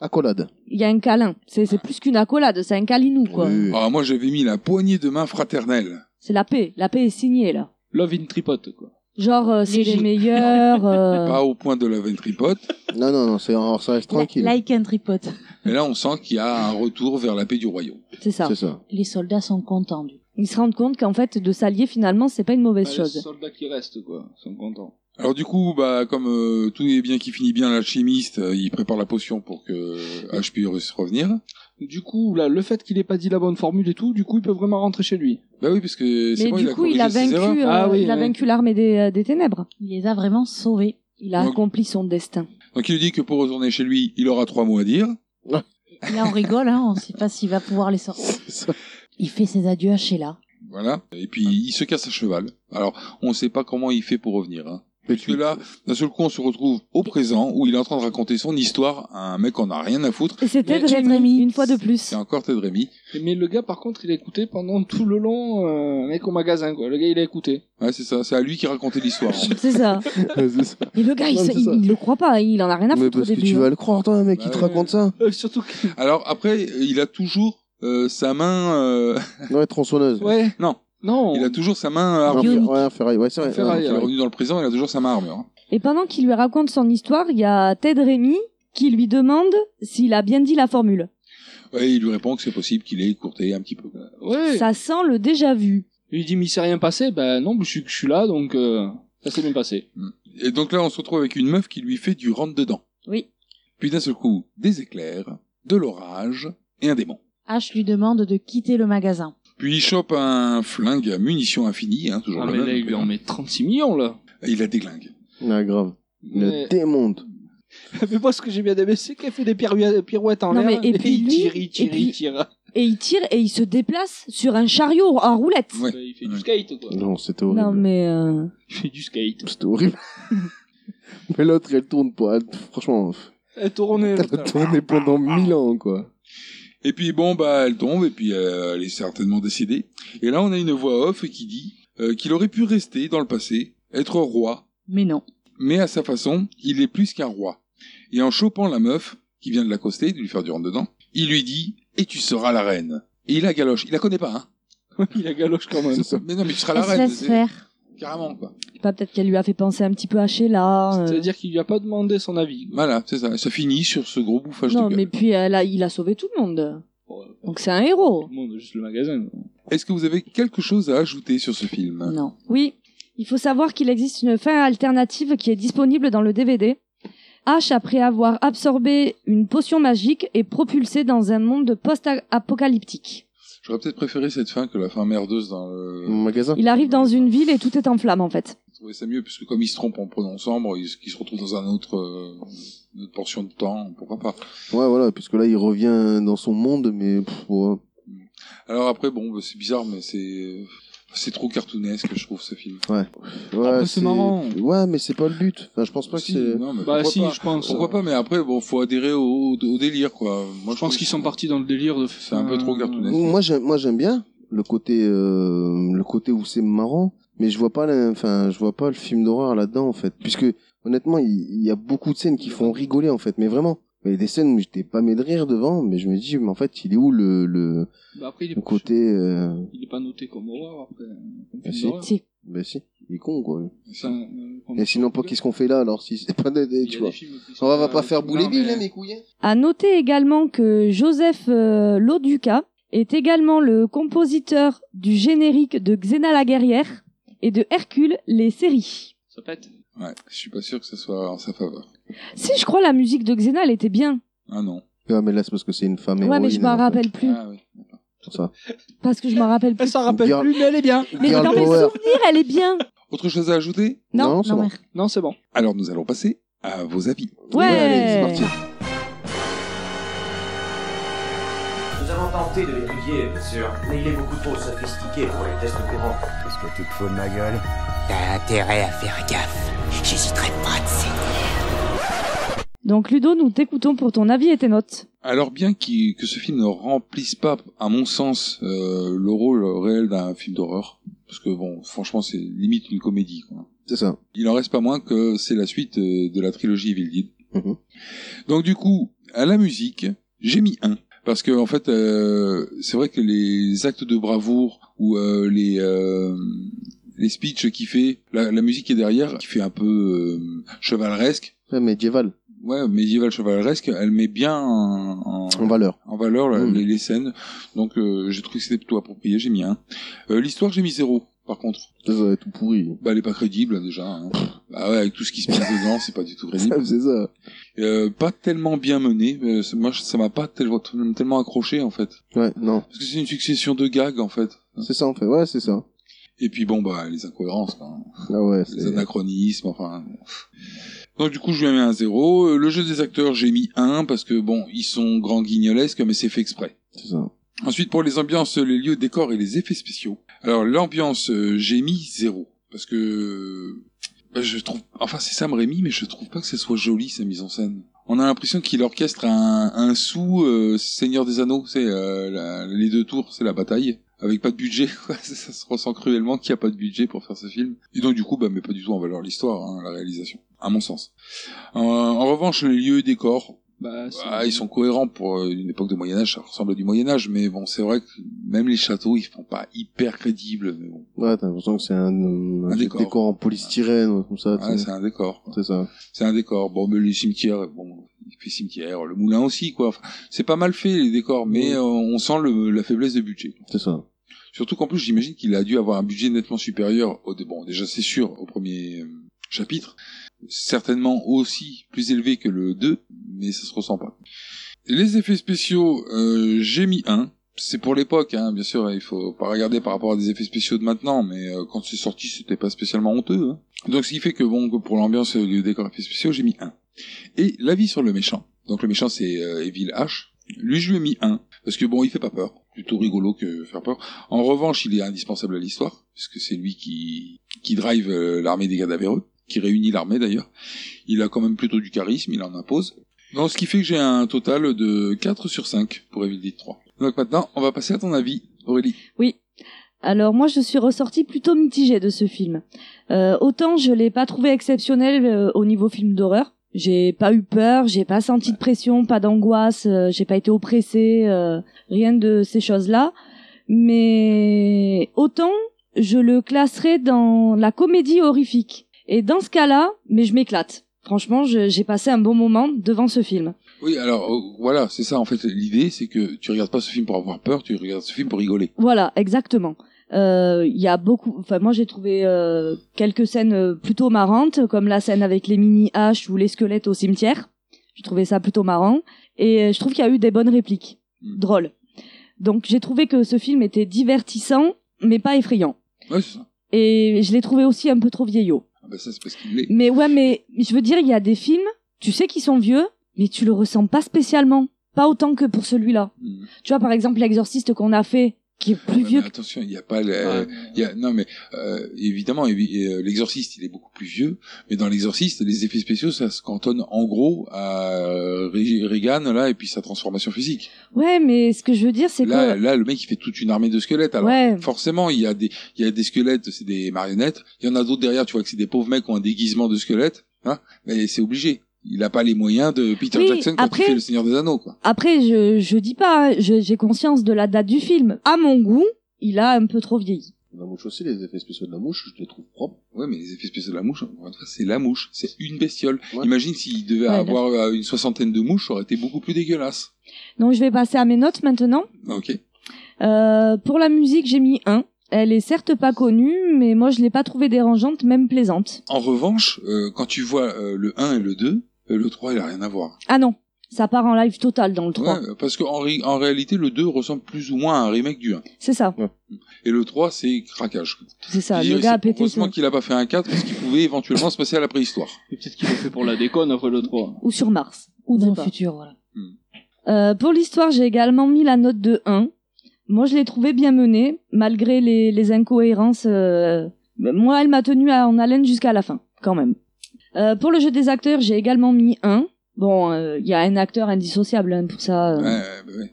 S2: Accolade.
S6: Il y a un câlin. C'est c'est plus qu'une accolade, c'est un câlinou, quoi.
S5: Ah, moi, j'avais mis la poignée de main fraternelle.
S6: C'est la paix. La paix est signée, là.
S10: Love in tripote, quoi.
S6: Genre, euh, c'est les meilleurs.
S5: [LAUGHS]
S6: euh,
S5: Pas au point de la ventripote.
S2: Non, non, non, c'est, alors, ça reste tranquille.
S8: Like un tripote.
S5: Mais là, on sent qu'il y a un retour vers la paix du royaume.
S6: C'est ça. [LAUGHS]
S8: Les soldats sont contents. du-
S6: Ils se rendent compte qu'en fait, de s'allier, finalement, c'est pas une mauvaise
S7: Ah,
S10: Les
S6: chose.
S10: soldats qui restent, quoi, sont contents.
S5: Alors du coup, bah comme euh, tout est bien qui finit bien, l'alchimiste, euh, il prépare la potion pour que euh, H puisse revenir.
S10: Du coup, là, le fait qu'il ait pas dit la bonne formule et tout, du coup, il peut vraiment rentrer chez lui. Ah
S5: Bah oui, parce que
S6: Mais du coup, il a vaincu, euh,
S7: Ah
S6: il a vaincu l'armée des, euh, des ténèbres.
S8: Il les a vraiment sauvés.
S6: Il a
S5: Donc-
S6: accompli son destin.
S5: Donc il lui dit que pour retourner chez lui, il aura trois mots à dire. [LAUGHS]
S8: Et Là, on rigole, hein, on sait pas s'il va pouvoir les sortir. Il fait ses adieux à Sheila.
S5: Voilà. Et puis il se casse à cheval. Alors on ne sait pas comment il fait pour revenir. Hein. Parce que là, d'un seul coup, on se retrouve au présent où il est en train de raconter son histoire à un mec qu'on n'a rien à foutre.
S6: Et c'était Rémi, une fois de plus.
S5: C'est encore Ted Rémi.
S10: Mais le gars, par contre, il a écouté pendant tout le long, euh, mec au magasin, quoi. Le gars, il a écouté.
S5: Ouais, c'est ça. C'est à lui qui racontait
S2: [LAUGHS]
S5: l'histoire. en fait.
S6: C'est ça. Et le gars, il,
S10: Non,
S6: se-
S10: c'est
S6: il-
S10: ça.
S6: il le croit pas, il en a rien à
S2: Mais
S6: foutre au
S2: parce que
S6: début.
S2: tu
S6: hein.
S2: vas le croire, toi, un mec, qui
S5: Bah
S2: te
S5: ouais.
S2: raconte ça.
S7: Euh,
S10: surtout que...
S5: Alors après, il a toujours euh, sa main. euh, [LAUGHS]
S2: Ouais,
S10: [LAUGHS]
S2: tronçonneuse.
S10: Ouais.
S5: Non.
S10: Non.
S5: Il a toujours sa main euh,
S2: Non,
S5: armure.
S2: fer- ouais, ferraille, ouais, c'est vrai.
S5: Ferraille,
S2: ouais,
S5: il est revenu dans le présent, il a toujours sa main armure. hein.
S6: Et pendant qu'il lui raconte son histoire, il y a Ted Rémy qui lui demande s'il a bien dit la formule.
S5: Ouais, il lui répond que c'est possible qu'il ait écourté un petit peu.
S10: Ouais.
S6: Ça sent le déjà vu.
S10: Il lui dit, mais il s'est rien passé. Ben non, je suis, je suis là, donc euh, ça s'est bien passé.
S5: Et donc là, on se retrouve avec une meuf qui lui fait du rentre-dedans.
S6: Oui.
S5: Puis d'un seul coup, des éclairs, de l'orage et un démon.
S8: H lui demande de quitter le magasin.
S5: Puis il chope un flingue à munitions infinies, hein, toujours
S10: Ah,
S5: le
S10: mais
S5: même.
S10: là, il lui en met 36 millions, là.
S5: Et Il la déglingue.
S2: Ah, grave. Il
S10: Mais-
S2: le démonte.
S7: [LAUGHS] Mais moi, ce que j'ai bien aimé, c'est qu'elle fait des pirou- pirouettes en
S6: Non,
S7: l'air.
S6: mais-
S7: [LAUGHS]
S6: et puis
S7: il
S6: lui-
S7: tire, il
S6: et
S7: tire,
S6: puis-
S10: [LAUGHS]
S7: il tire.
S6: Et il tire et il se déplace sur un chariot en roulette.
S10: Il fait du skate, quoi.
S2: Non, c'était horrible.
S6: Non mais euh,
S10: Il fait du skate.
S2: C'était horrible. [LAUGHS] Mais l'autre, elle tourne pas. Elle- Franchement,
S7: Elle tournait.
S2: elle a tourné pendant mille ans, quoi.
S5: Et puis bon, bah, elle tombe, et puis euh, elle est certainement décédée. Et là, on a une voix off qui dit euh, qu'il aurait pu rester dans le passé, être roi,
S8: Mais non.
S5: mais à sa façon, il est plus qu'un roi. Et en chopant la meuf, qui vient de l'accoster, de lui faire du rentre-dedans, il lui dit « Et tu seras la reine ». Et il la galoche. Il la connaît pas, hein
S10: [LAUGHS] Il la galoche quand même.
S5: Mais non, mais tu seras la
S8: Elle se
S5: reine.
S8: laisse
S5: c'est-
S8: faire.
S5: Carrément, quoi.
S6: je sais pas Bah, peut-être qu'elle lui a fait penser un petit peu à Sheila. euh.
S10: C'est-à-dire qu'il lui a pas demandé son avis.
S5: Voilà, c'est ça. Ça finit sur ce gros bouffage
S6: Non
S5: de gueule.
S6: mais puis elle a- il a sauvé tout le monde. Donc c'est un héros.
S10: Tout le monde, juste le magasin.
S5: Est-ce que vous avez quelque chose à ajouter sur ce film
S8: Non.
S6: Oui, il faut savoir qu'il existe une fin alternative qui est disponible dans le DVD. H, après avoir absorbé une potion magique, est propulsé dans un monde post-apocalyptique.
S5: J'aurais peut-être préféré cette fin que la fin merdeuse dans le...
S10: Mm.
S2: magasin
S6: Il arrive dans une ville et tout est en flammes en fait.
S5: Je trouvais ça mieux, puisque comme ils se trompent en prononçant, bon, ils, ils se retrouvent dans un autre, euh, une autre portion de temps, pourquoi pas.
S2: Ouais, voilà, puisque là, il revient dans son monde, mais pff, ouais.
S5: Alors après, bon, bah, c'est bizarre, mais c'est... C'est trop cartoonesque, je trouve, ce film.
S2: Ouais. Ouais,
S5: Après, c'est marrant.
S2: Ouais, mais c'est pas le but. Enfin, je pense pas
S5: Si,
S2: que c'est.
S5: non, mais
S10: Bah,
S5: pourquoi
S10: si,
S5: pas.
S10: je pense.
S5: Pourquoi pas, mais après, bon, faut adhérer au, au délire, quoi. Moi,
S10: Je Euh, pense qu'ils sont partis dans le délire de.
S5: C'est un peu trop cartoonesque.
S2: Moi, j'aime, moi, j'aime bien le côté, euh, le côté où c'est marrant, mais je vois pas, la- enfin, je vois pas le film d'horreur là-dedans en fait, puisque honnêtement, il il y, a beaucoup de scènes qui font rigoler en fait, mais vraiment. Il y a des scènes où j'étais pas mais de rire devant, mais je me dis, mais en fait, il est où le, le,
S10: Bah, après, il est,
S2: le côté, euh...
S10: il est pas noté comme horreur après. euh,
S2: bah, si.
S6: Si.
S2: Bah si, il est con quoi.
S10: C'est un- euh,
S2: Et sinon, pas qu'est-ce qu'on fait là alors si c'est pas d'aider, tu vois. On va, va
S10: euh,
S2: pas faire Bouléville, hein, mes couillins.
S6: À noter également que Joseph euh, Loduca est également le compositeur du générique de Xena la guerrière et de Hercule les séries.
S10: Ça pète.
S5: Ouais, je suis pas sûr que ce soit en sa faveur.
S6: Si je crois la musique de Xena elle était bien.
S5: Ah non.
S2: Ah, mais là, c'est parce que c'est une femme
S6: Ouais,
S2: héroïne.
S6: mais je m'en
S2: en fait.
S6: rappelle plus.
S5: Ah oui.
S2: Pour ça.
S6: Parce que je m'en rappelle plus.
S7: Elle s'en Eh, rappelle
S2: Girl-
S7: plus, mais elle est bien.
S6: Mais
S2: Girl
S6: dans mes
S2: power.
S6: souvenirs, elle est bien.
S5: Autre chose à ajouter
S6: Non,
S2: Non, c'est bon.
S7: Non, c'est bon.
S5: Alors nous allons passer à vos avis.
S6: Ouais.
S2: allez, c'est parti.
S11: Nous avons tenté de l'étudier, bien sûr, mais il est beaucoup trop sophistiqué pour les tests courants.
S4: Qu'est-ce que tu te fous de ma gueule T'as intérêt à faire gaffe. J'hésiterai pas de ces
S6: Donc Ludo, nous t'écoutons pour ton avis et tes notes.
S5: Alors bien qu'il- que ce film ne remplisse pas, à mon sens, euh, le rôle réel d'un film d'horreur, parce que bon, franchement, c'est limite une comédie. Quoi.
S2: C'est ça.
S5: Il en reste pas moins que c'est la suite euh, de la trilogie Evil Dead.
S2: Mhm.
S5: Donc du coup, à la musique, j'ai mis un. Parce que en fait, euh, c'est vrai que les actes de bravoure ou euh, les euh, les speeches qu'il fait, la, la musique qui est derrière, qui fait un peu euh, chevaleresque,
S2: Ouais, médiéval,
S5: ouais, médiéval chevaleresque, elle met bien en, en-
S2: en valeur.
S5: en valeur la-
S2: Mm.
S5: les, les scènes. Donc euh, j'ai trouvé que c'était plutôt approprié, j'ai mis un. Euh, L'histoire, j'ai mis zéro. Par contre,
S2: Ça, ça va être tout pourri.
S5: bah elle est pas crédible déjà. hein. Bah ouais, avec tout ce qui se passe dedans, c'est pas du tout
S2: Ça,
S5: crédible.
S2: c'est ça.
S5: Euh, pas tellement bien mené. Euh, ça- moi, ça m'a pas tellement, tellement accroché en fait.
S2: Ouais, non.
S5: Parce que c'est une succession de gags en fait.
S2: C'est ça, en fait. Ouais, c'est ça.
S5: Et puis bon, bah les incohérences, quoi.
S2: Ah ouais,
S5: les
S2: c'est...
S5: anachronismes, enfin. bon. Donc du coup, je lui ai mis un zéro. Euh, Le jeu des acteurs, j'ai mis un parce que bon, ils sont grand guignolesques, mais c'est fait exprès.
S2: c'est ça.
S5: Ensuite, pour les ambiances, les lieux, décors et les effets spéciaux. Alors, l'ambiance, euh, j'ai mis zéro. Parce que, euh, bah, je trouve, enfin, c'est Sam Raimi, mais je trouve pas que ce soit joli, sa mise en scène. On a l'impression qu'il orchestre un, un sous euh, Seigneur des Anneaux, c'est euh, la- les deux tours, c'est la bataille. Avec pas de budget, [LAUGHS] quoi. ça ça se ressent cruellement qu'il n'y a pas de budget pour faire ce film. Et donc du coup, bah, mais pas du tout en valeur l'histoire, hein, la réalisation, à mon sens. En- en revanche, les lieux et décors,
S10: Bah, c'est-
S5: ah, ils sont cohérents pour euh, une époque de Moyen Âge, ça ressemble à du Moyen Âge, mais bon, c'est vrai que même les châteaux, ils sont pas hyper crédibles. Mais bon,
S2: Ouais, t'as l'impression que c'est un, euh,
S5: Un
S2: un
S5: décor.
S2: décor. en polystyrène, ou comme ça.
S5: Ah,
S2: tu sais.
S5: c'est un décor. quoi.
S2: c'est ça.
S5: C'est un décor. Bon, mais les cimetières, bon, il fait cimetière, le moulin aussi, quoi. Enfin, c'est pas mal fait, les décors, mais euh, on sent le- la faiblesse des budgets.
S2: C'est ça.
S5: Surtout qu'en plus, j'imagine qu'il a dû avoir un budget nettement supérieur au, dé- bon, déjà c'est sûr, au premier euh, chapitre. Certainement aussi plus élevé que le 2, mais ça se ressent pas. Les effets spéciaux, euh, j'ai mis 1. C'est pour l'époque, hein, bien sûr, il faut pas regarder par rapport à des effets spéciaux de maintenant, mais euh, quand c'est sorti, c'était pas spécialement honteux. hein. Donc ce qui fait que bon, que pour l'ambiance et le décor effets spéciaux, j'ai mis 1. Et l'avis sur le méchant. Donc le méchant c'est euh, Evil H. Lui je lui ai mis 1 parce que bon, il fait pas peur, plutôt rigolo que faire peur. En revanche, il est indispensable à l'histoire puisque c'est lui qui qui drive euh, l'armée des cadavéreux, qui réunit l'armée d'ailleurs. Il a quand même plutôt du charisme, il en impose. Donc ce qui fait que j'ai un total de 4 sur 5 pour Evil Dead 3. Donc maintenant, on va passer à ton avis, Aurélie.
S6: Oui. Alors moi, je suis ressortie plutôt mitigée de ce film. Euh, autant je l'ai pas trouvé exceptionnel euh, au niveau film d'horreur. J'ai pas eu peur, j'ai pas senti de pression, pas d'angoisse, euh, j'ai pas été oppressée, euh, rien de ces choses-là. Mais autant je le classerais dans la comédie horrifique. Et dans ce cas-là, mais je m'éclate. Franchement, je- j'ai passé un bon moment devant ce film.
S5: Oui, alors euh, voilà, c'est ça en fait. L'idée, c'est que tu regardes pas ce film pour avoir peur, tu regardes ce film pour rigoler.
S6: Voilà, exactement. Euh, Il y a beaucoup. Enfin, moi, j'ai trouvé euh, quelques scènes euh, plutôt marrantes, comme la scène avec les mini haches ou les squelettes au cimetière. J'ai trouvé ça plutôt marrant, et euh, je trouve qu'il y a eu des bonnes répliques, drôles. Donc, j'ai trouvé que ce film était divertissant, mais pas effrayant.
S5: Ouais, c'est ça.
S6: Et je l'ai trouvé aussi un peu trop vieillot.
S5: Ah bah ça, c'est parce qu'il l'est.
S6: Mais ouais, mais je veux dire, il y a des films, tu sais qu'ils sont vieux, mais tu le ressens pas spécialement, pas autant que pour celui-là. Tu vois, par exemple, l'exorciste qu'on a fait, qui est plus
S5: Ouais,
S6: vieux
S5: mais attention, il n'y a pas le, il y a, non mais euh, évidemment évi- euh, l'exorciste il est beaucoup plus vieux, mais dans l'exorciste les effets spéciaux ça se cantonne en gros à euh, Ré- Reagan là et puis sa transformation physique.
S6: Ouais, mais ce que je veux dire, c'est
S5: Là
S6: que.
S5: là le mec il fait toute une armée de squelettes alors
S6: Ouais.
S5: forcément il y a des il y a des squelettes c'est des marionnettes, il y en a d'autres derrière tu vois que c'est des pauvres mecs qui ont un déguisement de squelette, hein mais c'est obligé. Il n'a pas les moyens de Peter
S6: Oui,
S5: Jackson quand
S6: après-
S5: il fait le Seigneur des Anneaux quoi.
S6: Après, je, je dis pas, hein, je- j'ai conscience de la date du film. À mon goût, il a un peu trop vieilli.
S2: La mouche aussi, les effets spéciaux de la mouche, je les trouve propres.
S5: Ouais, mais les effets spéciaux de la mouche, encore une fois, c'est la mouche, c'est une bestiole. Imagine s'il devait
S6: Ouais,
S5: avoir euh, une soixantaine de mouches, ça aurait été beaucoup plus dégueulasse.
S6: Donc, je vais passer à mes notes maintenant.
S5: Ok.
S6: Euh, pour la musique, j'ai mis 1. Elle est certes pas connue, mais moi, je l'ai pas trouvée dérangeante, même plaisante.
S5: En revanche, euh, quand tu vois euh, le 1 et le 2, euh, le 3, il a rien à voir.
S6: Ah non, ça part en live total dans le 3.
S5: Ouais, parce qu'en ré- en réalité, le 2 ressemble plus ou moins à un remake du 1.
S6: C'est ça.
S5: Et le 3, c'est craquage.
S6: C'est ça,
S5: Je
S6: le
S5: dirais,
S6: gars a
S5: c'est
S6: pété
S5: Heureusement
S6: son-
S5: qu'il a pas fait un 4, parce qu'il pouvait éventuellement se passer à la préhistoire. Peut-être qu'il l'a fait pour la déconne après le 3.
S6: Ou sur Mars. Ou
S8: dans le
S6: pas.
S8: futur, voilà.
S6: Euh, pour l'histoire, j'ai également mis la note de 1. Moi, je l'ai trouvée bien menée, malgré les, les incohérences. euh, Moi, elle m'a tenue à- en haleine jusqu'à la fin, quand même. Euh, pour le jeu des acteurs, j'ai également mis 1. Bon, euh, il y a un acteur indissociable hein, pour ça. [LAUGHS] euh,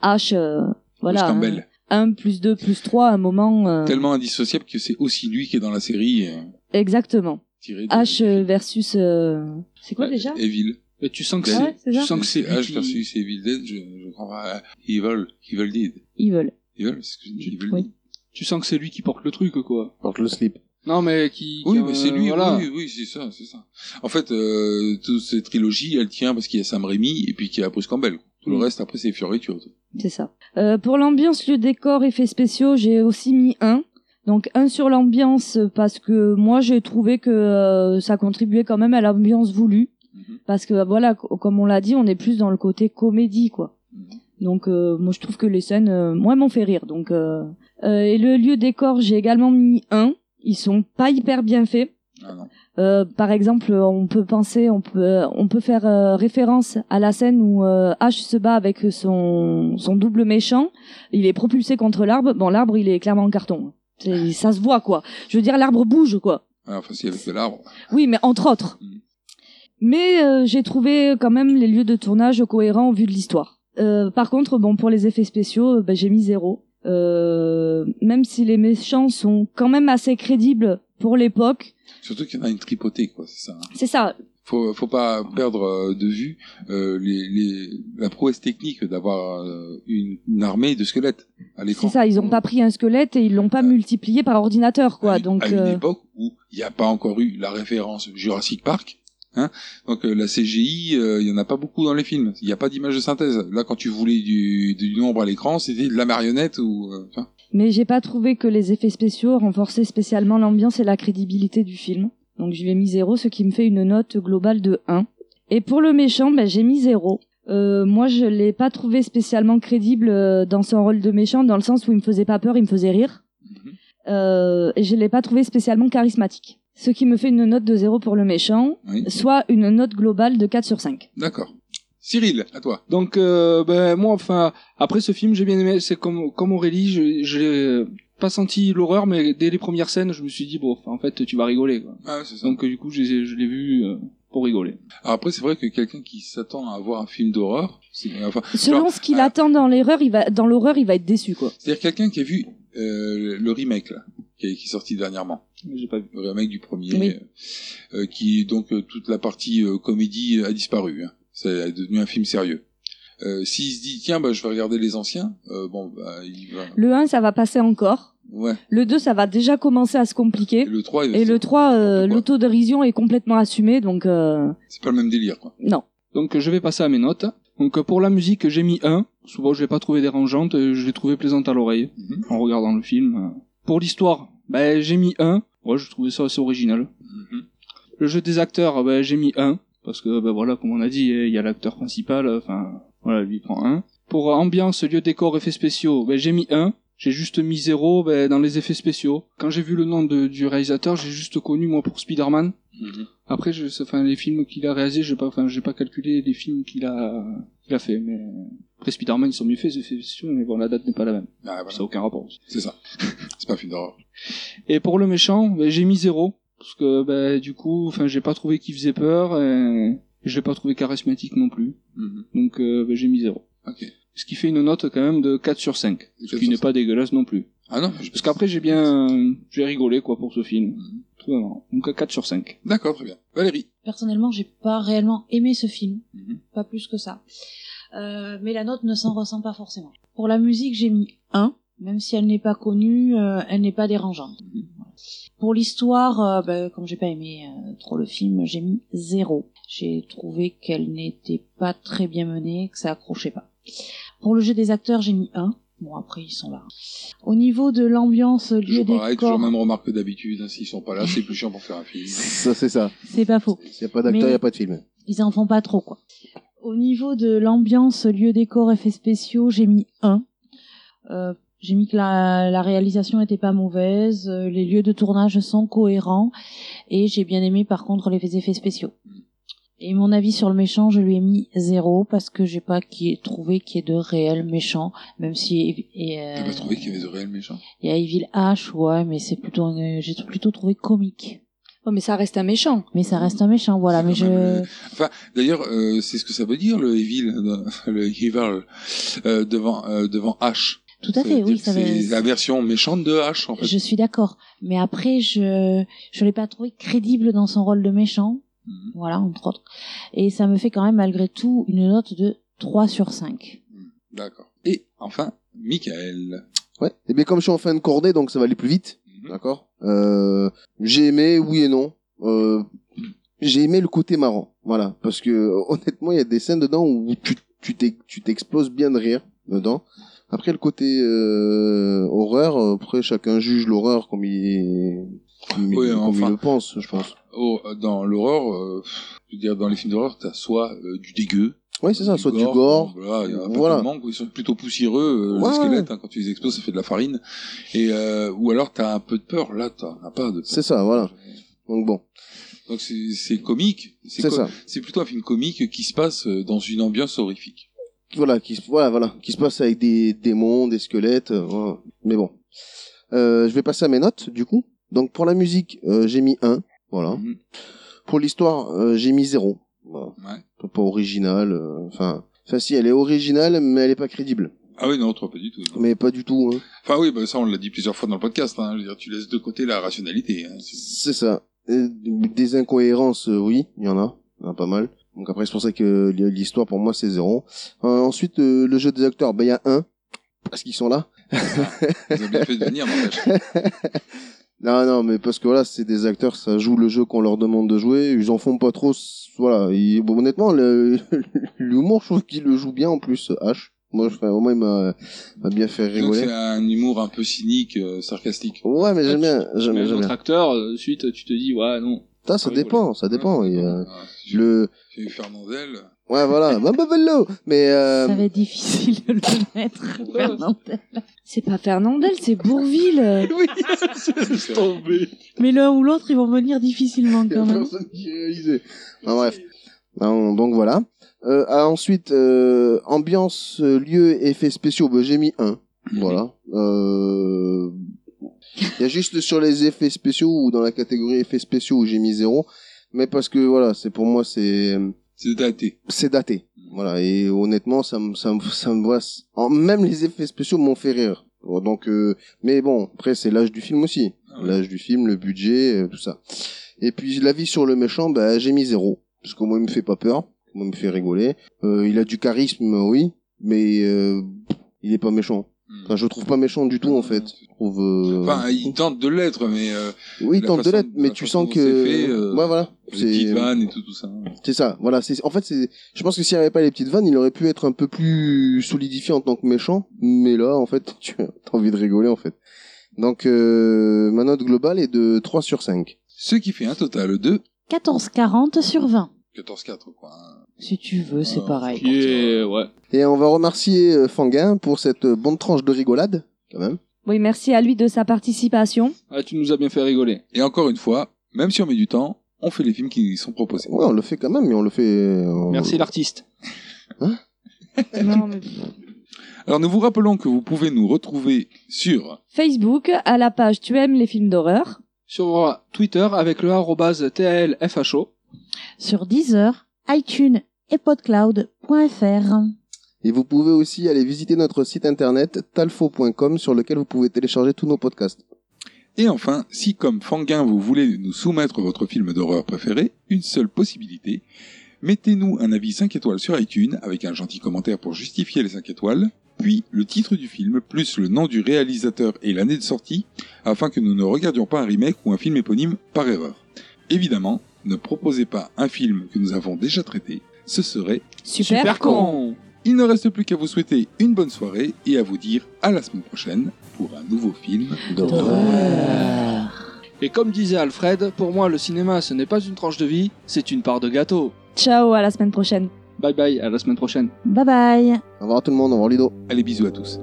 S6: H, euh, voilà. hein.
S5: Campbell.
S6: 1 plus 2 plus 3, à un moment. euh,
S5: Tellement indissociable que c'est aussi lui qui est dans la série euh,
S6: Exactement.
S5: tiré de
S6: H euh, versus. euh, C'est quoi déjà
S5: Evil. tu sens
S6: que Ah c'est- ouais, c'est ça tu sens que c'est lui
S5: H
S6: qui-
S5: versus Evil Dead, je, je crois pas. euh, Evil, Evil Dead.
S6: Evil.
S5: Evil, c'est ce que je dis, Evil Dead.
S10: Tu sens que c'est lui qui porte le truc, quoi.
S2: Porte le slip.
S10: Non, mais qui.
S5: Oui,
S10: qui,
S5: mais
S10: euh,
S5: c'est lui,
S10: voilà.
S5: oui, oui, c'est ça, c'est ça. En fait, euh, toute cette trilogie, elle tient parce qu'il y a Sam Raimi et puis qu'il y a Bruce Campbell. Tout
S6: Mm.
S5: le reste, après, c'est fioriture.
S6: C'est ça. Euh, pour l'ambiance, le décor, effets spéciaux, j'ai aussi mis un. Donc un sur l'ambiance parce que moi j'ai trouvé que euh, ça contribuait quand même à l'ambiance voulue. Parce que bah, voilà, co- comme on l'a dit, on est plus dans le côté comédie quoi. Donc euh, moi je trouve que les scènes, euh, moi elles m'ont fait rire. Donc euh, euh, et le lieu décor, j'ai également mis un. Ils sont pas hyper bien faits. Euh, par exemple, on peut penser, on peut, on peut faire euh, référence à la scène où euh, H se bat avec son, son double méchant. Il est propulsé contre l'arbre. Bon, l'arbre, il est clairement en carton. C'est- Ça se voit, quoi. Je veux dire, l'arbre bouge, quoi.
S5: Alors, Hein, enfin, si avec de l'arbre.
S6: Oui, mais entre autres. Mais euh, j'ai trouvé quand même les lieux de tournage cohérents au vu de l'histoire. Euh, par contre, bon, pour les effets spéciaux, euh, bah, j'ai mis zéro. Euh, même si les méchants sont quand même assez crédibles pour l'époque,
S5: Surtout qu'il y en a une tripotée, quoi, c'est ça. hein.
S6: c'est ça.
S5: Faut, faut pas perdre euh, de vue euh, les, les, la prouesse technique d'avoir euh, une, une armée de squelettes à l'écran. Mm.
S6: C'est ça, ils ont pas pris un squelette et ils l'ont pas multiplié par ordinateur, quoi. Donc,
S5: à une
S6: euh,
S5: époque où il n'y a pas encore eu la référence Jurassic Park, Hein Donc euh, la CGI, euh, il y en a pas beaucoup dans les films. Il n'y a pas d'image de synthèse. Là, quand tu voulais du, du nombre à l'écran, c'était de la marionnette ou. euh, enfin,
S6: Mais j'ai pas trouvé que les effets spéciaux renforçaient spécialement l'ambiance et la crédibilité du film. Donc je lui ai mis 0, ce qui me fait une note globale de 1. Et pour le méchant, ben, j'ai mis 0. Euh, moi, je l'ai pas trouvé spécialement crédible euh, dans son rôle de méchant, dans le sens où il me faisait pas peur, il me faisait rire. Euh, et je l'ai pas trouvé spécialement charismatique. Ce qui me fait une note de 0 pour le méchant,
S5: Oui.
S6: soit une note globale de 4 sur 5.
S5: D'accord. Cyril, à toi.
S7: Donc, euh, ben, moi, enfin, après ce film, j'ai bien aimé. C'est comme, comme Aurélie, je, je l'ai euh, pas senti l'horreur, mais dès les premières scènes, je me suis dit, bon, en fait, tu vas rigoler. Quoi.
S5: Ah, c'est ça.
S7: Donc, euh, du coup, je, les ai- je l'ai vu euh, pour rigoler.
S5: Alors après, c'est vrai que quelqu'un qui s'attend à voir un film d'horreur, c'est enfin,
S6: Selon
S5: genre,
S6: ce qu'il attend dans l'horreur, il va dans l'horreur, il va être déçu quoi.
S5: c'est-à-dire quelqu'un qui a vu euh, le remake là, qui, est- qui est sorti dernièrement.
S7: J'ai pas vu.
S5: Le remake du premier,
S6: Oui.
S5: euh, euh, qui donc euh, toute la partie euh, comédie euh, a disparu. Hein. Ça est devenu un film sérieux. Euh, S'il se dit tiens bah je vais regarder les anciens, euh, bon bah il va.
S6: Le 1 ça va passer encore,
S5: Ouais.
S6: le 2 ça va déjà commencer à se compliquer
S5: Le 3,
S6: et le 3 euh, l'autodérision est complètement assumée donc euh,
S5: c'est pas le même délire quoi.
S6: non.
S7: Donc euh, je vais passer à mes notes. Donc euh, pour la musique, j'ai mis 1. Souvent, je l'ai pas trouvé dérangeante, euh, je l'ai trouvé plaisante à l'oreille
S5: Mhm.
S7: en regardant le film. euh. Pour l'histoire, ben, j'ai mis 1. Ouais, je trouvais ça assez original. Le jeu des acteurs, ben, j'ai mis 1 parce que ben voilà, comme on a dit, euh, il y a l'acteur principal, euh, enfin voilà, lui il prend 1. Pour euh, ambiance, lieu décor, effets spéciaux, ben, j'ai mis 1. J'ai juste mis 0 ben, dans les effets spéciaux. Quand j'ai vu le nom de- du réalisateur, j'ai juste connu moi pour Spider-Man.
S5: Mhm.
S7: Après, je, sais- enfin, les films qu'il a réalisés, j'ai pas, enfin, j'ai pas calculé les films qu'il a, qu'il a fait, mais après Spider-Man, ils sont mieux faits, c'est c'est sûr, mais bon, la date n'est pas la même. Ça n'a aucun rapport.
S5: Bah, C'est ça. [LAUGHS] C'est pas un film d'horreur.
S7: Et pour le méchant, ben, j'ai mis zéro, parce que, ben, du coup, enfin, j'ai pas trouvé qu'il faisait peur, et je l'ai pas trouvé charismatique non plus. Donc, euh, ben, j'ai mis zéro. Ce qui fait une note quand même de 4 sur 5. Ce qui n'est pas dégueulasse non plus.
S5: Ah non,
S7: Parce qu'après, j'ai bien, euh, j'ai rigolé, quoi, pour ce film. Très marrant. Donc, 4 sur 5.
S5: D'accord, très bien. Valérie.
S8: Personnellement, j'ai pas réellement aimé ce film, pas plus que ça. Euh, mais la note ne s'en ressent pas forcément. Pour la musique, j'ai mis 1, même si elle n'est pas connue, euh, elle n'est pas dérangeante. Voilà. Pour l'histoire, euh, bah, comme j'ai pas aimé euh, trop le film, j'ai mis 0. J'ai trouvé qu'elle n'était pas très bien menée, que ça accrochait pas. Pour le jeu des acteurs, j'ai mis 1. Bon, après, ils sont là. Au niveau de l'ambiance, lieu
S5: Toujours pareil,
S8: décor,
S5: toujours même remarque que d'habitude. hein, S'ils sont pas là, c'est plus chiant pour faire un film.
S6: Euh.
S2: Ça, c'est ça.
S8: c'est pas faux.
S2: Il n'y a pas d'acteur, il
S8: Mais-
S2: n'y a pas de film.
S8: ils en font pas trop quoi. Au niveau de l'ambiance, lieu décor, effets spéciaux, j'ai mis 1. Euh, j'ai mis que la, la réalisation était pas mauvaise, euh, les lieux de tournage sont cohérents et j'ai bien aimé par contre les effets spéciaux. Et mon avis sur le méchant, je lui ai mis 0 parce que j'ai pas qui trouvé qu'il y ait de réel méchant, même si et, euh,
S5: T'as pas trouvé qu'il y avait de réels méchants
S8: il y a Evil H, ouais, mais c'est plutôt euh, j'ai plutôt trouvé comique.
S6: Oh, mais ça reste un méchant.
S8: Mais ça reste un méchant, voilà. Mais je
S5: euh, Enfin, d'ailleurs, euh, c'est ce que ça veut dire le evil, euh, [LAUGHS] le evil euh, devant euh, devant H.
S8: Tout à
S5: Ça
S8: fait,
S5: veut
S8: oui,
S5: dire
S8: ça
S5: que C'est
S8: veut-
S5: la version méchante de H en fait.
S8: Je suis d'accord, mais après je je l'ai pas trouvé crédible dans son rôle de méchant, voilà entre autres, et ça me fait quand même malgré tout une note de 3 sur 5.
S5: D'accord. Et enfin, Michael.
S2: Ouais. Et bien, comme je suis en fin de cordée, donc ça va aller plus vite. D'accord euh, J'ai aimé, oui et non. Euh, j'ai aimé le côté marrant. Voilà. Parce que, euh, honnêtement, il y a des scènes dedans où tu, tu t'ex- tu t'exploses bien de rire dedans. Après, le côté euh, horreur, euh, après, chacun juge l'horreur comme il, comme il-
S5: Ouais,
S2: comme
S5: enfin.
S2: il le pense, je pense.
S5: Oh, euh, dans l'horreur, euh, je veux dire dans les films d'horreur, t'as soit euh, du dégueu.
S2: Ouais, c'est ça, soit du gore.
S5: Voilà, il y en a pas
S2: Voilà.
S5: tellement, quoi, ils sont plutôt poussiéreux, euh,
S2: Ouais,
S5: les
S2: ouais.
S5: squelettes, hein, quand tu les exploses, ça fait de la farine. Et euh, ou alors t'as un peu de peur, là t'en as pas de.
S2: C'est ça, voilà. Donc bon.
S5: Donc c'est c'est comique.
S2: C'est
S5: co-
S2: ça.
S5: C'est plutôt un film comique qui se passe euh, dans une ambiance horrifique.
S2: voilà qui se voilà voilà qui se passe avec des démons des squelettes euh, voilà. mais bon Euh, je vais passer à mes notes du coup donc pour la musique euh, j'ai mis 1 voilà pour l'histoire euh, j'ai mis 0 voilà. Pas- pas original euh, enfin enfin si elle est originale mais elle est pas crédible
S5: Ah oui, non, toi pas du tout. non.
S2: mais pas du tout hein.
S5: Enfin oui, bah, ça on l'a dit plusieurs fois dans le podcast. Hein, je veux dire, tu laisses de côté la rationalité. Hein, c'est-
S2: C'est ça. Euh, Des incohérences, euh, oui, il y en a. Il y en a pas mal. Donc après, c'est pour ça que l- l'histoire, pour moi, c'est zéro. Euh, ensuite, euh, le jeu des acteurs, ben, il y a un. Parce qu'ils sont là. [LAUGHS]
S5: Vous avez bien fait de venir, n'empêche.
S2: Ah non, mais parce que voilà, c'est des acteurs, ça joue le jeu qu'on leur demande de jouer, ils en font pas trop, c- voilà. Et, bon, honnêtement, le- [LAUGHS] l'humour, je trouve qu'il le joue bien en plus, H. Moi, je, enfin, au moins, il m'a m'a bien fait
S5: Donc
S2: rigoler.
S5: c'est un humour un peu cynique, euh, sarcastique.
S2: Ouais, mais j'aime bien, j'aime
S5: mais
S2: bien, j'aime
S5: votre
S2: bien.
S7: Acteur, euh, suite, tu te dis, ouais, non.
S2: Putain, ça dépend, ça dépend. Il y a- le...
S5: J'ai eu Fernandel.
S2: Ouais, voilà, Mamma Bello Mais... Euh...
S8: Ça va être difficile de le mettre, Fernandel.
S6: C'est pas Fernandel, c'est Bourville.
S8: oui,
S5: c'est
S7: euh,
S8: tombé. Mais l'un ou l'autre, ils vont venir difficilement
S2: [LAUGHS]
S8: quand même.
S2: Ah, bref. Non, donc voilà. Euh, ah, ensuite, euh, ambiance, euh, lieu, effets spéciaux. Bah, J'ai mis un. Voilà. Euh, Il y a juste sur les effets spéciaux ou dans la catégorie effets spéciaux où j'ai mis zéro. Mais parce que voilà, c'est pour moi, c'est.
S5: C'est daté.
S2: C'est daté. Voilà. Et honnêtement, ça me, ça me, ça me voilà, c'est- en- Même les effets spéciaux m'ont fait rire. Bon, Donc, euh, mais bon, après, c'est l'âge du film aussi.
S5: Ah
S2: L'âge du film, le budget, euh, tout ça. Et puis l'avis sur le méchant, bah, j'ai mis zéro. Parce qu'au moins il me fait pas peur, au moins il me fait rigoler. Euh, il a du charisme, oui, mais euh, il est pas méchant. Enfin, je le trouve pas méchant du tout en fait. Je trouve, euh,
S5: Hmm. Enfin, il tente de l'être, mais. euh,
S2: oui,
S5: la
S2: tant de
S5: façon-
S2: l'être, mais
S5: la
S2: tu
S5: façon
S2: sens
S5: dont
S2: que,
S5: c'est fait, euh,
S2: ouais, voilà,
S5: Les
S2: c'est-
S5: petites vannes et tout, tout ça.
S2: c'est ça, voilà. C'est en fait, c'est. Je pense que s'il n'y avait pas les petites vannes, il aurait pu être un peu plus solidifié en tant que méchant. Mais là, en fait, [LAUGHS] tu as envie de rigoler, en fait. Donc, euh, ma note globale est de 3 sur 5.
S5: Ce qui fait un total de
S8: 14,40 sur 20.
S5: 14-4, quoi.
S8: Si tu veux, c'est pareil.
S2: Et on va remercier euh, Fanguin pour cette euh, bonne tranche de rigolade, quand même.
S6: Oui, merci à lui de sa
S5: [LAUGHS]
S6: participation.
S5: Ah, tu nous as bien fait rigoler. Et encore une fois, même si on met du temps, on fait les films qui sont proposés.
S2: Ouais, on le fait quand même, mais on le fait. euh,
S5: Merci
S7: l'artiste.
S5: Alors nous vous rappelons que vous pouvez nous retrouver sur
S6: Facebook, à la page Tu aimes les films d'horreur.
S7: Sur Twitter avec le arrobase TALFHO.
S8: Sur Deezer, iTunes et podcloud.fr.
S2: Et vous pouvez aussi aller visiter notre site internet talfo.com sur lequel vous pouvez télécharger tous nos podcasts.
S5: Et enfin, si comme Fanguin vous voulez nous soumettre votre film d'horreur préféré, une seule possibilité, mettez-nous un avis 5 étoiles sur iTunes avec un gentil commentaire pour justifier les 5 étoiles, puis le titre du film plus le nom du réalisateur et l'année de sortie afin que nous ne regardions pas un remake ou un film éponyme par erreur. Évidemment, ne proposez pas un film que nous avons déjà traité, ce serait
S6: Super Super con. con.
S5: Il ne reste plus qu'à vous souhaiter une bonne soirée et à vous dire à la semaine prochaine pour un nouveau film
S7: Et comme disait Alfred, pour moi, le cinéma, ce n'est pas une tranche de vie, c'est une part de gâteau.
S6: Ciao, à la semaine prochaine.
S7: Bye bye, à la semaine prochaine.
S8: Bye bye.
S2: Au revoir tout le monde, au revoir Ludo.
S5: Allez, bisous à tous.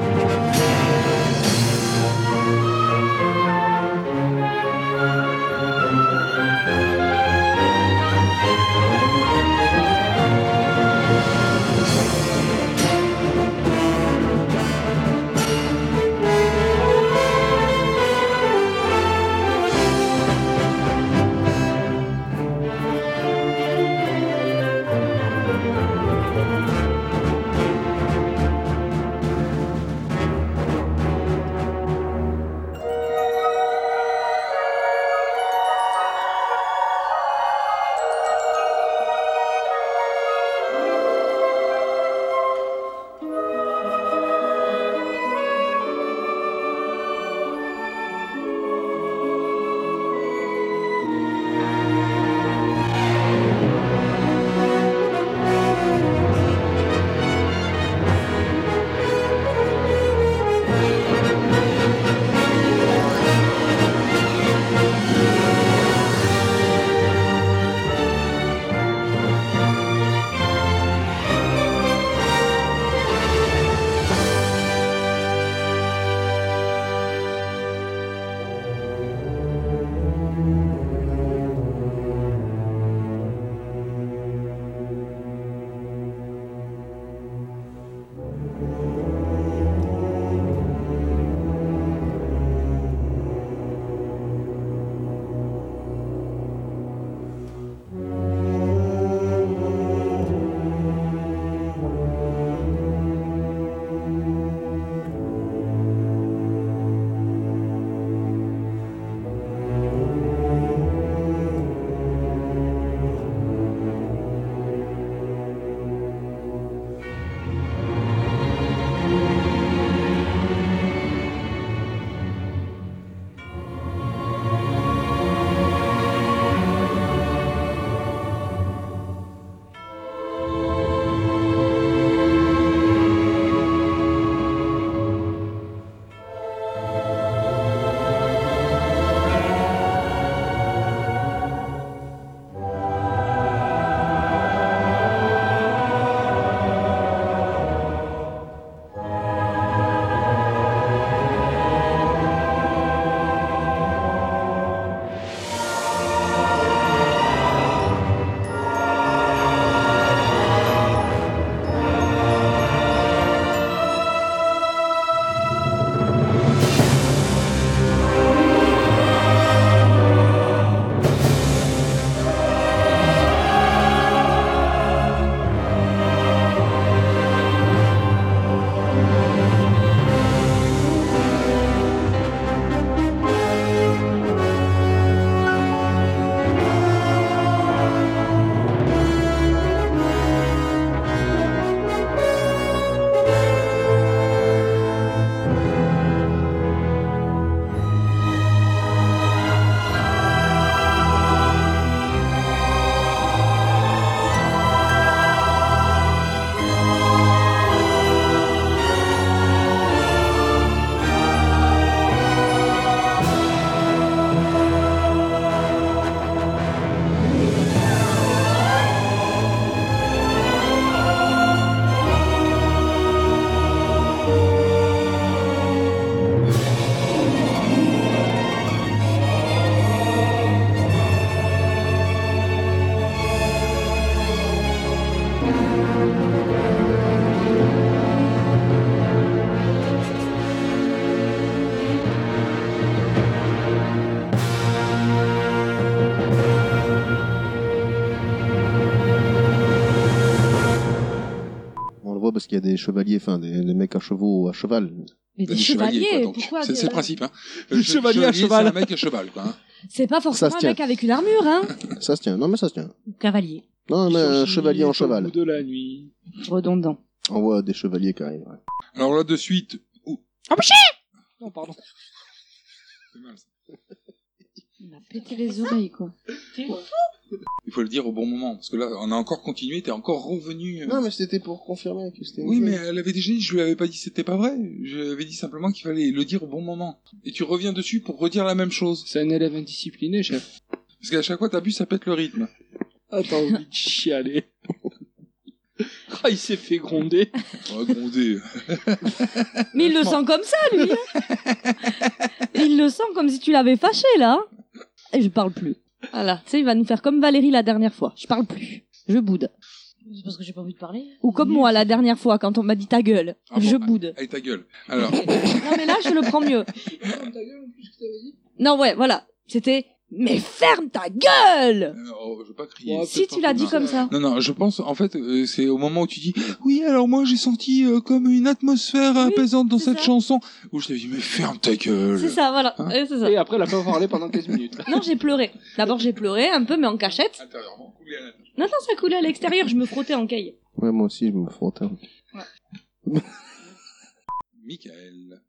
S12: Thank
S2: qu'il y a des chevaliers, enfin des, des mecs à chevaux à cheval.
S6: Mais des,
S5: Des
S6: chevaliers,
S5: quoi, donc.
S6: pourquoi
S5: C'est
S6: de-
S5: c'est le principe.
S6: [LAUGHS]
S5: Hein.
S6: Le
S5: Le
S6: chevalier à cheval.
S5: C'est un mec à cheval, quoi. hein.
S6: C'est pas
S2: Ça
S6: forcément
S2: se
S6: un mec
S2: tient.
S6: avec une armure, hein
S2: Ça se tient, non mais ça se tient.
S6: Cavalier.
S2: Non mais un
S5: sont
S2: chevalier en
S5: gilets,
S2: cheval.
S5: de la nuit.
S6: Redondant.
S2: On voit des chevaliers qui arrivent. ouais.
S5: Alors là, de suite. Oh, Non, pardon. c'est mal, ça.
S6: Il m'a pété les oreilles, quoi.
S5: Il faut le dire au bon moment, parce que là, on a encore continué, t'es encore revenu. euh,
S2: Non mais c'était pour confirmer que c'était. une
S5: Oui,
S2: blague.
S5: mais elle avait déjà dit, je lui avais pas dit que c'était pas vrai. Je lui avais dit simplement qu'il fallait le dire au bon moment. Et tu reviens dessus pour redire la même chose.
S10: C'est un élève indiscipliné, chef.
S5: Parce qu'à chaque fois, t'abuses, ça pète le rythme.
S10: Attends, envie de chialer. ah, il s'est fait gronder.
S5: Oh, grondé.
S6: Mais il le sent comme ça,
S5: [LAUGHS]
S6: lui hein. Il le sent comme si tu l'avais fâché, là hein. Et je parle plus. Voilà, tu sais, il va nous faire comme Valérie la dernière fois. Je parle plus. Je boude.
S8: C'est parce que j'ai pas envie de parler.
S6: Ou comme moi la dernière fois, quand on m'a dit ta gueule.
S5: Ah bon,
S6: je boude.
S5: Allez, ta gueule. Alors,
S6: Non, mais là, je le prends mieux. Non, ouais, voilà. C'était Mais ferme ta gueule
S5: oh, je veux pas crier.
S6: Si tu l'as dit comme ça.
S5: Non, non, je pense, en fait, euh, c'est au moment où tu dis, oui, alors moi, j'ai senti euh, comme une atmosphère apaisante dans cette chanson, où je t'ai dit, mais ferme ta gueule.
S6: C'est ça, voilà.
S5: Hein
S6: Ouais, c'est ça.
S10: Et après, elle a pas parlé pendant 15 minutes.
S6: Non, j'ai pleuré. D'abord, j'ai pleuré un peu, mais en cachette.
S5: Intérieurement, coulé à l'intérieur.
S6: Non, non, ça coulait à l'extérieur, je me frottais en caille.
S2: Ouais, moi aussi je me hein. frottais.
S5: Michael.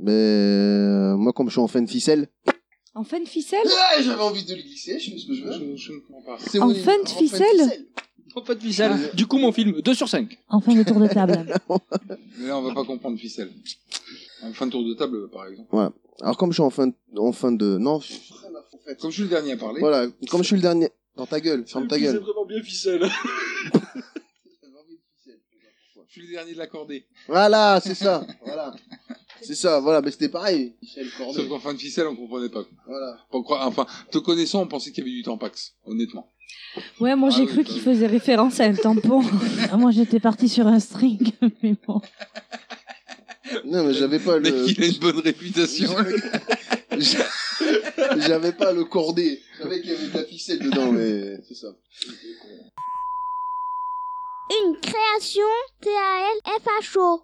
S2: Mais euh, moi comme je suis en fin de ficelle.
S6: En fin de ficelle
S2: J'avais envie de le glisser, je sais ce que je veux. C'est
S6: En
S2: mon-
S6: fin de ficelle
S10: Pas de
S5: Ah.
S10: ficelle. Du coup, mon film, 2 sur 5.
S8: Enfin, le tour de table.
S5: Mais là, on va pas comprendre ficelle. En fin de tour de table, par exemple.
S2: Voilà. Alors comme je suis en fin de... en fin de non,
S5: Comme je suis le dernier à parler.
S2: voilà, comme je suis le dernier dans ta gueule, ferme ta gueule.
S5: vraiment bien ficelle. je suis le dernier de l'accorder.
S2: Voilà, c'est ça. [LAUGHS] Voilà. C'est ça, voilà, mais c'était pareil. Michel Cornet.
S5: Sauf qu'en fin de ficelle, on comprenait pas.
S2: Voilà.
S5: Pas quoi- Enfin, te connaissant, on pensait qu'il y avait du temps Pax, honnêtement.
S6: Ouais, moi
S5: Ah
S6: j'ai
S5: oui,
S6: cru
S5: bah
S6: qu'il
S5: oui.
S6: faisait référence à un tampon.
S8: Ah,
S14: moi, j'étais partie sur un
S8: [LAUGHS]
S14: string, mais bon.
S2: Non, mais j'avais pas
S5: Mais
S2: le
S5: il a une
S2: [LAUGHS]
S5: bonne réputation.
S2: j'avais pas le cordé. Je savais qu'il y avait de la ficelle dedans, mais c'est ça.
S15: Une création T-A-L-F-H-O.